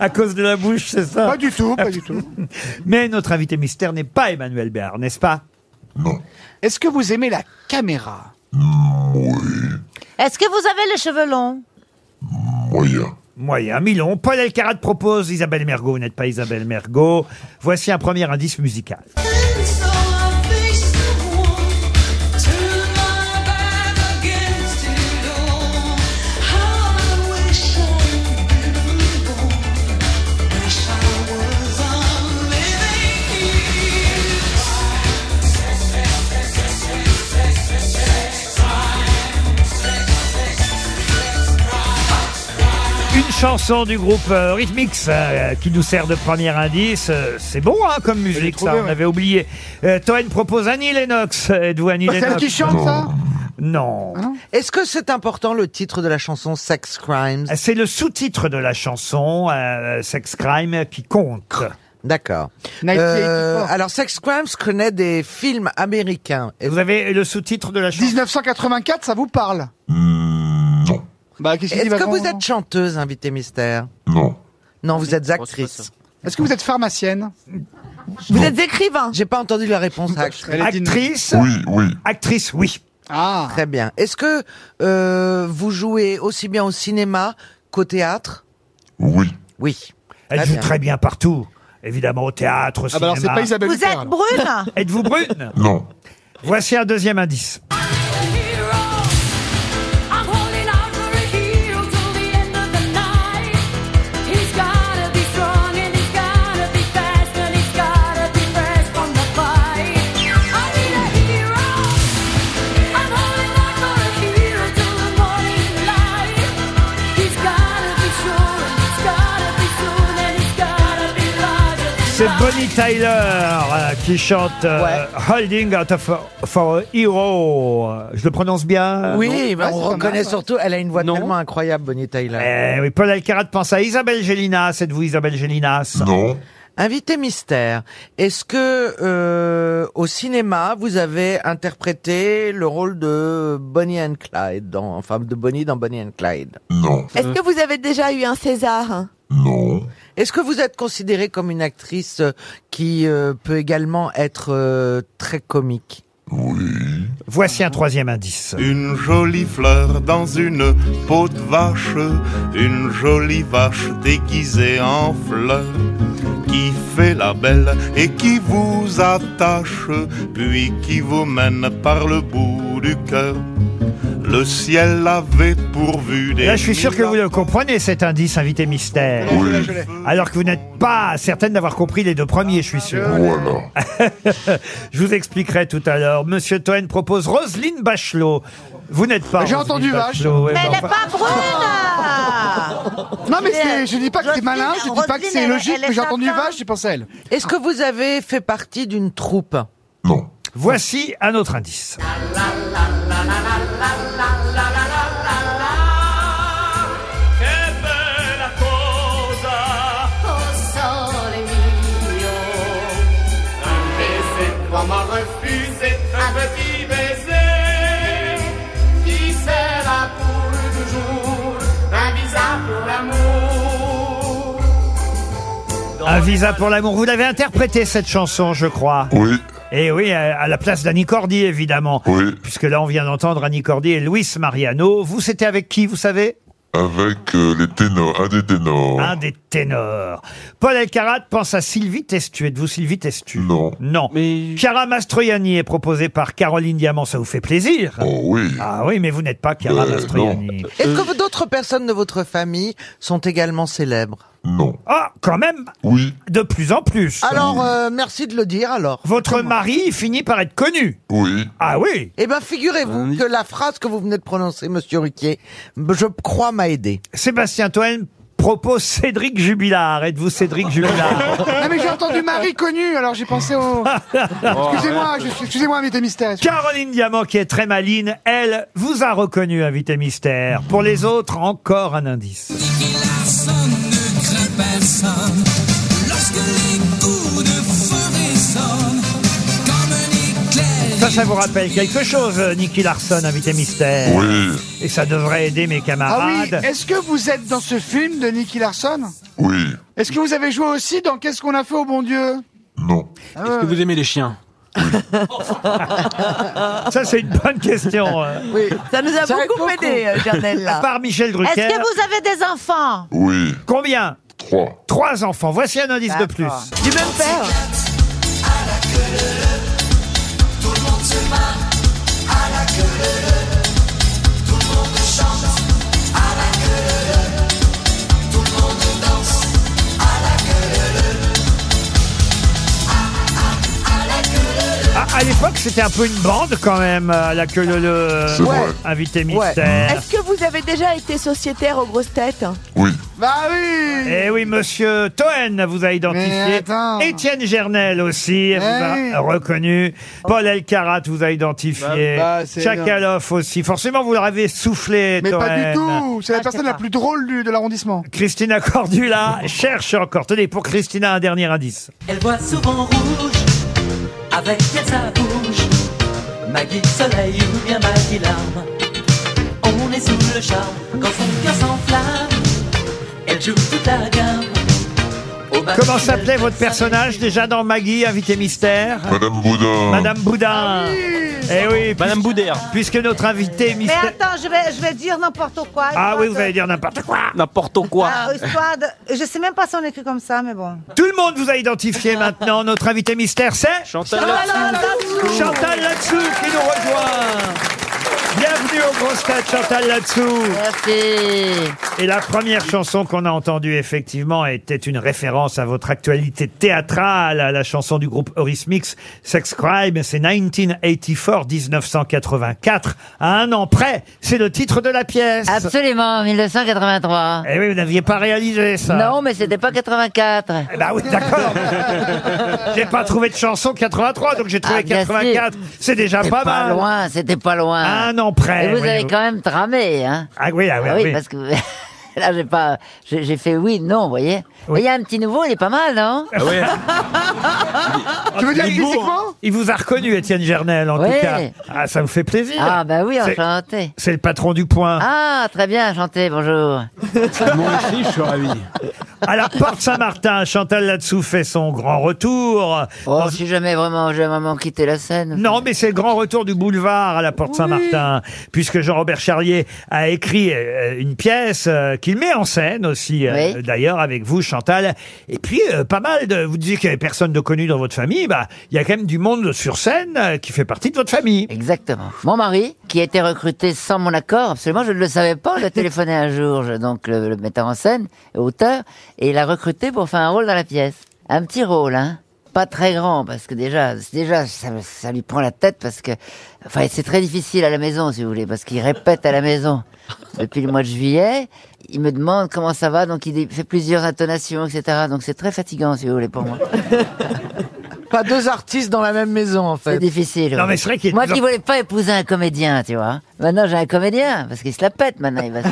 S2: à cause de la bouche, c'est ça
S5: Pas du tout, pas du tout.
S2: Mais notre invité mystère n'est pas Emmanuel Béard, n'est-ce pas
S5: Est-ce que vous aimez la caméra
S7: Est-ce que vous avez les cheveux longs
S2: Moyen, Milon. Paul Elkarat propose Isabelle Mergot. Vous n'êtes pas Isabelle Mergot. Voici un premier indice musical. Une chanson du groupe euh, Rhythmix euh, qui nous sert de premier indice. Euh, c'est bon hein, comme musique,
S5: trop
S2: ça,
S5: bien,
S2: on
S5: ouais.
S2: avait oublié. Euh, Toen propose Annie Lennox. Êtes-vous Annie
S5: C'est elle
S2: Lennox
S5: Bah, qui chante ça
S2: Non.
S10: Ah Est-ce que c'est important le titre de la chanson Sex Crimes
S2: C'est le sous-titre de la chanson, euh, Sex Crime, qui compte.
S10: D'accord. Euh, alors Sex Crimes connaît des films américains. Et
S2: Vous avez le sous-titre de la chanson
S5: 1984, ça vous parle Non. Bah qu'est-ce qu'il
S10: Est-ce
S5: dit, bah,
S10: que
S5: non,
S10: vous
S5: non.
S10: êtes chanteuse, invité mystère Non. Non, vous êtes actrice.
S5: Est-ce que vous êtes pharmacienne
S11: Vous êtes écrivain
S10: J'ai pas entendu la réponse. Actrice.
S2: Actrice
S10: oui.
S2: Actrice, oui.
S10: Ah. Très bien. Est-ce que euh, vous jouez aussi bien au cinéma qu'au théâtre
S2: Oui.
S10: Oui.
S2: Elle
S10: Très
S2: joue
S10: bien.
S2: très bien partout. Évidemment, au théâtre, au
S10: Ah bah alors, c'est
S2: cinéma.
S10: pas Isabelle
S7: Vous Huppert, êtes alors. brune
S2: [LAUGHS] Êtes-vous brune Non. Voici un deuxième indice. C'est Bonnie Tyler euh, qui chante euh, Holding Out of for a Hero. Je le prononce bien euh,
S10: Oui,
S2: non
S10: bah, on reconnaît surtout, elle a une voix tellement incroyable, Bonnie Tyler.
S2: Eh oui, Paul Alcarat pense à Isabelle Gélinas. Êtes-vous Isabelle Gélinas Non.
S10: Invité mystère, est-ce que euh, au cinéma vous avez interprété le rôle de Bonnie and Clyde dans, enfin de Bonnie dans Bonnie and Clyde Non.
S11: Est-ce que vous avez déjà eu un César hein.
S10: Est-ce que vous êtes considérée comme une actrice euh, qui euh, peut également être euh, très comique
S2: Voici un troisième indice.
S18: Une jolie fleur dans une peau de vache, une jolie vache déguisée en fleur, qui fait la belle et qui vous attache, puis qui vous mène par le bout du cœur. Le ciel avait pourvu des.
S2: Là, je suis sûr que vous le comprenez, cet indice invité mystère. Alors que vous n'êtes pas certaine d'avoir compris les deux premiers, je suis sûr. [LAUGHS] je vous expliquerai tout à l'heure. Monsieur Toen propose Roselyne Bachelot. Vous n'êtes pas.
S5: J'ai entendu vache.
S2: vache. Mais
S5: Elle est
S7: Pas brune
S5: Non, mais
S10: Mais,
S5: c'est- je dis pas que c'est
S10: Roselyne,
S5: malin, je dis pas que
S10: Roselyne,
S5: c'est
S10: elle-
S5: logique,
S10: elle est
S5: mais j'ai entendu
S10: sympa.
S5: vache, j'ai pensé à elle.
S10: Est-ce que vous avez fait partie d'une troupe Non.
S2: Voici un autre indice. Un visa pour l'amour. Vous l'avez interprété cette chanson, je crois. Oui. Et oui, à à la place d'Annie Cordy, évidemment. Oui. Puisque là, on vient d'entendre Annie Cordy et Luis Mariano. Vous, c'était avec qui, vous savez
S19: Avec euh, les ténors, un des ténors.
S2: Un des ténors. Paul Elkarat pense à Sylvie Testu. Êtes-vous Sylvie Testu Non. Non. Mais... Chiara Mastroianni est proposée par Caroline Diamant. Ça vous fait plaisir Oh oui. Ah oui, mais vous n'êtes pas Chiara Mastroianni.
S10: Est-ce que d'autres personnes de votre famille sont également célèbres
S2: Non. Ah, quand même Oui. De plus en plus.
S10: Alors, euh, merci de le dire alors.
S2: Votre mari finit par être connu.
S19: Oui.
S2: Ah oui
S10: Eh bien, figurez-vous que la phrase que vous venez de prononcer, monsieur Ruquier, je crois m'a aidé.
S2: Sébastien Toen propose Cédric Jubilard. Êtes-vous [LAUGHS] Cédric Jubilard
S5: Non, Ah, mais
S2: [LAUGHS]
S5: j'ai entendu Marie connue, alors j'ai pensé au. Excusez-moi, je suis- excusez-moi, invité mystère.
S2: Oh. Caroline Diamant, qui est très maline, elle vous a reconnu, invité mystère. Pour les autres, encore un indice.
S3: Personne ne craint personne lorsque les coups de feu résonnent comme un éclair.
S2: Ça, ça vous rappelle quelque chose, euh, Nicky Larson, invité mystère
S19: Oui.
S2: Et ça devrait aider mes
S5: Ah oui,
S2: camarades.
S5: est-ce que vous êtes dans ce film de Nicky Larson
S19: Oui.
S5: Est-ce que vous avez joué aussi dans Qu'est-ce qu'on a fait au bon Dieu
S4: Est-ce que vous aimez les chiens
S2: Ça, c'est une bonne question. euh.
S11: Ça nous a
S7: Ça
S11: beaucoup
S7: aide beaucoup.
S11: aidé, euh, Janelle, là.
S2: À part Michel Drucker.
S7: Est-ce que vous avez des enfants
S19: Oui.
S2: Combien
S19: Trois.
S2: Trois enfants. Voici un indice de plus.
S7: D'accord.
S11: Du même père
S3: Tout le monde se bat à la queue leu-leu. Tout le monde chante à la queue leu-leu. Tout le monde danse à la queue leu-leu. Ah, ah, à la queue leu-leu.
S2: Ah, à l'époque, c'était un peu une bande quand même, euh, la queue le,
S19: C'est vrai.
S2: invité
S11: Ouais.
S2: mystère.
S11: Est-ce que vous avez déjà été sociétaire aux grosses têtes
S5: Bah oui
S2: Eh oui, monsieur Toen vous a
S5: Mais
S2: identifié.
S5: attends. Eh
S2: Étienne Gernel aussi vous
S5: oui.
S2: a reconnu. Paul Elkarat vous a identifié.
S5: Bah, bah, c'est
S2: Chakalov aussi. Forcément, vous leur avez soufflé,
S5: Mais pas
S2: Toen.
S5: du tout C'est la personne la plus drôle du-
S2: [LAUGHS]
S5: de l'arrondissement.
S2: Christina
S5: [LAUGHS]
S2: Cordula cherche encore. Tenez, pour Christina, un dernier indice.
S3: Elle voit souvent rouge, avec elle ça bouge. Maggie soleil ou bien Maggie larme. On est sous le charme quand son cœur s'enflamme. Elle joue toute la gamme. Au
S7: Bah,
S2: Comment s'appelait votre personnage déjà dans Maggie, invité mystère
S19: Madame Boudin.
S2: Madame
S5: Ah
S2: Boudin. Eh oui, Madame
S6: Boudère.
S2: Puisque notre invité
S7: Mais
S2: mystère.
S7: attends, je vais, je vais dire n'importe quoi.
S2: Ah
S7: histoire
S2: oui,
S7: de-
S2: vous allez dire n'importe quoi.
S6: N'importe
S7: Ah, histoire de- Je sais même pas si on écrit comme ça, mais bon.
S2: Tout le monde vous a identifié maintenant. Notre invité mystère, c'est
S7: Ah,
S6: Chantal
S7: Latsou.
S2: Chantal Latsou qui nous rejoint. Bienvenue au Grosse Tête, Chantal Latsou. Merci. Et la première chanson qu'on a entendue, effectivement, était une référence à votre actualité théâtrale, à la chanson du groupe Horace Mix, Sex Crime. C'est 1984, 1984. À un an près, c'est le titre de la pièce.
S20: Absolument, 1983.
S2: Eh oui, vous n'aviez pas réalisé ça.
S20: Non, mais c'était pas 84.
S2: bah oui,
S20: [LAUGHS]
S2: d'accord. J'ai pas trouvé de chanson 83, donc j'ai trouvé
S20: Ah, bien
S2: 84.
S20: sûr.
S2: C'est déjà
S20: C'était
S2: pas,
S20: pas
S2: mal.
S20: loin, c'était pas loin.
S2: Un an près.
S20: Et vous avez
S2: voyez-vous.
S20: quand même tramé, hein
S2: Ah oui, ah oui, oui.
S20: parce que [LAUGHS] là, j'ai pas, j'ai j'ai fait oui, non, vous voyez. Mais Il y a un petit nouveau, il est pas mal, non
S2: Ah ouais.
S20: [LAUGHS] Tu veux dire
S2: Il vous-
S20: physiquement
S2: Il vous a reconnu, Étienne Gernel, en
S20: Ouais.
S2: tout cas. Ah, ça me fait plaisir.
S20: Ah bah oui,
S2: C'est-
S20: enchanté.
S2: C'est le patron du point.
S20: Ah, très bien, enchanté, bonjour.
S2: [LAUGHS] Moi aussi, je suis ravi. À la porte Saint-Martin, Chantal Latsou fait son grand retour.
S20: Oh, si jamais vraiment, j'ai vraiment quitté la scène.
S2: Non, mais c'est le grand retour du boulevard à la Porte Saint-Martin, puisque Jean-Robert Charlier a écrit euh, une pièce euh, qu'il met en scène aussi, euh, d'ailleurs, avec vous, Chantal. Et puis, euh, pas mal de... Vous disiez qu'il n'y avait personne de connu dans votre famille. Bah, il y a quand même du monde sur scène euh, qui fait partie de votre famille.
S20: Exactement. Mon mari, qui a été recruté sans mon accord, absolument, je ne le savais pas, il a téléphoné un jour, je- donc le, le metteur en scène, auteur, et il l'a recruté pour faire un rôle dans la pièce. Un petit rôle, hein pas très grand parce que déjà déjà ça, ça lui prend la tête parce que enfin c'est très difficile à la maison si vous voulez parce qu'il répète à la maison depuis le mois de juillet il me demande comment ça va donc il fait plusieurs intonations etc donc c'est très fatigant si vous voulez pour moi
S10: Pas deux artistes dans la même maison, en fait.
S20: C'est difficile. ouais. Moi qui voulais pas épouser un comédien, tu vois. Maintenant j'ai un comédien parce qu'il se la pète maintenant. Il
S2: [LAUGHS]
S20: va se-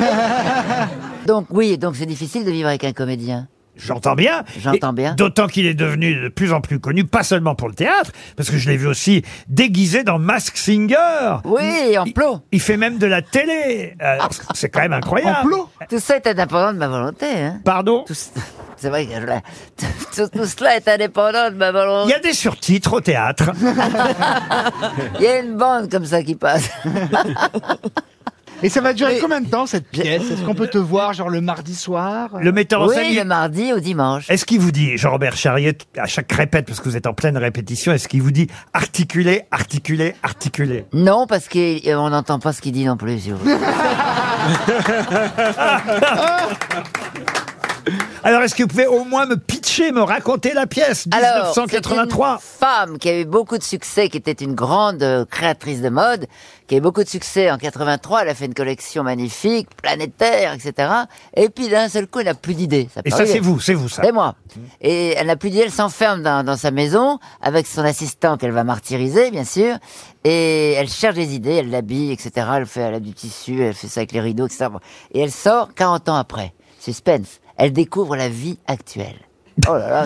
S20: donc oui, donc c'est difficile de vivre avec un comédien.
S2: J'entends bien.
S20: J'entends
S2: Et
S20: bien.
S2: D'autant qu'il est devenu de plus en plus connu, pas seulement pour le théâtre, parce que je l'ai vu aussi déguisé dans Mask Singer.
S20: Oui, en plomb. Ah.
S2: Il, fait même de la télé. Euh, c'est quand même incroyable.
S20: Tout ça est indépendant de ma volonté. Hein.
S2: Pardon.
S20: C'est vrai que je l'ai- [LAUGHS] tout, tout cela est indépendant de ma
S2: Il
S20: volonté.
S2: y a des surtitres au théâtre.
S20: [LAUGHS] Il y a une bande comme ça qui passe.
S5: Et ça va durer combien de temps cette pièce Est-ce qu'on peut te voir genre le mardi soir
S2: Le metteur en
S20: oui,
S2: scène, il-
S20: le mardi au dimanche.
S2: Est-ce qu'il vous dit, Jean-Robert Charrier, à chaque répète, parce que vous êtes en pleine répétition, est-ce qu'il vous dit articuler, articuler, articuler
S20: Non, parce qu'on n'entend pas ce qu'il dit non plus. si vous voulez.
S7: Ah,
S2: Alors, est-ce que vous pouvez au moins me pitcher, me raconter la pièce
S20: Alors,
S2: 1983
S20: c'est une femme qui a eu beaucoup de succès, qui était une grande euh, créatrice de mode, qui a eu beaucoup de succès en 83. Elle a fait une collection magnifique, planétaire, etc. Et puis d'un seul coup, elle n'a plus d'idée.
S2: Et
S20: peut
S2: ça,
S20: arriver.
S2: c'est vous, c'est vous, ça. Mmh.
S20: C'est moi. Et elle n'a plus d'idée, elle s'enferme dans, dans sa maison avec son assistant qu'elle va martyriser, bien sûr. Et elle cherche des idées, elle l'habille, etc. Elle fait, elle a du tissu, elle fait ça avec les rideaux, etc. Bon. Et elle sort 40 ans après. Suspense. Elle découvre la vie actuelle. Oh là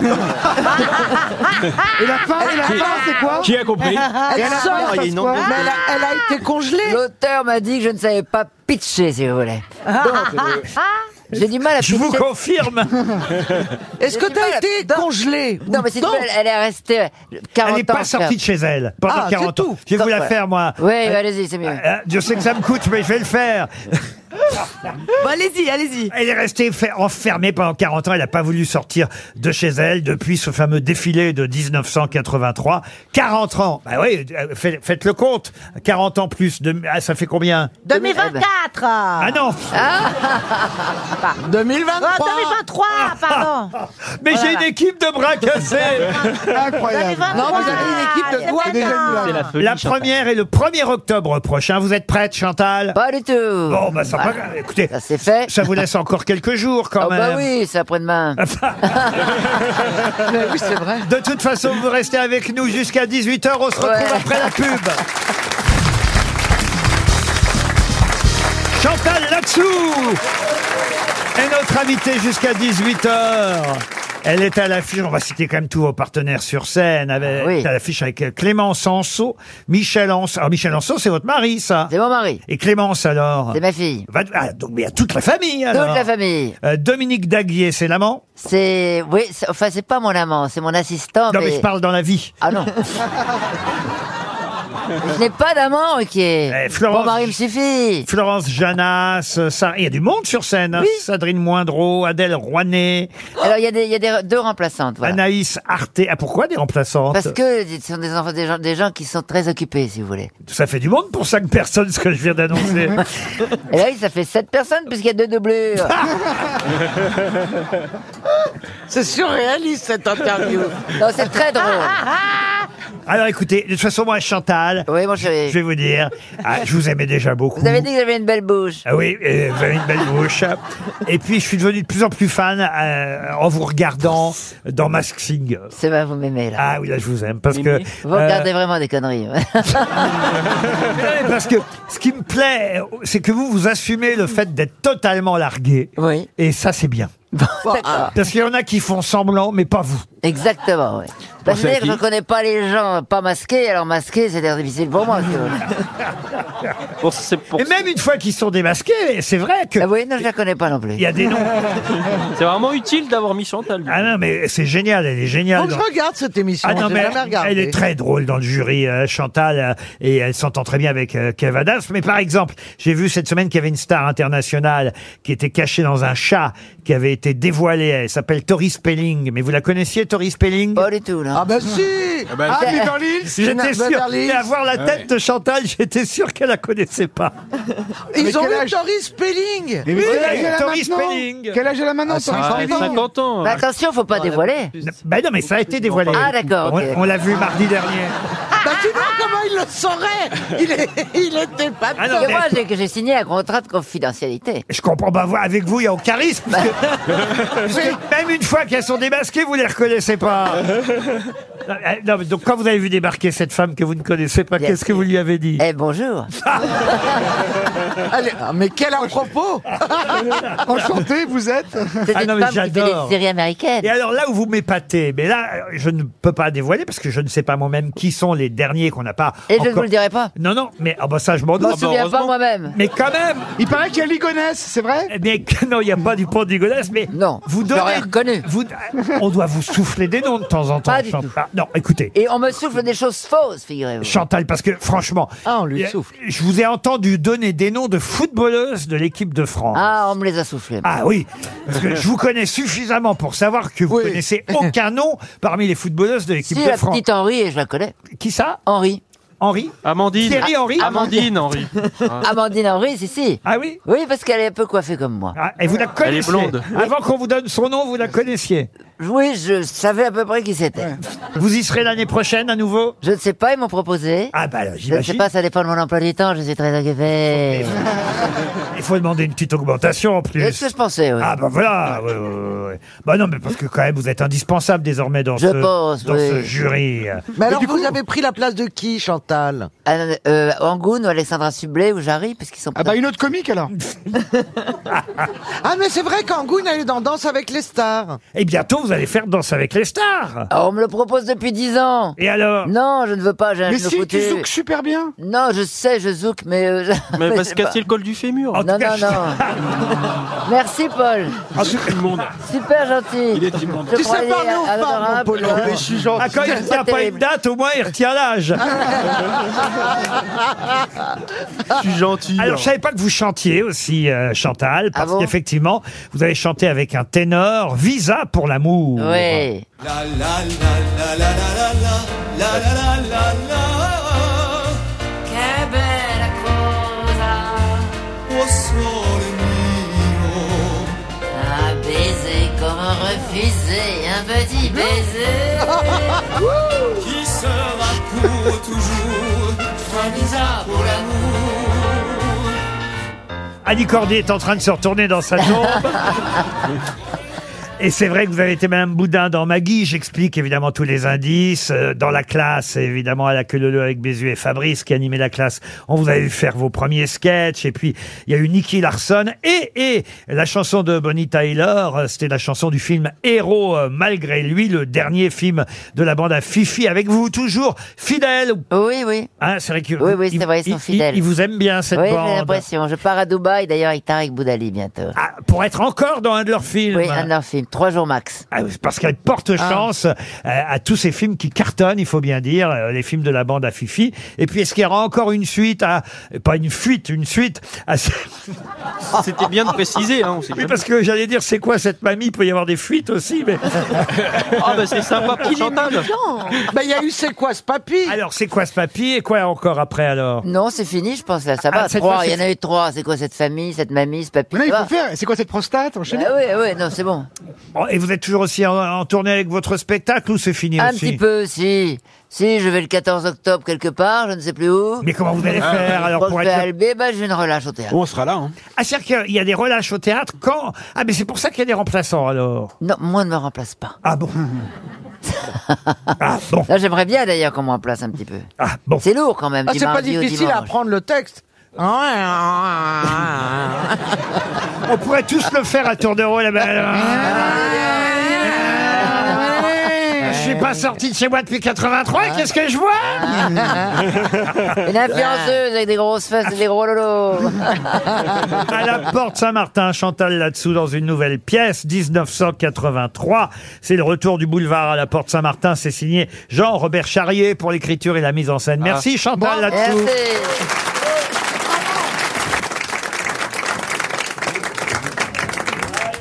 S2: [LAUGHS]
S20: là.
S5: Et la fin, et la
S20: Qui-
S5: fin, c'est quoi
S20: qui a
S2: [LAUGHS]
S20: compris
S5: Et à la
S20: Elle
S5: fin,
S20: sort,
S5: il
S20: il
S5: se
S20: y a une
S5: passe quoi
S20: onde de-
S5: Mais elle a-
S20: Elle a été congelée. L'auteur m'a dit que je ne savais pas pitcher, si vous voulez.
S7: ah,
S20: [LAUGHS] Donc, euh, j'ai du mal à
S2: Je
S20: pitcher.
S2: vous
S20: [LAUGHS]
S2: confirme
S20: Est-ce que t'as été congelée Non, mais c'est
S2: Non.
S20: elle, elle est restée 40
S2: Elle n'est pas
S20: ans,
S2: sortie de chez elle pendant
S20: Ah,
S2: 40
S20: c'est
S2: ans.
S20: tout.
S2: Je vais vous la
S20: Ouais.
S2: faire, moi.
S20: Oui, bah, allez-y, c'est mieux.
S2: Euh, Je sais que ça me coûte, mais je vais le
S20: [LAUGHS]
S2: faire.
S11: allez-y, allez-y.
S2: Elle est restée fe- enfermée pendant 40 ans. Elle n'a pas voulu sortir de chez elle depuis ce fameux défilé de 1983. 40 ans. Bah oui, euh, fait- faites le compte. 40 ans plus. De, ah, ça fait combien
S7: 2024 Ah
S2: non
S7: 2023 2023,
S3: Ah,
S7: pardon
S2: Mais
S7: Oh là
S2: j'ai
S7: là.
S2: une équipe de bras cassés
S7: Incroyable. Non, vous avez une équipe de quoi C'est déjà une blague. C'est la folie,
S2: La
S7: Chantal.
S2: première est le 1er octobre prochain. Vous êtes prête, Chantal
S20: Pas du tout.
S2: Bon, bah ça, va. écoutez, ça,
S20: fait.
S2: ça vous laisse encore quelques jours quand
S20: Ah
S2: même.
S20: bah oui,
S2: [LAUGHS]
S20: c'est après-demain.
S2: oui, c'est vrai. De toute façon, vous restez avec nous jusqu'à 18h. On se retrouve après la pub. Chantal Latsou est notre invitée jusqu'à 18h. Elle est à l'affiche, on va citer quand même tous vos partenaires sur scène. Elle est à l'affiche avec euh, Clémence Anceau, Michel Anceau. Alors Michel Anceau, c'est votre mari, ça
S20: C'est mon mari.
S2: Et Clémence, alors
S20: C'est ma fille.
S2: Ah, donc, mais il y a toute la famille,
S20: Toute
S2: alors
S20: la famille.
S2: Euh, Dominique Daguier, c'est l'amant
S20: C'est. Oui, c'est- enfin, c'est pas mon amant, c'est mon assistant.
S2: Non, mais je parle dans la vie.
S20: Ah
S2: [LAUGHS]
S20: non.
S14: [LAUGHS]
S20: je n'ai pas d'amant, ok.
S2: Florence-
S20: Mon mari me suffit.
S2: Florence Janas, euh, ça, il y a du monde sur scène. hein. Sandrine Moindreau, Adèle Rouanet,
S20: Alors, il y a, des, il y a des- deux remplaçantes, voilà.
S2: Anaïs Arte. Ah, pourquoi des remplaçantes
S20: Parce que ce sont des, enfants, des, gens, des gens qui sont très occupés, si vous voulez.
S2: Ça fait du monde pour cinq personnes, ce que je viens d'annoncer.
S20: Et là, oui, ça fait sept personnes, puisqu'il y a deux doublures.
S10: [LAUGHS] C'est surréaliste cette interview.
S20: Non, c'est très drôle.
S2: [LAUGHS] Alors écoutez, de toute façon, moi, Chantal, je vais vous dire, ah, je vous aimais déjà beaucoup.
S20: Vous avez dit que j'avais une belle bouche.
S2: Ah oui, euh, vous avez une belle bouche. Et puis, je suis devenu de plus en plus fan euh, en vous regardant dans Mask Singer.
S20: C'est vrai, vous m'aimez là.
S2: Ah oui, là, je vous aime parce que.
S20: Vous
S2: euh,
S20: regardez vraiment
S2: [LAUGHS]
S20: des conneries.
S2: Ouais, parce que ce qui me plaît, c'est que vous vous assumez le fait d'être totalement largué.
S20: Oui.
S2: Et ça, c'est bien. Parce qu'il y en a qui font semblant, mais pas vous.
S20: Exactement, oui. Parce que
S2: Pensez à
S20: je
S2: qui
S20: ne connais pas les gens pas masqués, alors masqués, c'est difficile pour moi. si vous voulez.
S2: Et même une fois qu'ils sont démasqués, c'est vrai que.
S20: Ah oui, non, je la connais pas non plus.
S2: Il y a des noms.
S6: [LAUGHS] C'est vraiment utile d'avoir mis Chantal.
S2: Ah non, mais c'est génial, elle est géniale.
S10: Faut que je
S2: dans-
S10: regarde cette émission.
S2: Ah non,
S10: j'ai
S2: mais
S10: jamais
S2: elle,
S10: regardé.
S2: elle est très drôle dans le jury, euh, Chantal, euh, et elle s'entend très bien avec euh, Kev Adams. Mais par exemple, j'ai vu cette semaine qu'il y avait une star internationale qui était cachée dans un chat, qui avait été dévoilée. Elle s'appelle Tori Spelling. Mais vous la connaissiez, Tori Spelling
S20: Pas du tout, là.
S10: Ah ben si
S2: Ah,
S10: ben, Ah, c'est- Beverly Hills
S2: J'étais sûr,
S10: Beverly Hills.
S2: et à voir la tête de Chantal, j'étais sûr qu'elle la connaissait pas.
S10: Ils ont eu Tori Spelling
S2: Mais quel âge elle a
S10: Tori
S2: maintenant Quel âge elle a maintenant, Ah, Tori ça, Spelling 50 ans.
S20: Mais attention, faut pas dévoiler.
S2: Ben non, mais ça a été dévoilé.
S20: Ah, d'accord,
S2: On-
S20: ok.
S2: on l'a vu mardi dernier.
S10: Bah sinon, comment il le saurait il, est- il était pas
S20: Parce
S10: dedans.
S20: que moi, j'ai- que j'ai signé un contrat de confidentialité.
S2: Je comprends pas, bah, avec vous, il y a au charisme.
S20: [LAUGHS]
S2: parce que- [LAUGHS] parce que même une fois qu'elles sont démasquées, vous les reconnaissez
S20: [LAUGHS]
S2: pas. Non, euh, non, mais donc quand vous avez vu débarquer cette femme que vous ne connaissez pas,
S20: Bien
S2: qu'est-ce que
S20: sûr.
S2: vous lui avez dit Ah, [LAUGHS]
S20: Eh, bonjour.
S10: Allez, ah, mais
S2: [LAUGHS]
S10: quel à-propos
S5: Enchanté, vous êtes
S20: C'est
S2: Ah
S20: une
S2: non, mais
S20: femme qui fait des
S2: j'adore.
S20: séries américaines.
S2: Et alors là où vous m'épatez, mais là, euh, je ne peux pas dévoiler parce que je ne sais pas moi-même qui sont les derniers qu'on n'a pas.
S20: Et je ne
S2: encore-
S20: vous le dirai pas.
S2: Non, non, mais ah bah, ça, je m'en
S20: Je
S2: doute.
S20: me souviens pas moi-même.
S2: Mais quand même
S5: Il paraît qu'il y a Ligonesse, c'est vrai
S2: Eh bien, que- non, il n'y a pas du pont de Ligonnès, mais
S20: Non,
S2: vous
S20: je l'aurais
S2: donnez. Vous, euh, on doit vous souffler des noms de temps en temps.
S20: Pas du
S2: Chantal. Non, écoutez.
S20: Et on me souffle des choses fausses, figurez-vous.
S2: Chantal, parce que franchement,
S20: Ah, on lui
S2: euh,
S20: souffle.
S2: je vous ai entendu donner des noms de footballeuses de l'équipe de France. Ah.
S20: Ah, on me les a soufflés.
S2: oui, parce que je vous connais suffisamment pour savoir que vous connaissez aucun nom parmi les footballeuses de l'équipe
S20: Si,
S2: de
S20: la
S2: France.
S20: petite Henri, et je la connais.
S2: Qui ça
S20: Henri. Ah,
S2: Henri
S6: Amandine. Ah,
S2: Thierry Henry
S6: Amandine Henri.
S20: [LAUGHS] Amandine Henri, si, si.
S2: Ah oui
S20: Oui, parce qu'elle est un peu coiffée comme moi.
S2: Ah, et vous la
S6: Elle est
S2: connaissiez
S6: blonde.
S2: Avant qu'on vous donne son nom, vous la connaissiez.
S20: Oui, je savais à peu près qui c'était.
S2: Vous y serez l'année prochaine à nouveau
S20: Je ne sais pas, ils m'ont proposé.
S2: Ah bah alors,
S20: Je ne sais
S2: j'imagine.
S20: pas, ça dépend de mon emploi du temps, je suis très occupé.
S2: Il faut demander une petite augmentation en plus.
S20: C'est ce que je pensais, oui.
S2: Ah bah voilà, ouais, ouais, ouais. Bah non, mais parce que quand même, vous êtes indispensable désormais dans,
S20: Je
S2: ce,
S20: pense,
S2: dans
S20: oui.
S2: ce jury.
S10: Mais alors, vous avez pris la place de qui, Chantal
S20: Ah, non, euh, Angoune ou Alexandra Sublet ou Jarry, parce qu'ils sont
S5: Ah bah une autre
S20: [LAUGHS]
S5: comique alors
S10: Ah, mais c'est vrai qu'Angoune, elle est dans Danse avec les stars.
S2: Et Eh, bientôt, vous allez faire Danse avec les stars.
S20: Ah, on me le propose depuis 10 ans.
S2: Et alors
S20: Non, je ne veux pas, j'ai un
S5: Mais
S20: genou
S5: si,
S20: foutu.
S5: tu zouks super bien
S20: Non, je sais, je zouk, mais... euh, [LAUGHS] je-
S6: Mais parce
S20: je sais
S6: qu'à
S20: pas.
S6: le col du fémur.
S2: En
S20: Non,
S2: tout cas,
S20: non, non.
S2: [LAUGHS]
S20: Merci, Paul. Super gentil. Il est immonde.
S10: Tu sais parler aux femmes, mon Polo. Mais je suis gentil.
S2: Ah, quand il ne
S20: C'est
S2: retient
S20: pas
S2: pas une
S20: terrible.
S2: date, au moins il retient
S18: [LAUGHS]
S2: l'âge.
S6: Je suis gentil.
S2: Alors, je savais pas que vous chantiez aussi, euh, Chantal, parce qu'effectivement, vous avez chanté avec un ténor, Visa pour l'amour.
S20: Oui.
S3: La la la la la la la la la la la la Che bella cosa Oh sole mio
S20: Un baiser, comment refuser un petit baiser
S3: Qui sera pour toujours Un visa pour l'amour
S20: [LAUGHS]
S2: Annie Cordy est en train de se retourner dans sa tombe. Et c'est vrai que vous avez été Madame Boudin dans Maggie. J'explique évidemment tous les indices. Euh, Dans la classe, évidemment, à la queue leu avec Bézu et Fabrice qui animait la classe. On vous avait vu faire vos premiers sketchs. Et puis, il y a eu Nicky Larson. Et, et la chanson de Bonnie Tyler, euh, c'était la chanson du film Héros euh, malgré lui, le dernier film de la bande à Fifi avec vous toujours fidèle.
S20: Oui, oui.
S2: Hein, c'est vrai que
S20: Oui, oui, c'est vrai, ils sont fidèles.
S2: Ils, vous aiment [LAUGHS] bien cette
S20: oui, j'ai
S2: bande. Ah.
S20: l'impression. Je pars à Dubaï, d'ailleurs, avec Tarek Boudali bientôt.
S2: pour être encore dans un de leurs films.
S20: Oui, un de leurs films. Trois jours max.
S2: Ah, c'est Parce qu'elle porte
S20: Ah.
S2: chance euh, à tous ces films qui cartonnent, il faut bien dire, euh, les films de la bande à Fifi. Et puis, est-ce qu'il y aura encore une suite à, pas une fuite, une suite à ce-
S6: [LAUGHS] C'était bien de préciser. Hein, on sait
S2: Oui, parce que j'allais dire, c'est quoi cette mamie? Il peut y avoir des fuites aussi, mais.
S6: [LAUGHS] Ah, bah, c'est sympa pour
S2: Il est
S6: Chantal.
S2: Bah, il y a eu c'est quoi ce papy? Alors, c'est quoi ce papy et quoi encore après alors?
S20: Non, c'est fini, je pense, là, ça va.
S2: Ah, cette
S20: trois,
S2: fois,
S20: il y en
S2: c'est-
S20: a eu trois. C'est quoi cette famille, cette mamie, ce papy
S2: Mais non, il
S20: tu
S2: faut
S20: vois
S5: Faire, C'est quoi cette prostate enchaînée
S20: Ah oui, oui, non, c'est bon.
S2: Bon, Et vous êtes toujours aussi en, en tournée avec votre spectacle ou c'est fini
S20: Un
S2: aussi?
S20: petit peu, si. Si, je vais le 14 octobre quelque part, je ne sais plus où.
S2: Mais comment vous allez faire, alors,
S20: Quand
S2: pour
S20: je vais
S2: être-
S20: à Albé, bah, je vais une relâche au théâtre.
S2: On sera là,
S10: hein.
S20: [LAUGHS]
S2: Ah, c'est-à-dire qu'il y a des relâches au théâtre quand? Ah, mais c'est pour ça qu'il y a des remplaçants, alors.
S20: Non, moi, ne me remplace pas.
S2: Ah bon Ah,
S20: Là, j'aimerais bien d'ailleurs qu'on me remplace un petit peu. C'est lourd quand même.
S10: Ah,
S20: du
S10: c'est pas
S20: mardi au
S10: difficile à
S20: dimanche.
S10: apprendre
S20: [LAUGHS]
S10: le texte.
S2: On pourrait tous le faire à tour de rôle. eh ben,
S20: Eh, eh,
S2: Je suis pas sorti de chez moi depuis 83, qu'est-ce que je
S10: hein. [LAUGHS]
S2: vois
S20: Ah, Une influenceuse avec des grosses fesses et des gros lolos.
S2: À la porte Saint-Martin, Chantal là-dessous dans une nouvelle pièce, 1983. C'est le retour du boulevard à la porte Saint-Martin. C'est signé Jean-Robert Charrier pour l'écriture et la mise en scène. Merci
S3: Ah.
S2: Chantal
S3: Bon.
S2: là-dessous.
S3: Merci.